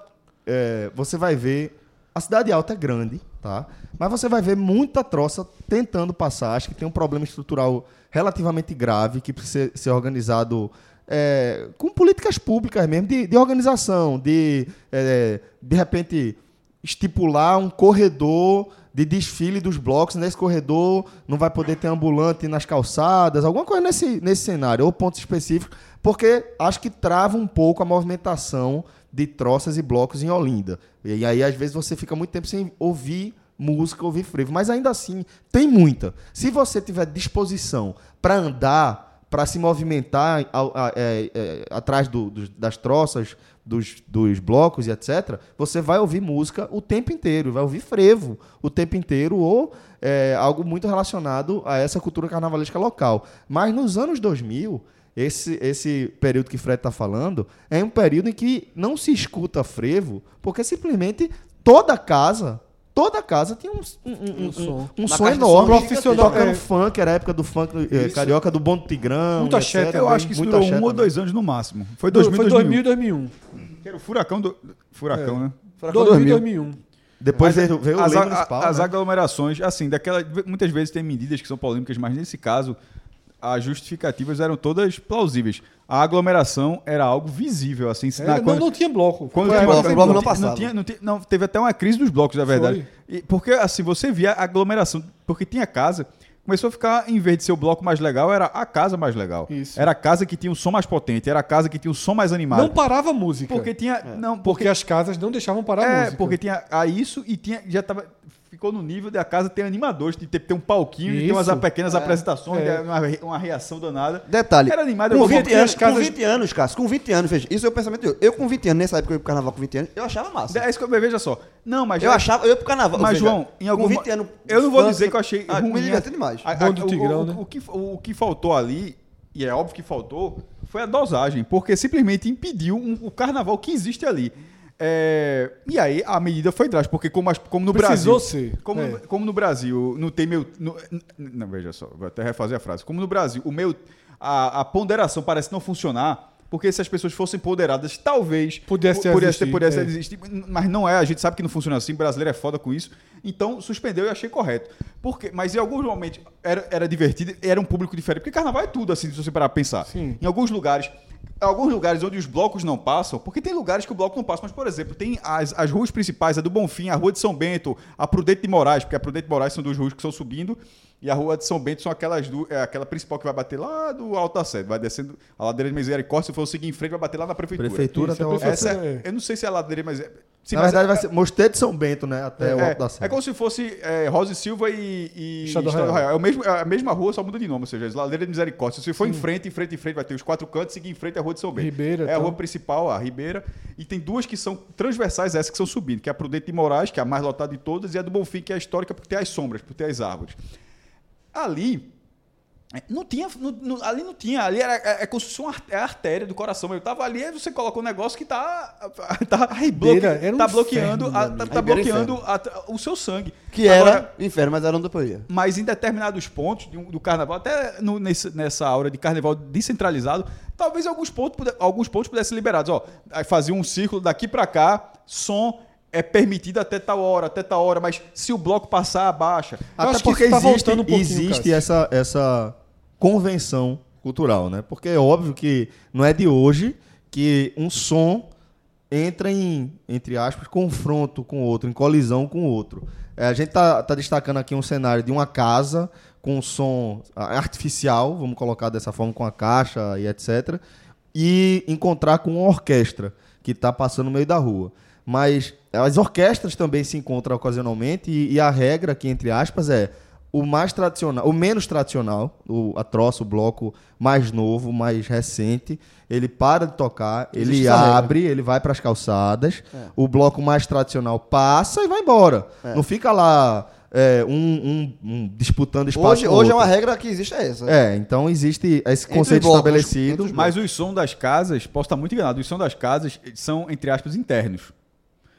Speaker 6: é, você vai ver. A cidade alta é grande, tá? Mas você vai ver muita troça tentando passar. Acho que tem um problema estrutural relativamente grave que precisa ser organizado é, com políticas públicas mesmo, de, de organização, de, é, de repente, estipular um corredor de desfile dos blocos. Nesse corredor não vai poder ter ambulante nas calçadas, alguma coisa nesse, nesse cenário, ou pontos específicos, porque acho que trava um pouco a movimentação de troças e blocos em Olinda. E aí, às vezes, você fica muito tempo sem ouvir música, ouvir frevo. Mas ainda assim, tem muita. Se você tiver disposição para andar, para se movimentar ao- a- é, é, atrás do- dos- das troças, dos, dos blocos e etc., você vai ouvir música o tempo inteiro, vai ouvir frevo o tempo inteiro ou é, algo muito relacionado a essa cultura carnavalesca local. Mas nos anos 2000, esse, esse período que Fred está falando é um período em que não se escuta frevo, porque simplesmente toda casa, toda casa tinha um, um, um, um,
Speaker 5: som.
Speaker 6: um
Speaker 3: Uma
Speaker 6: som
Speaker 3: caixa de som
Speaker 6: enorme.
Speaker 5: Profissional,
Speaker 6: Tocando
Speaker 5: é.
Speaker 6: funk, era a época do funk eh,
Speaker 5: Isso.
Speaker 6: carioca, do Bom Tigrão.
Speaker 5: Muito
Speaker 6: e
Speaker 5: axé
Speaker 6: etc.
Speaker 4: Eu
Speaker 5: também,
Speaker 4: acho que isso
Speaker 6: Muito
Speaker 4: durou
Speaker 6: axé
Speaker 4: um ou
Speaker 6: também.
Speaker 4: dois anos no máximo. Foi
Speaker 5: Foi
Speaker 4: 2000, 2001.
Speaker 5: 2000 2001.
Speaker 4: Que era o furacão do... Furacão, né?
Speaker 3: Furacão
Speaker 5: 2000
Speaker 3: 2000.
Speaker 5: 2001.
Speaker 6: Depois veio, veio o
Speaker 4: as,
Speaker 6: Lei
Speaker 4: a-
Speaker 6: Municipal.
Speaker 4: as
Speaker 6: né?
Speaker 4: aglomerações, assim, daquela, muitas vezes tem medidas que são polêmicas, mas nesse caso as justificativas eram todas plausíveis. A aglomeração era algo visível, assim, se-
Speaker 5: É,
Speaker 4: na-
Speaker 5: não,
Speaker 4: quando-
Speaker 5: não tinha bloco.
Speaker 4: quando
Speaker 3: Foi
Speaker 4: tinha-
Speaker 3: bloco,
Speaker 4: não
Speaker 3: bloco
Speaker 4: tinha-
Speaker 3: não passava.
Speaker 4: Não, tinha- não tinha- não, teve até uma crise dos blocos, na verdade. E- porque, assim, você via a aglomeração, porque tinha casa, começou a ficar, em vez de ser o bloco mais legal, era a casa mais legal.
Speaker 5: Isso.
Speaker 4: Era a casa que tinha um som mais potente, era a casa que tinha um som mais animado.
Speaker 5: Não parava a música.
Speaker 4: porque tinha. Não, porque
Speaker 5: porque as casas não deixavam parar a
Speaker 4: é,
Speaker 5: música.
Speaker 4: porque tinha a isso e tinha, já tava, ficou no nível da casa ter animadores, de ter, ter um palquinho e ter umas
Speaker 5: Isso.
Speaker 4: pequenas apresentações,
Speaker 5: É.
Speaker 4: uma, re- uma reação danada.
Speaker 3: Detalhe.
Speaker 4: Era animado, eu
Speaker 3: com
Speaker 4: vou-
Speaker 3: 20 anos,
Speaker 5: as casas-
Speaker 3: com 20 anos, Cássio, com 20 anos, veja. Isso é o pensamento eu. Eu com 20 anos, nessa época eu ia pro carnaval com 20 anos, eu achava massa.
Speaker 4: É isso que eu veja só. Não, mas
Speaker 3: Eu achava, eu ia pro carnaval.
Speaker 4: Mas,
Speaker 3: veja,
Speaker 4: João, em algum
Speaker 3: Com
Speaker 4: mo-
Speaker 3: 20 anos.
Speaker 4: Eu não vou
Speaker 3: infância,
Speaker 4: dizer que eu achei
Speaker 3: ah,
Speaker 4: ruim. né?
Speaker 3: Me diverti demais.
Speaker 4: A- a-
Speaker 5: Bonde do
Speaker 4: Ah, o-
Speaker 5: Tigrão,
Speaker 4: o,
Speaker 5: né?
Speaker 4: o que, o que faltou ali, e é óbvio que faltou, foi a dosagem, porque simplesmente impediu um- o carnaval que existe ali. É, e aí a medida foi drástica, porque como, as- como no
Speaker 5: Precisou
Speaker 4: Brasil...
Speaker 5: ser,
Speaker 4: Como,
Speaker 5: é.
Speaker 4: no- como no Brasil não tem meu... no- n- n- não, veja só, vou até refazer a frase. Como no Brasil, o meu, a, a ponderação parece não funcionar... Porque se as pessoas fossem ponderadas, talvez
Speaker 5: Pudesse
Speaker 4: pu- pudesse,
Speaker 5: existir,
Speaker 4: pudesse
Speaker 5: é.
Speaker 4: existir existe, mas não é, a gente sabe que não funciona assim, brasileiro é foda com isso. Então, suspendeu e achei correto. Porque, mas em alguns momentos era, era divertido, era um público diferente. Porque carnaval é tudo, assim, se você parar pra pensar.
Speaker 5: Sim.
Speaker 4: Em alguns lugares, alguns lugares onde os blocos não passam, porque tem lugares que o bloco não passa, mas, por exemplo, tem as, as ruas principais, a do Bonfim, a Rua de São Bento, a Prudente de Moraes, porque a Prudente de Moraes são duas ruas que estão subindo, e a Rua de São Bento são aquelas duas, é aquela principal que vai bater lá do Alto Acesso, vai descendo a ladeira de Misericórdia, se for seguir em frente, vai bater lá na prefeitura.
Speaker 6: Prefeitura até
Speaker 5: Isso, a
Speaker 6: o
Speaker 5: prefeitura-
Speaker 4: Essa,
Speaker 5: É.
Speaker 4: Eu não sei se é ladeira, mas. é- Sim,
Speaker 6: Então, Na
Speaker 4: mas
Speaker 6: verdade,
Speaker 4: é,
Speaker 6: vai ser Mosteiro de São Bento, né? Até o Alto da
Speaker 4: é, é
Speaker 6: Serra.
Speaker 4: como se fosse é, Rosa e Silva e, e
Speaker 5: Estado
Speaker 4: Estado
Speaker 5: Real.
Speaker 4: Real. É, o mesmo, é a mesma rua, só muda de nome, ou seja, Ladeira de Misericórdia. Se for em frente, em frente, em frente, vai ter os quatro cantos, seguir em frente é a Rua de São Bento.
Speaker 5: Ribeira, tá.
Speaker 4: é a
Speaker 5: tal.
Speaker 4: rua principal, a Ribeira. E tem duas que são transversais, essas que são subindo, que é a Prudente de Moraes, que é a mais lotada de todas, e a do Bonfim, que é a histórica, porque tem as sombras, porque tem as árvores. Ali, é, Não tinha, não- não- ali não tinha, ali era é, é como se fosse uma ar- é a artéria do coração. Eu tava ali, aí você coloca um negócio que tá tá,
Speaker 5: Ribeira era um
Speaker 4: tá bloqueando,
Speaker 5: inferno, né?
Speaker 4: a-
Speaker 5: meu
Speaker 4: tá,
Speaker 5: amigo.
Speaker 4: tá
Speaker 3: Ribeira era
Speaker 4: bloqueando a- o seu sangue.
Speaker 3: Que
Speaker 4: Agora,
Speaker 3: era um inferno, mas era onde eu ia.
Speaker 4: mas em determinados pontos de um- do carnaval, até no- nesse- nessa aura de carnaval descentralizado, talvez alguns pontos, pude- alguns pontos pudessem ser liberados. Ó, aí fazia um círculo daqui pra cá, som é permitido até tal hora, até tal hora, mas se o bloco passar, abaixa.
Speaker 5: Eu
Speaker 6: Até
Speaker 5: acho que
Speaker 6: porque
Speaker 5: isso tá
Speaker 6: existe,
Speaker 5: voltando um pouquinho,
Speaker 6: existe
Speaker 5: Cássio.
Speaker 6: essa, essa convenção cultural, né? Porque é óbvio que não é de hoje que um som entra em, entre aspas, confronto com o outro, em colisão com o outro. É, a gente tá, tá destacando aqui um cenário de uma casa com som ah, artificial, vamos colocar dessa forma, com a caixa e etc. E encontrar com uma orquestra que está passando no meio da rua. Mas as orquestras também se encontram ocasionalmente e, e a regra aqui, entre aspas, é o mais tradicional, o menos tradicional, o, a troça, o bloco mais novo, mais recente, ele para de tocar, ele abre, ele vai para as calçadas, o bloco mais tradicional passa e vai embora. Não fica lá é, um, um- um disputando espaço.
Speaker 3: Hoje,
Speaker 6: com o
Speaker 3: hoje é
Speaker 6: outro.
Speaker 3: uma regra que existe, é essa.
Speaker 6: É, então existe esse
Speaker 3: Entre
Speaker 6: conceito
Speaker 3: os blocos,
Speaker 6: estabelecido.
Speaker 3: entre os
Speaker 4: Mas os som das casas, posso estar muito enganado, os som das casas são, entre aspas, internos.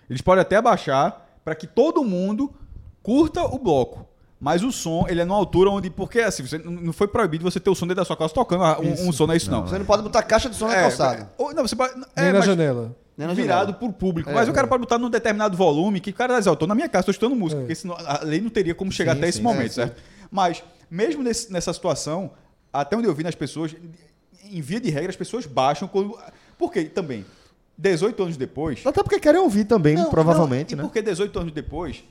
Speaker 4: Eles podem até abaixar para que todo mundo curta o bloco. Mas o som, ele é numa altura onde. Porque assim, você, não não foi proibido você ter o som dentro da sua casa tocando ah, um, um som, não é isso não.
Speaker 3: Você não pode botar caixa de som na
Speaker 4: É,
Speaker 3: calçada.
Speaker 4: ou- não, você pode-
Speaker 5: Nem
Speaker 4: é,
Speaker 5: na
Speaker 4: mas-
Speaker 5: janela.
Speaker 3: Nem na
Speaker 4: virado
Speaker 3: janela.
Speaker 4: pro público. mas o cara pode botar num determinado volume que o cara diz, ó, eu tô na minha casa, tô estudando
Speaker 5: É.
Speaker 4: música, porque senão a lei não teria como chegar até esse momento, certo? Mas, mesmo nesse- nessa situação, até onde eu vi nas pessoas, em via de regra, as pessoas baixam quando. Porque também, 18 anos depois.
Speaker 6: Até porque querem ouvir também,
Speaker 4: Não,
Speaker 6: provavelmente,
Speaker 4: não, e
Speaker 6: né?
Speaker 4: Porque 18 anos depois.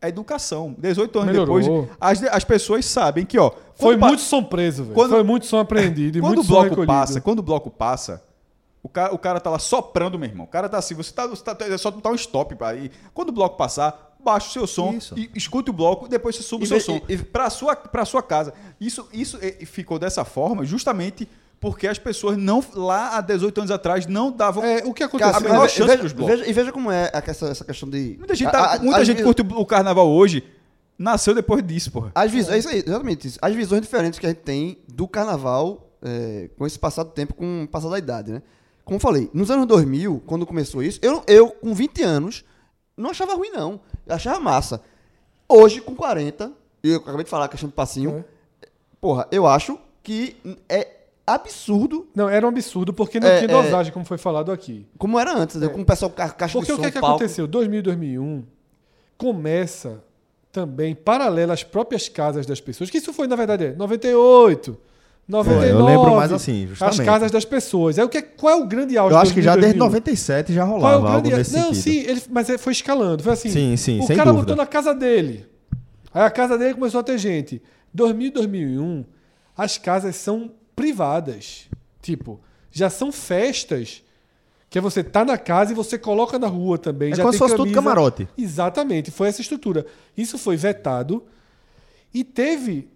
Speaker 4: É educação. 18 anos
Speaker 5: Melhorou.
Speaker 4: depois, as, as pessoas sabem que, ó. quando
Speaker 5: Foi
Speaker 4: pa-
Speaker 5: muito som preso, velho.
Speaker 4: Quando-
Speaker 5: Foi muito som apreendido e
Speaker 4: quando
Speaker 5: muito
Speaker 4: o
Speaker 5: som
Speaker 4: bloco
Speaker 5: recolhido.
Speaker 4: passa, quando o bloco passa, o cara, o cara tá lá soprando, meu irmão. O cara tá assim, você tá, você tá- é só botar um stop pra aí. Quando o bloco passar, baixa o seu som,
Speaker 6: Isso.
Speaker 4: e escute o bloco, depois você
Speaker 3: E
Speaker 4: sube o seu
Speaker 3: ve-
Speaker 4: som
Speaker 3: e-
Speaker 4: para sua para sua casa. Isso isso eh, ficou dessa forma justamente porque as pessoas não lá há 18 anos atrás não davam
Speaker 5: É, o
Speaker 4: Cara,
Speaker 5: que aconteceu?
Speaker 4: a menor
Speaker 3: mas
Speaker 4: chance
Speaker 3: veja-
Speaker 4: pros blocos.
Speaker 3: veja- e veja como é a- essa, essa questão de.
Speaker 4: Muita gente,
Speaker 3: a-
Speaker 4: tá,
Speaker 3: a-
Speaker 4: muita
Speaker 3: as
Speaker 4: gente
Speaker 3: vi-
Speaker 4: curte o carnaval hoje, nasceu depois disso, porra.
Speaker 3: As visões, é isso aí, exatamente isso. As visões diferentes que a gente tem do carnaval é, com esse passado tempo, com o passar da idade, né? Como eu falei, nos anos 2000, quando começou isso, eu, eu com 20 anos, não achava ruim, não. Eu achava massa. Hoje, com 40, eu acabei de falar a questão do passinho,
Speaker 5: É.
Speaker 3: porra, eu acho que é absurdo
Speaker 5: Não, era um absurdo porque não
Speaker 3: É,
Speaker 5: tinha
Speaker 3: é.
Speaker 5: dosagem, como foi falado aqui.
Speaker 3: como era antes, entendeu? como o pessoal ca caixa
Speaker 5: É.
Speaker 3: de
Speaker 5: Porque o
Speaker 3: som,
Speaker 5: que, é que
Speaker 3: palco.
Speaker 5: aconteceu? 2000 e 2001 começa também paralelo às próprias casas das pessoas, que isso foi, na verdade, é 98, 99.
Speaker 6: eu lembro mais assim, justamente.
Speaker 5: As casas das pessoas. Aí, o que é- qual é o grande auge
Speaker 6: Eu
Speaker 5: de
Speaker 6: acho que já
Speaker 5: 2000 e
Speaker 6: desde
Speaker 5: 2001?
Speaker 6: 97 já
Speaker 5: Qual é o
Speaker 6: rolava algo
Speaker 5: grande...
Speaker 6: nesse
Speaker 5: Não,
Speaker 6: sentido.
Speaker 5: sim, ele, mas é- foi escalando. Foi assim.
Speaker 6: Sim, sim,
Speaker 5: O
Speaker 6: sem
Speaker 5: cara
Speaker 6: dúvida.
Speaker 5: botou na casa dele. Aí a casa dele começou a ter gente. 2000 e 2001, as casas são privadas. Tipo, já são festas. Que é você tá na casa e você coloca na rua também.
Speaker 6: É
Speaker 5: já
Speaker 6: como se
Speaker 5: tem
Speaker 6: fosse tudo
Speaker 5: camisa.
Speaker 6: camarote.
Speaker 5: Exatamente, foi essa estrutura. Isso foi vetado e teve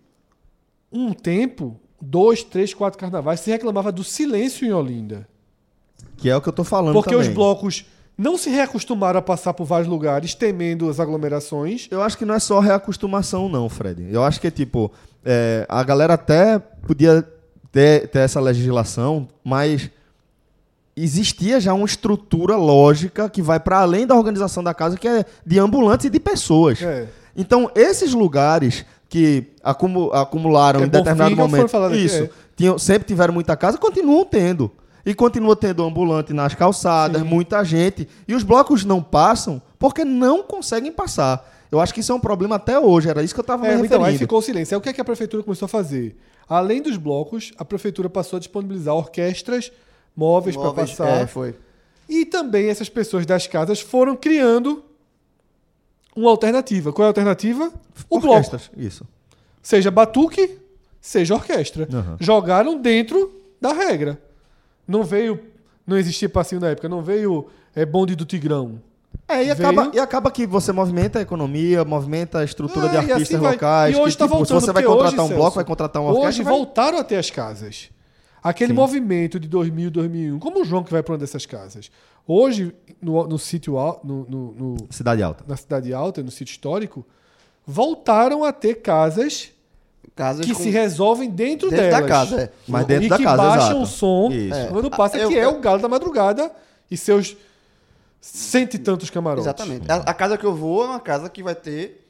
Speaker 5: um tempo, dois, três, quatro carnavais, se reclamava do silêncio em Olinda.
Speaker 6: Que é o que eu tô falando
Speaker 5: Porque
Speaker 6: também.
Speaker 5: os blocos não se reacostumaram a passar por vários lugares, temendo as aglomerações.
Speaker 6: Eu acho que não é só reacostumação, não, Fred. Eu acho que, tipo, é, a galera até podia ter, ter essa legislação, mas existia já uma estrutura lógica que vai para além da organização da casa, que é de ambulantes e de pessoas.
Speaker 5: É.
Speaker 6: Então, esses lugares que acumu- acumularam
Speaker 5: É,
Speaker 6: em determinado
Speaker 5: Bonfiga, foi
Speaker 6: momento,
Speaker 5: falado aqui,
Speaker 6: isso,
Speaker 5: é.
Speaker 6: tinham- sempre tiveram muita casa, continuam tendo. E continua tendo ambulante nas calçadas, muita gente. E os blocos não passam porque não conseguem passar. Eu acho que isso é um problema até hoje, era isso que eu estava
Speaker 5: É,
Speaker 6: me
Speaker 5: então, aí
Speaker 6: referindo.
Speaker 5: ficou o silêncio. Aí o que, é que a prefeitura começou a fazer? Além dos blocos, a prefeitura passou a disponibilizar orquestras móveis, para
Speaker 3: Móveis,
Speaker 5: passar.
Speaker 3: É, foi.
Speaker 5: E também essas pessoas das casas foram criando uma alternativa. Qual é a alternativa? O bloco.
Speaker 6: Orquestras, Isso.
Speaker 5: Seja batuque, seja orquestra.
Speaker 6: Aham.
Speaker 5: Jogaram dentro da regra. Não veio. Não existia passinho na época, não veio é, bonde do Tigrão.
Speaker 6: É, e
Speaker 5: Veio-
Speaker 6: acaba, e acaba que você movimenta a economia, movimenta a estrutura
Speaker 5: É,
Speaker 6: de
Speaker 5: e assim
Speaker 6: artistas
Speaker 5: vai.
Speaker 6: locais.
Speaker 5: E hoje
Speaker 6: que,
Speaker 5: tá
Speaker 6: tipo, se
Speaker 5: voltando,
Speaker 6: você vai
Speaker 5: porque
Speaker 6: contratar
Speaker 5: hoje,
Speaker 6: um bloco,
Speaker 5: Celso,
Speaker 6: vai contratar uma
Speaker 5: Hoje
Speaker 6: orquestra. vai-
Speaker 5: voltaram até as casas. Aquele movimento de 2000, 2001. Como o João que vai para uma dessas casas. Hoje, no, no sítio. al- No, no- no-
Speaker 6: Cidade Alta.
Speaker 5: na Cidade Alta, no sítio histórico, voltaram a ter casas
Speaker 3: Casas
Speaker 5: que
Speaker 3: com-
Speaker 5: se resolvem dentro,
Speaker 3: dentro da
Speaker 5: delas.
Speaker 3: casa, é.
Speaker 6: Mas dentro
Speaker 5: e
Speaker 6: da
Speaker 5: que
Speaker 6: casa, exato.
Speaker 5: baixam o som
Speaker 6: Isso. Ah,
Speaker 5: quando passa,
Speaker 3: Eu-
Speaker 5: que é o Galo da Madrugada e seus cento e tantos camarotes.
Speaker 3: Exatamente. A, a casa que eu vou é uma casa que vai ter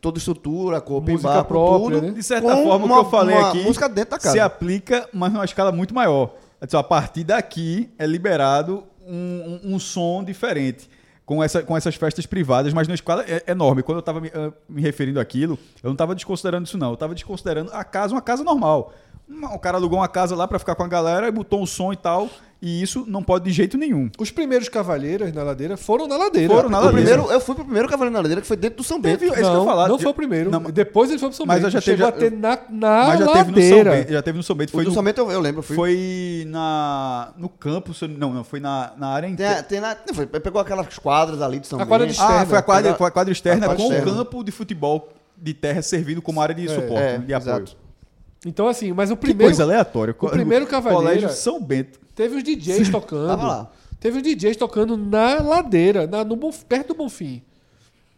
Speaker 3: toda estrutura, corpo
Speaker 5: Música
Speaker 3: em barco,
Speaker 5: própria,
Speaker 3: tudo.
Speaker 5: né?
Speaker 4: De certa
Speaker 3: com
Speaker 4: forma, o
Speaker 3: uma-
Speaker 4: que eu falei
Speaker 3: uma
Speaker 4: aqui
Speaker 3: música dentro da casa.
Speaker 4: se aplica, mas numa escala muito maior. É só, A partir daqui é liberado um, um- um som diferente. Com, essa, com essas festas privadas, mas numa escala é- enorme. Quando eu estava me, ah, me referindo àquilo, eu não estava desconsiderando isso, não. Eu estava desconsiderando a casa, uma casa normal. Uma- O cara alugou uma casa lá para ficar com a galera e botou um som e tal. E isso não pode de jeito nenhum.
Speaker 5: Os primeiros Cavalheiras na ladeira foram na ladeira.
Speaker 4: Foram na
Speaker 3: O
Speaker 4: ladeira.
Speaker 3: primeiro, eu fui pro primeiro Cavaleiro na Ladeira, que foi dentro do São Bento.
Speaker 4: Teve- é isso que eu ia
Speaker 5: Não,
Speaker 4: falar.
Speaker 5: não foi o primeiro.
Speaker 4: Não,
Speaker 5: Depois ele foi pro São
Speaker 4: Mas
Speaker 5: Bento.
Speaker 4: eu já teve-
Speaker 5: Chegou a ter na, na
Speaker 4: mas já teve, no São
Speaker 5: ladeira.
Speaker 4: Bento, já teve no São Bento. Foi
Speaker 3: o do
Speaker 4: no-
Speaker 3: São Bento eu, eu lembro, eu fui.
Speaker 4: Foi na, no campo, se eu- não, não, foi na, na área
Speaker 3: Tem,
Speaker 4: inteira.
Speaker 3: a- tem na, não, foi, pegou aquelas quadras ali de São
Speaker 5: A quadra
Speaker 3: Bento.
Speaker 5: de-
Speaker 4: Ah,
Speaker 5: externa.
Speaker 4: foi a quadra, foi a quadra externa
Speaker 3: A quadra
Speaker 4: com o
Speaker 3: externa.
Speaker 4: campo de futebol de terra servindo como área de suporte, né,
Speaker 3: é,
Speaker 4: de apoio.
Speaker 3: exato.
Speaker 5: Então, assim, mas o
Speaker 4: Que
Speaker 5: primeiro.
Speaker 4: coisa aleatória. Co-
Speaker 5: primeiro Cavaleira-
Speaker 4: Colégio São Bento.
Speaker 5: Teve os DJs tocando.
Speaker 3: Tava lá.
Speaker 5: Teve os DJs tocando na ladeira, na, no, Bonf- perto do Bonfim.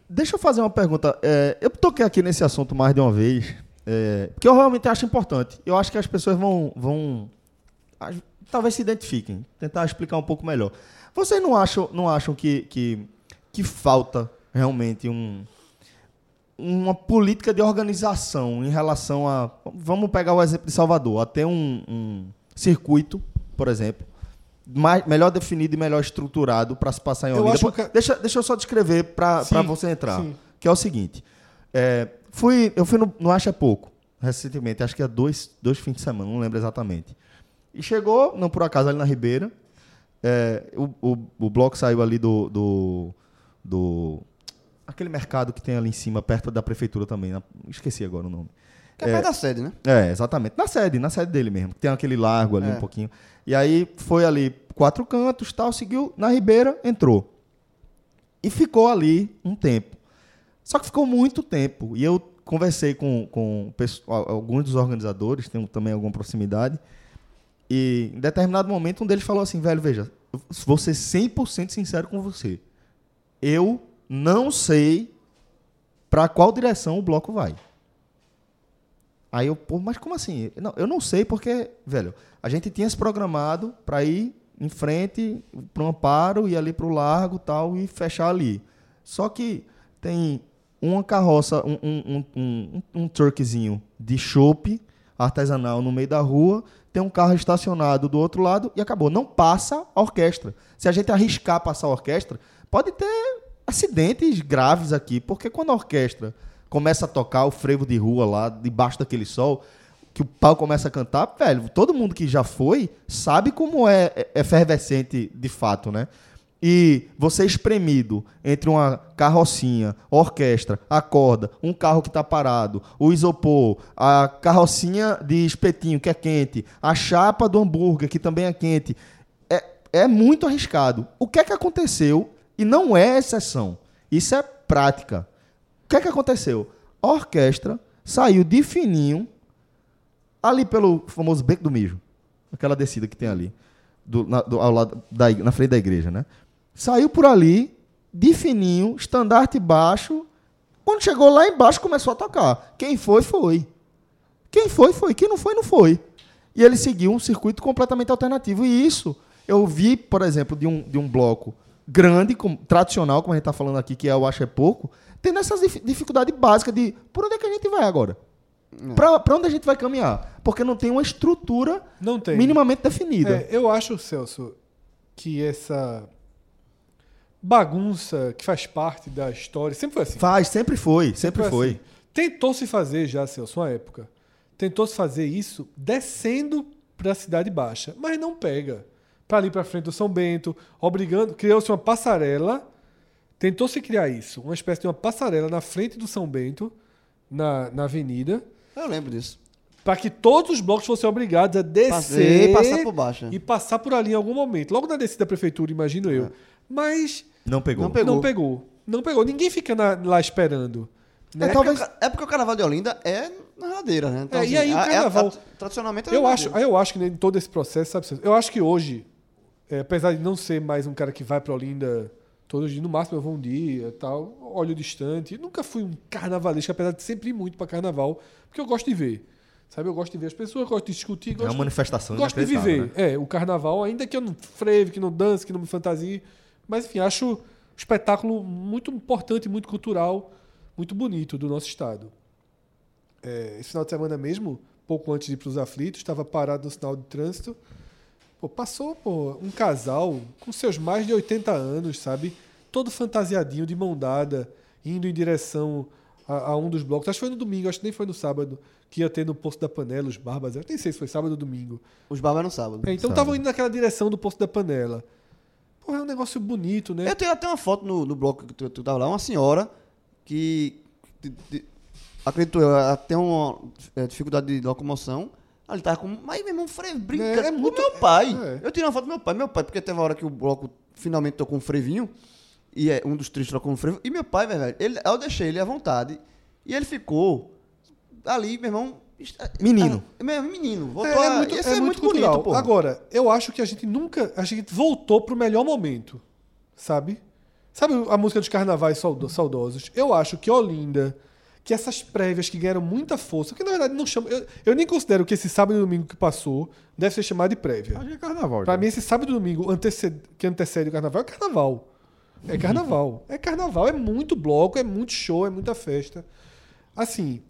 Speaker 6: Deixa eu fazer uma pergunta. É, eu toquei aqui nesse assunto mais de uma vez, é, porque eu realmente acho importante. Eu acho que as pessoas vão, vão as- talvez se identifiquem, tentar explicar um pouco melhor. Vocês não acham, não acham que, que, que falta realmente um, uma política de organização em relação a. Vamos pegar o exemplo de Salvador, a ter um, um circuito, por exemplo, mais, melhor definido e melhor estruturado para se passar em
Speaker 5: Eu
Speaker 6: Olinda.
Speaker 5: acho
Speaker 6: Pô,
Speaker 5: que-
Speaker 6: deixa, deixa eu só descrever para
Speaker 5: Sim,
Speaker 6: você entrar.
Speaker 5: sim.
Speaker 6: Que é o seguinte: é, fui, eu fui no, no Acha É Pouco recentemente, acho que é dois, dois fins de semana, não lembro exatamente. E chegou, não por acaso, ali na Ribeira. É, o, o, o bloco saiu ali do, do, do. Aquele mercado que tem ali em cima, perto da prefeitura também. na- esqueci agora o nome.
Speaker 3: Que é perto da sede, né?
Speaker 6: É, exatamente. Na sede, na sede dele mesmo. que Tem aquele largo ali
Speaker 3: É.
Speaker 6: um pouquinho. E aí foi ali quatro cantos, tal, seguiu na Ribeira, entrou. E ficou ali um tempo. Só que ficou muito tempo. E eu conversei com, com pesso- al- alguns dos organizadores, tenho também alguma proximidade. E em determinado momento, um deles falou assim: velho, veja, eu vou ser 100% sincero com você. Eu não sei para qual direção o bloco vai. Aí eu, pô, mas como assim? Não, eu não sei porque, velho, a gente tinha se programado para ir em frente pro Amparo e ali pro Largo tal e fechar ali. Só que tem uma carroça, um, um, um, um, um truckzinho de chope artesanal no meio da rua, tem um carro estacionado do outro lado e acabou. Não passa a orquestra. Se a gente arriscar passar a orquestra, pode ter acidentes graves aqui, porque quando a orquestra começa a tocar o frevo de rua lá, debaixo daquele sol, que o pau começa a cantar, velho, todo mundo que já foi sabe como é é efervescente de fato, né? E você é espremido entre uma carrocinha, orquestra, a corda, um carro que tá parado, o isopor, a carrocinha de espetinho que é quente, a chapa do hambúrguer que também é quente, é, é muito arriscado. O que é que aconteceu? E não é exceção. Isso é prática. O que é que aconteceu? A orquestra saiu de fininho ali pelo famoso Beco do Mijo. Aquela descida que tem ali. do- na, do- ao lado da, ig- na frente da igreja, né? Saiu por ali, de fininho, estandarte baixo. Quando chegou lá embaixo, começou a tocar. Quem foi, foi. Quem foi, foi. Quem não foi, não foi. E ele seguiu um circuito completamente alternativo. E isso eu vi, por exemplo, de um, de um bloco grande, como- tradicional, como a gente está falando aqui, que eu acho é pouco, tendo essas dif- dificuldade básica de por onde é que a gente vai agora?
Speaker 4: É.
Speaker 6: Pra Para onde a gente vai caminhar? Porque não tem uma estrutura
Speaker 5: Não tem.
Speaker 6: minimamente definida.
Speaker 5: É, eu acho, Celso, que essa bagunça que faz parte da história, sempre foi assim.
Speaker 6: Faz, sempre foi, sempre
Speaker 5: Tipo
Speaker 6: foi.
Speaker 5: assim, tentou se fazer já, Celso, uma época. Tentou se fazer isso descendo para a Cidade Baixa, mas não pega. Para ali para frente do São Bento, obrigando. Criou-se uma passarela. Tentou se criar isso, uma espécie de uma passarela na frente do São Bento, na, na avenida,
Speaker 3: Eu lembro disso.
Speaker 5: para que todos os blocos fossem obrigados a descer
Speaker 3: Passei, passar por baixo.
Speaker 5: e passar por ali em algum momento. Logo na descida da prefeitura, imagino eu. Mas
Speaker 6: Não pegou.
Speaker 3: É. Não pegou.
Speaker 5: não pegou. Não pegou. Ninguém fica na- lá esperando.
Speaker 3: É,
Speaker 5: né?
Speaker 3: talvez... é porque o carnaval de Olinda é na ladeira, né?
Speaker 5: É, e aí o
Speaker 3: a- é a-
Speaker 5: carnaval-
Speaker 3: a- tradicionalmente é
Speaker 5: Eu
Speaker 3: na
Speaker 5: acho,
Speaker 3: ladeira.
Speaker 5: aí eu acho que em todo esse processo, sabe, Celso? eu acho que hoje, é, apesar de não ser mais um cara que vai pra Olinda todos os dias, no máximo eu vou um dia tal, olho distante, nunca fui um carnavalesco, apesar de sempre ir muito pra carnaval, porque eu gosto de ver. Sabe, eu gosto de ver as pessoas, gosto de discutir,
Speaker 6: É
Speaker 5: gosto
Speaker 6: uma manifestação
Speaker 5: Gosto de
Speaker 6: inacreditável,
Speaker 5: viver.
Speaker 6: né?
Speaker 5: É, o carnaval, ainda que eu não freve, que não dance, que não me fantasie. Mas, enfim, acho um espetáculo muito importante, muito cultural, muito bonito do nosso estado. É, esse final de semana mesmo, pouco antes de ir para os aflitos, estava parado no sinal de trânsito. Pô, passou pô, um casal com seus mais de 80 anos, sabe? Todo fantasiadinho, de mão dada, indo em direção a, a um dos blocos. Acho que foi no domingo, acho que nem foi no sábado, que ia ter no Poço da Panela, os Barbas. Eu nem sei se foi sábado ou domingo.
Speaker 3: Os barbas no sábado.
Speaker 5: É, então estavam indo naquela direção do Poço da Panela. Pô, é um negócio bonito, né?
Speaker 3: Eu tenho até uma foto no, no bloco que tu, tu tava lá, uma senhora que, te- te- acredito eu, ela tem uma é, dificuldade de locomoção. Ela tava com. Mas meu irmão, freio, brinca.
Speaker 5: É, é
Speaker 3: É,
Speaker 5: muito-
Speaker 3: muito meu pai.
Speaker 5: é.
Speaker 3: Eu tirei uma foto do meu pai. Meu pai, porque teve uma hora que o bloco finalmente tocou um frevinho. E é, um dos três trocou um frevo. E meu pai, velho, ele, eu deixei ele à vontade. E ele ficou ali, meu irmão. está-
Speaker 6: Menino.
Speaker 3: Ah, meu menino. Voltou
Speaker 5: é, é
Speaker 3: a-
Speaker 5: muito,
Speaker 3: esse
Speaker 5: é muito cultural.
Speaker 3: bonito, pô.
Speaker 5: Agora, eu acho que a gente nunca. A gente voltou pro melhor momento, sabe? Sabe a música dos carnavais saudo- saudosos? Eu acho que Olinda, que essas prévias que ganharam muita força, que na verdade não chama. Eu, eu nem considero que esse sábado e domingo que passou deve ser chamado de
Speaker 6: né?
Speaker 5: prévia.
Speaker 4: Hoje é carnaval.
Speaker 6: então.
Speaker 5: Pra mim, esse sábado e domingo antecede- que antecede o carnaval é carnaval. É carnaval. É carnaval, é muito bloco, é muito show, é muita festa. Assim,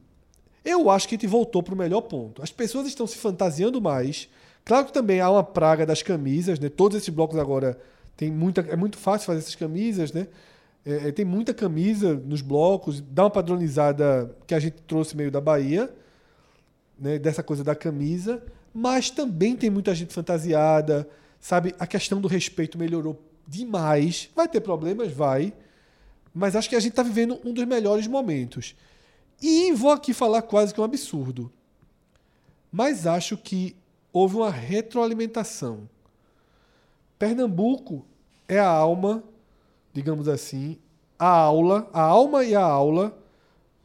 Speaker 5: eu acho que a gente voltou pro melhor ponto. As pessoas estão se fantasiando mais. Claro que também há uma praga das camisas, né? Todos esses blocos agora tem muita. É muito fácil fazer essas camisas, né? É, é, tem muita camisa nos blocos, dá uma padronizada que a gente trouxe meio da Bahia né, dessa coisa da camisa, mas também tem muita gente fantasiada, sabe? A questão do respeito melhorou demais. Vai ter problemas? Vai. Mas acho que a gente está vivendo um dos melhores momentos. E vou aqui falar quase que um absurdo. Mas acho que houve uma retroalimentação. Pernambuco é a alma, digamos assim, a aula, a alma e a aula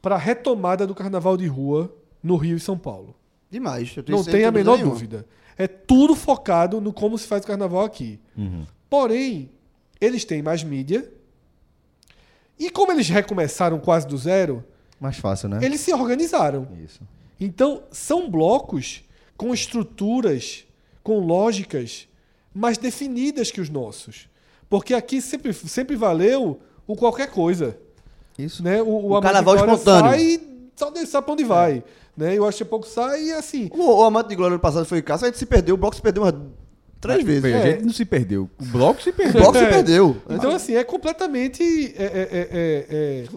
Speaker 5: para a retomada do carnaval de rua no Rio e São Paulo.
Speaker 3: Demais. Eu tenho
Speaker 5: Não
Speaker 3: sem
Speaker 5: tem a menor
Speaker 3: nenhuma.
Speaker 5: dúvida. É tudo focado no como se faz o carnaval aqui. Porém, eles têm mais mídia. E como eles recomeçaram quase do zero,
Speaker 6: Mais fácil, né?
Speaker 5: eles se organizaram.
Speaker 6: Isso.
Speaker 5: Então, são blocos com estruturas, com lógicas mais definidas que os nossos. Porque aqui sempre, sempre valeu o qualquer coisa.
Speaker 6: Isso.
Speaker 5: Né? O, o, Amor
Speaker 3: carnaval
Speaker 5: de Glória
Speaker 3: espontâneo.
Speaker 5: Sai e só Deus sabe pra onde vai. Né? E o Acha Pouco sai e assim.
Speaker 3: O, o Amante de Glória no passado foi em casa, a gente se perdeu, o bloco se perdeu umas três vezes.
Speaker 4: Veja,
Speaker 5: É.
Speaker 4: A gente não se perdeu. O bloco se
Speaker 3: O
Speaker 4: perdeu.
Speaker 3: bloco se perdeu.
Speaker 5: Então, assim, é completamente. É, é, é, é, é,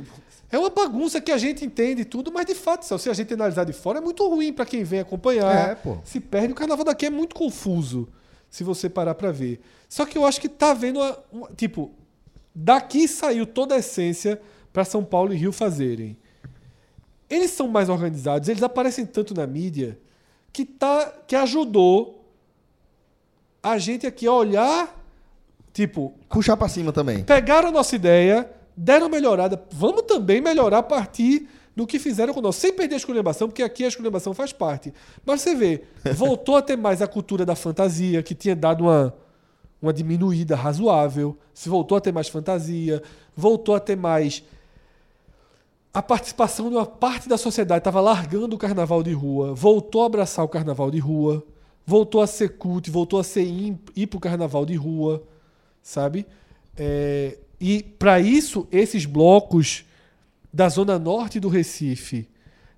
Speaker 5: é uma bagunça que a gente entende tudo, mas de fato, Celso, se a gente analisar de fora, é muito ruim pra quem vem acompanhar.
Speaker 6: É, pô.
Speaker 5: Se perde, o carnaval daqui é muito confuso, se você parar pra ver. Só que eu acho que tá vendo. uma- uma- tipo, daqui saiu toda a essência pra São Paulo e Rio fazerem. Eles são mais organizados, eles aparecem tanto na mídia que, tá, que ajudou a gente aqui a olhar. Tipo,
Speaker 6: Puxar pra cima também.
Speaker 5: pegaram a nossa ideia, deram uma melhorada. Vamos também melhorar a partir do que fizeram com nós, sem perder a esculhambação, porque aqui a esculhambação faz parte. Mas você vê, voltou a ter mais a cultura da fantasia, que tinha dado uma, uma diminuída razoável. Se voltou a ter mais fantasia, voltou a ter mais a participação de uma parte da sociedade estava largando o carnaval de rua, voltou a abraçar o carnaval de rua, voltou a ser culto, voltou a ser in- ir para o carnaval de rua, sabe? É, e para isso, esses blocos da zona norte do Recife,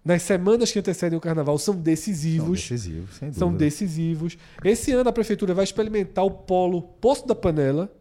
Speaker 5: nas semanas que antecedem o carnaval, são decisivos. né?
Speaker 6: Decisivo, sem dúvida.
Speaker 5: São decisivos. Esse ano a prefeitura vai experimentar o polo Poço da Panela,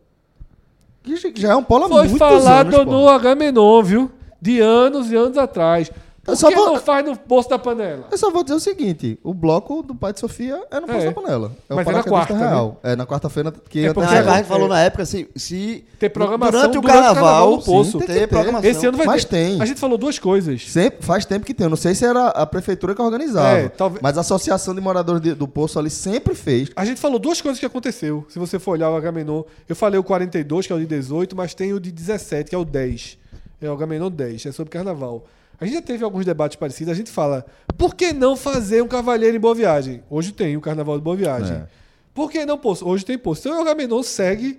Speaker 6: Que já é um polo há
Speaker 5: foi
Speaker 6: muitos
Speaker 5: falado
Speaker 6: anos, pô.
Speaker 5: no Agamenon, viu? De anos e anos atrás. Por
Speaker 6: Eu É só
Speaker 5: que
Speaker 6: vou-
Speaker 5: não faz no bolso da panela?
Speaker 6: Eu só vou dizer o seguinte: o bloco do pai de Sofia é no Poço
Speaker 5: É.
Speaker 6: da Panela. É
Speaker 5: Mas
Speaker 6: o
Speaker 5: é na
Speaker 6: paraquedista
Speaker 5: quarta, né?
Speaker 6: real. É na quarta-feira que
Speaker 5: É
Speaker 6: entra
Speaker 5: porque
Speaker 3: Não,
Speaker 6: na
Speaker 3: é,
Speaker 5: agora-
Speaker 6: real.
Speaker 3: a gente falou na época assim, se.
Speaker 5: Ter programação
Speaker 3: durante o
Speaker 5: durante o
Speaker 3: carnaval,
Speaker 5: carnaval no poço.
Speaker 3: sim,
Speaker 6: Tem
Speaker 3: tem,
Speaker 6: que ter.
Speaker 3: programação.
Speaker 5: Esse ano vai
Speaker 6: Mas
Speaker 5: ter.
Speaker 6: tem.
Speaker 5: A gente falou duas coisas.
Speaker 6: Sempre, faz tempo que tem. Eu não sei se era a prefeitura que organizava.
Speaker 5: É, talvez-
Speaker 6: Mas a Associação de Moradores de- do Poço ali sempre fez.
Speaker 5: A gente falou duas coisas que aconteceu. Se você for olhar o Agamenon, eu falei o 42, que é o de 18, mas tem o de 17, que é o 10. É o Agamenon 10, é sobre carnaval. A gente já teve alguns debates parecidos. A gente fala, por que não fazer um Cavalheiro em Boa Viagem? Hoje tem o Carnaval de Boa Viagem.
Speaker 6: É.
Speaker 5: Por que não poço? Hoje tem poço. Então o Agamenon segue,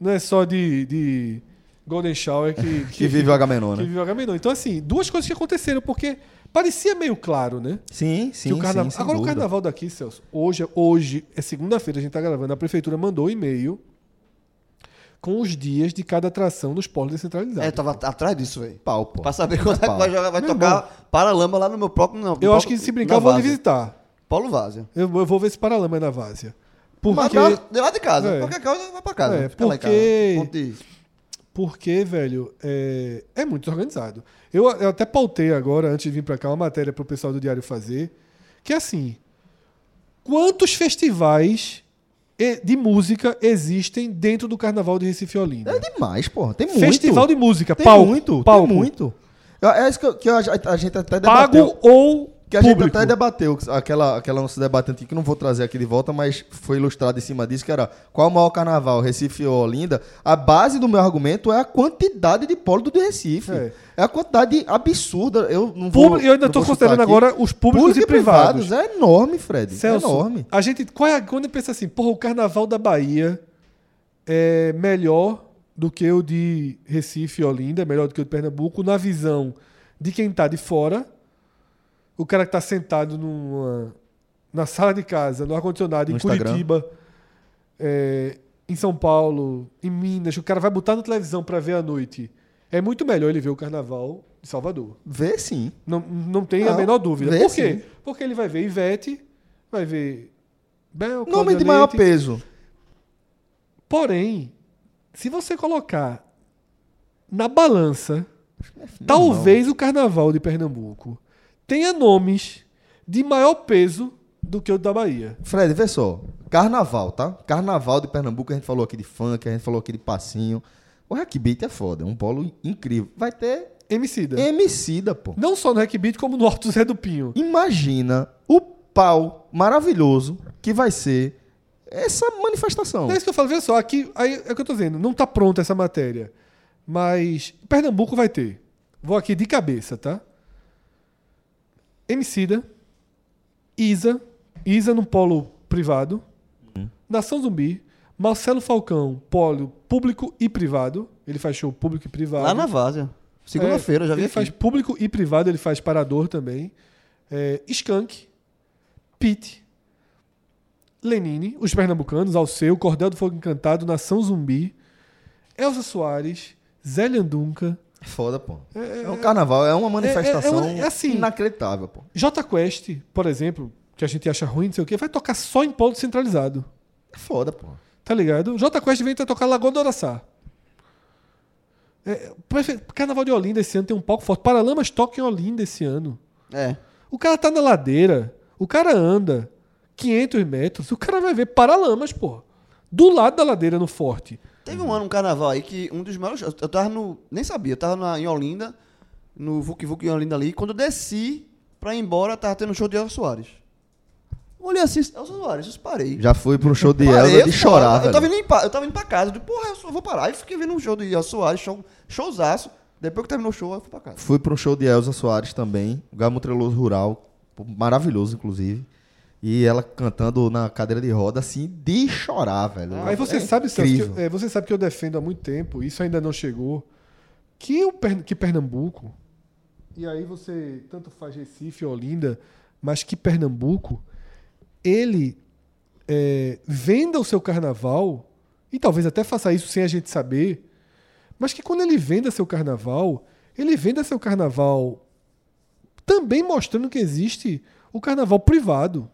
Speaker 5: não é só de, de Golden Shower que,
Speaker 6: Que vive o Agamenon, né?
Speaker 5: Que vive o Agamenon. Então, assim, duas coisas que aconteceram, porque parecia meio claro, né?
Speaker 6: Sim, sim.
Speaker 5: Que o carna-
Speaker 6: sim, sem
Speaker 5: Agora, o
Speaker 6: dúvida.
Speaker 5: carnaval daqui, Celso, hoje, hoje é segunda-feira, a gente tá gravando, a prefeitura mandou um e-mail com os dias de cada atração nos
Speaker 3: É,
Speaker 5: polos
Speaker 3: eu
Speaker 5: descentralizados.
Speaker 3: tava atrás disso, velho.
Speaker 6: Pau, pô.
Speaker 3: Pra saber quando é que vai, jogar, vai tocar Paralama lá no meu próprio. Não,
Speaker 5: eu acho que se brincar, eu vou lhe visitar.
Speaker 3: Paulo Vazia.
Speaker 5: Eu, eu vou ver esse paralama é na várzea. Porque,
Speaker 3: Mas dá- de lá de casa.
Speaker 5: É.
Speaker 3: Qualquer causa, vai pra casa.
Speaker 5: É,
Speaker 3: Fica lá em casa.
Speaker 5: porque-
Speaker 3: Ponto de-
Speaker 5: porque velho, é, é muito desorganizado. Eu, eu até pautei agora, antes de vir pra cá, uma matéria pro pessoal do Diário fazer, que é assim, quantos festivais e- de música existem dentro do Carnaval de Recife e Olinda?
Speaker 6: É demais, pô. Tem muito.
Speaker 5: Festival de música,
Speaker 6: Tem
Speaker 5: palco.
Speaker 6: muito,
Speaker 5: palco.
Speaker 6: tem muito. Eu- É isso que, eu- que eu- a, a gente até debateu.
Speaker 5: Pago ou
Speaker 6: Que a gente
Speaker 5: público.
Speaker 6: até debateu, aquela, aquela nossa debatente aqui, que eu não vou trazer aqui de volta, mas foi ilustrado em cima disso, que era qual o maior carnaval, Recife ou Olinda? A base do meu argumento é a quantidade de polo do Recife.
Speaker 5: É.
Speaker 6: É, a quantidade absurda. Eu não vou.
Speaker 5: Público- eu ainda
Speaker 6: não
Speaker 5: estou
Speaker 6: vou chutar
Speaker 5: considerando
Speaker 6: aqui.
Speaker 5: agora os públicos
Speaker 6: Público
Speaker 5: e privados.
Speaker 6: É enorme, Fred.
Speaker 5: Celso,
Speaker 6: é enorme.
Speaker 5: A gente, qual é, a- quando pensa assim, porra, o carnaval da Bahia é melhor do que o de Recife e Olinda, é melhor do que o de Pernambuco, na visão de quem tá de fora, o cara que tá sentado numa, na sala de casa, no ar-condicionado, em
Speaker 6: No Instagram.
Speaker 5: Curitiba, é, em São Paulo, em Minas, o cara vai botar na televisão para ver à noite. É muito melhor ele ver o carnaval de Salvador.
Speaker 6: Vê sim.
Speaker 5: Não, não tem a
Speaker 6: Não,
Speaker 5: menor dúvida.
Speaker 6: vê
Speaker 5: Por quê?
Speaker 6: sim.
Speaker 5: Porque ele vai ver Ivete, vai ver Bel,
Speaker 6: Nome
Speaker 5: Cláudia
Speaker 6: de maior
Speaker 5: Leite.
Speaker 6: peso.
Speaker 5: Porém, se você colocar na balança, talvez o Carnaval de Pernambuco tenha nomes de maior peso do que o da Bahia.
Speaker 6: Fred, vê só. Carnaval, tá? Carnaval de Pernambuco, a gente falou aqui de funk, a gente falou aqui de passinho. O Hackbeat é foda, é um polo incrível. Vai ter
Speaker 5: Emicida.
Speaker 6: É. Emicida, pô.
Speaker 5: Não só no Hackbeat, como no Horto Zé do Pinho.
Speaker 6: Imagina o pau maravilhoso que vai ser essa manifestação.
Speaker 5: É isso que eu falo, veja só, aqui aí é o que eu tô dizendo, não tá pronta essa matéria. Mas Pernambuco vai ter. Vou aqui de cabeça, tá? Emicida, Isa, Isa no polo privado, Nação Zumbi, Marcelo Falcão, polo público e privado. Ele faz show público e privado.
Speaker 3: Lá na Várzea. Segunda-feira,
Speaker 5: É,
Speaker 3: eu já vi
Speaker 5: Ele
Speaker 3: aqui.
Speaker 5: faz público e privado, ele faz parador também. É, Skank, Pete, Lenine, os pernambucanos, Alceu, Cordel do Fogo Encantado, Nação Zumbi, Elza Soares, Zé Leandunca,
Speaker 6: É foda, pô. É, um carnaval, é uma manifestação
Speaker 5: é- é- é assim.
Speaker 6: inacreditável, pô.
Speaker 5: J Quest, por exemplo, que a gente acha ruim, não sei o quê, vai tocar só em polo centralizado.
Speaker 6: É foda, pô.
Speaker 5: Tá ligado? J Quest vem tentar tocar Lagoa do Araçá. É, prefe- Carnaval de Olinda esse ano tem um palco forte. Paralamas toca em Olinda esse ano.
Speaker 3: É.
Speaker 5: O cara tá na ladeira, o cara anda 500 metros, o cara vai ver Paralamas, pô. Do lado da ladeira, no forte.
Speaker 3: Teve um ano, um carnaval aí, que um dos maiores. Eu tava no. Nem sabia, eu tava na, em Olinda, no Vuk Vuk em Olinda ali. Quando eu desci pra ir embora, tava tendo um show de Elcio Soares. Olhei assim, Elcio Soares, eu parei.
Speaker 6: Já fui pro show
Speaker 5: Ah,
Speaker 6: de
Speaker 3: Parei,
Speaker 6: Elza de
Speaker 3: pô,
Speaker 6: chorar,
Speaker 3: eu
Speaker 6: velho.
Speaker 3: tava, indo em pa- eu tava indo pra casa, eu disse, porra, eu só vou parar. E fiquei vendo um show de Elcio Soares, show, showzaço. Depois que terminou o show, eu fui pra casa.
Speaker 6: Fui pro show de Elza Soares também, Gamo Treloso Rural, pô, maravilhoso, inclusive. E ela cantando na cadeira de roda, assim, de chorar, velho.
Speaker 5: Aí você
Speaker 6: É
Speaker 5: sabe, Celso,
Speaker 6: incrível.
Speaker 5: que, eu- é, você sabe que eu defendo há muito tempo, isso ainda não chegou, que, o, Pern- que Pernambuco, e aí você tanto faz Recife, Olinda, mas que Pernambuco, ele é, venda o seu carnaval, e talvez até faça isso sem a gente saber, mas que quando ele venda seu carnaval, ele venda seu carnaval também mostrando que existe o carnaval privado.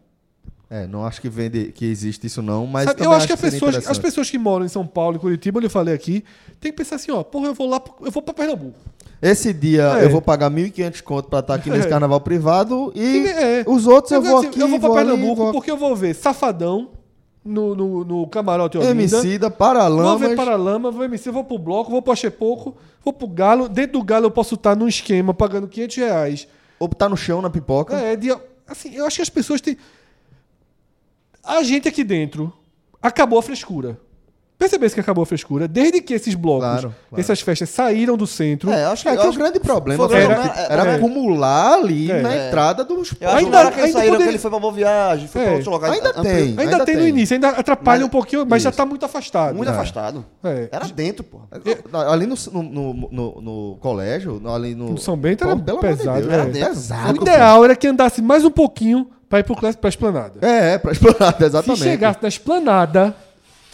Speaker 6: É, não acho que vende, que existe isso não, mas
Speaker 5: Sabe, eu
Speaker 6: também
Speaker 5: acho que as
Speaker 6: seria
Speaker 5: pessoas, as
Speaker 6: interessante.
Speaker 5: pessoas que moram em São Paulo e Curitiba, onde eu falei aqui, tem que pensar assim, ó, porra, eu vou lá, pro- eu vou pra Pernambuco.
Speaker 6: Esse dia
Speaker 5: É.
Speaker 6: eu vou pagar 1.500 conto pra estar aqui nesse
Speaker 5: É.
Speaker 6: carnaval privado e
Speaker 5: É.
Speaker 6: os outros eu vou
Speaker 5: assim,
Speaker 6: aqui,
Speaker 5: eu vou pra
Speaker 6: ali,
Speaker 5: Pernambuco
Speaker 6: vou aqui.
Speaker 5: porque eu vou ver Safadão no, no, no Camarote Olinda.
Speaker 6: Emicida,
Speaker 5: Vou
Speaker 6: Paralamas,
Speaker 5: ver Paralama, vou MC, vou pro Bloco, vou pro Achepouco, vou pro Galo. Dentro do Galo eu posso estar num esquema pagando 500 reais.
Speaker 6: ou tá no chão na pipoca.
Speaker 5: É, de- assim, eu acho que as pessoas têm... A gente aqui dentro acabou a frescura. Percebesse que acabou a frescura? Desde que esses blocos,
Speaker 6: Claro, claro.
Speaker 5: essas festas saíram do centro...
Speaker 3: É, acho que,
Speaker 6: É
Speaker 3: eu
Speaker 6: que o
Speaker 3: acho-
Speaker 6: grande problema
Speaker 3: Foram-
Speaker 6: era,
Speaker 3: era-
Speaker 6: era
Speaker 5: é.
Speaker 6: acumular ali
Speaker 5: É.
Speaker 6: na entrada dos
Speaker 3: Eu acho que
Speaker 5: Ainda-
Speaker 3: o cara que
Speaker 5: ainda
Speaker 3: saíram,
Speaker 5: poderia-
Speaker 3: que ele foi pra boa viagem, foi
Speaker 5: É.
Speaker 3: pra outros locais.
Speaker 6: Ainda
Speaker 3: ampliou-
Speaker 6: tem.
Speaker 5: Ainda, tem, no início, ainda atrapalha um pouquinho, mas já tá muito afastado.
Speaker 3: Muito
Speaker 5: É.
Speaker 3: afastado.
Speaker 5: É.
Speaker 3: Era dentro, pô.
Speaker 6: Ali no, no, no, no- no colégio, no- ali no.
Speaker 5: No São Bento era
Speaker 6: Pô, pelo amor de
Speaker 5: pesado,
Speaker 6: Deus,
Speaker 5: é.
Speaker 6: era
Speaker 5: O
Speaker 6: pesado.
Speaker 5: ideal era que andasse mais um pouquinho pra ir pro classe, pra esplanada.
Speaker 6: pô. É, é, pra explorar,
Speaker 5: Se
Speaker 6: exatamente.
Speaker 5: chegasse na esplanada,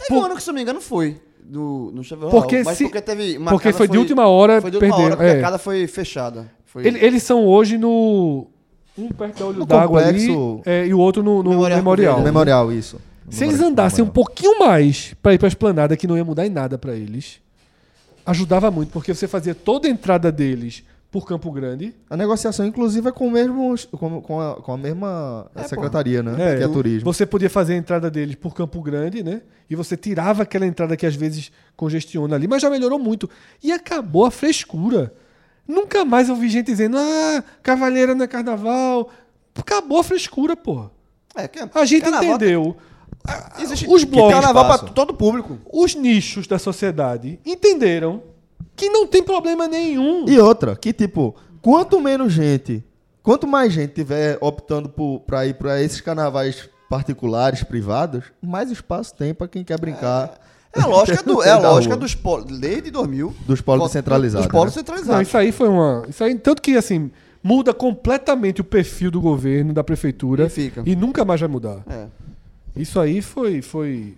Speaker 3: Teve um ano que, se não me engano, foi. Do, no Chevrolet.
Speaker 5: Porque
Speaker 3: mas
Speaker 5: se-
Speaker 3: porque teve. uma
Speaker 5: porque
Speaker 3: casa
Speaker 5: foi de última hora,
Speaker 3: Foi de última
Speaker 5: perderam,
Speaker 3: hora, porque
Speaker 5: é.
Speaker 3: a casa foi fechada. Foi
Speaker 5: ele- eles são hoje no. Um perto da olho
Speaker 6: No
Speaker 5: d'água ali
Speaker 6: complexo-
Speaker 5: é, e o outro no, no memorial.
Speaker 3: Memorial
Speaker 6: No memorial, isso.
Speaker 5: Se eles andassem um pouquinho mais pra ir pra esplanada, que não ia mudar em nada pra eles, ajudava muito, porque você fazia toda a entrada deles por Campo Grande.
Speaker 6: A negociação, inclusive, é com, o mesmo, com, com, a, com a mesma secretaria, né?
Speaker 5: É,
Speaker 6: que é turismo.
Speaker 5: Você podia fazer a entrada deles por Campo Grande, né? E você tirava aquela entrada que às vezes congestiona ali, mas já melhorou muito. E acabou a frescura. Nunca mais eu vi gente dizendo, ah, Cavaleira não é carnaval. Acabou a frescura, pô.
Speaker 3: É, que é-
Speaker 5: A gente
Speaker 3: carnaval-
Speaker 5: entendeu. A- a-
Speaker 3: Existe-
Speaker 5: os blocos,
Speaker 3: Carnaval
Speaker 6: espaço.
Speaker 3: pra todo público.
Speaker 5: os nichos da sociedade entenderam que não tem problema nenhum.
Speaker 6: E outra, que tipo, quanto menos gente, quanto mais gente tiver optando por, pra ir pra esses carnavais particulares, privados, mais espaço tem pra quem quer brincar.
Speaker 3: É a lógica, do,
Speaker 6: No
Speaker 3: é a
Speaker 6: meio da
Speaker 3: lógica
Speaker 6: rua.
Speaker 3: dos polos. Desde 2000.
Speaker 6: Dos polos
Speaker 3: Dos-
Speaker 6: descentralizados,
Speaker 3: Dos
Speaker 6: né?
Speaker 3: polos
Speaker 5: Não,
Speaker 3: centralizados.
Speaker 5: isso aí foi uma. Isso aí, tanto que assim, muda completamente o perfil do governo, da prefeitura.
Speaker 3: E fica.
Speaker 5: nunca mais vai mudar.
Speaker 3: É.
Speaker 5: Isso aí foi. foi...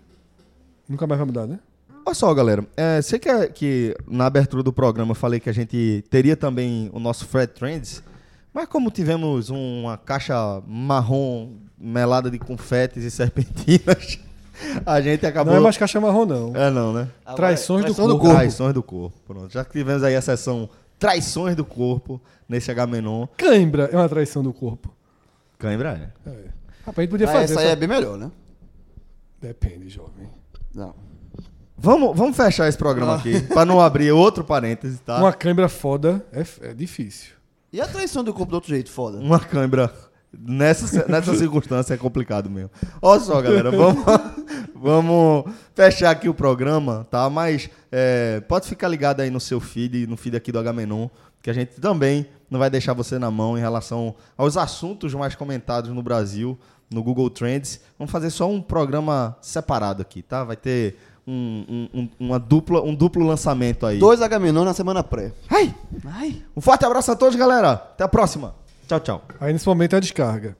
Speaker 5: Nunca mais vai mudar, né?
Speaker 6: Olha só, galera. É, sei que, a- que na abertura do programa eu falei que a gente teria também o nosso Fred Trends, mas como tivemos uma caixa marrom melada de confetes e serpentinas, a gente acabou.
Speaker 5: Não é mais caixa marrom, não.
Speaker 6: É, não, né?
Speaker 3: Agora,
Speaker 5: Traições do corpo.
Speaker 6: Traições do corpo. Pronto. Já que tivemos aí a sessão Traições do corpo nesse H-Menon.
Speaker 5: Cãibra é uma traição do corpo.
Speaker 6: Cãibra é.
Speaker 5: É. Rapaz, a gente podia
Speaker 3: Ah,
Speaker 5: fazer.
Speaker 3: essa aí
Speaker 5: essa-
Speaker 3: é bem melhor, né?
Speaker 5: Depende, jovem.
Speaker 3: Não.
Speaker 6: Vamos, vamos fechar esse programa
Speaker 3: Ah.
Speaker 6: aqui, pra não abrir outro parêntese, tá?
Speaker 5: Uma
Speaker 6: Uma,
Speaker 5: cãibra foda é, f- é difícil.
Speaker 3: E a traição do corpo do outro jeito,
Speaker 6: Hum.
Speaker 3: foda.
Speaker 6: cãibra nessa, nessa circunstância é complicado mesmo. Olha só, galera, vamos, Vamos fechar aqui o programa, tá? Mas é, pode ficar ligado aí no seu feed, no feed aqui do Agamenon, que a gente também não vai deixar você na mão em relação aos assuntos mais comentados no Brasil, no Google Trends. Vamos fazer só um programa separado aqui, tá? Vai ter um, um- um- uma dupla, um duplo lançamento aí.
Speaker 3: Dois Agamenon na semana pré.
Speaker 6: Ai!
Speaker 3: Ai.
Speaker 6: Um forte abraço a todos, galera. Até a próxima. Tchau, tchau.
Speaker 5: Aí nesse momento é a descarga.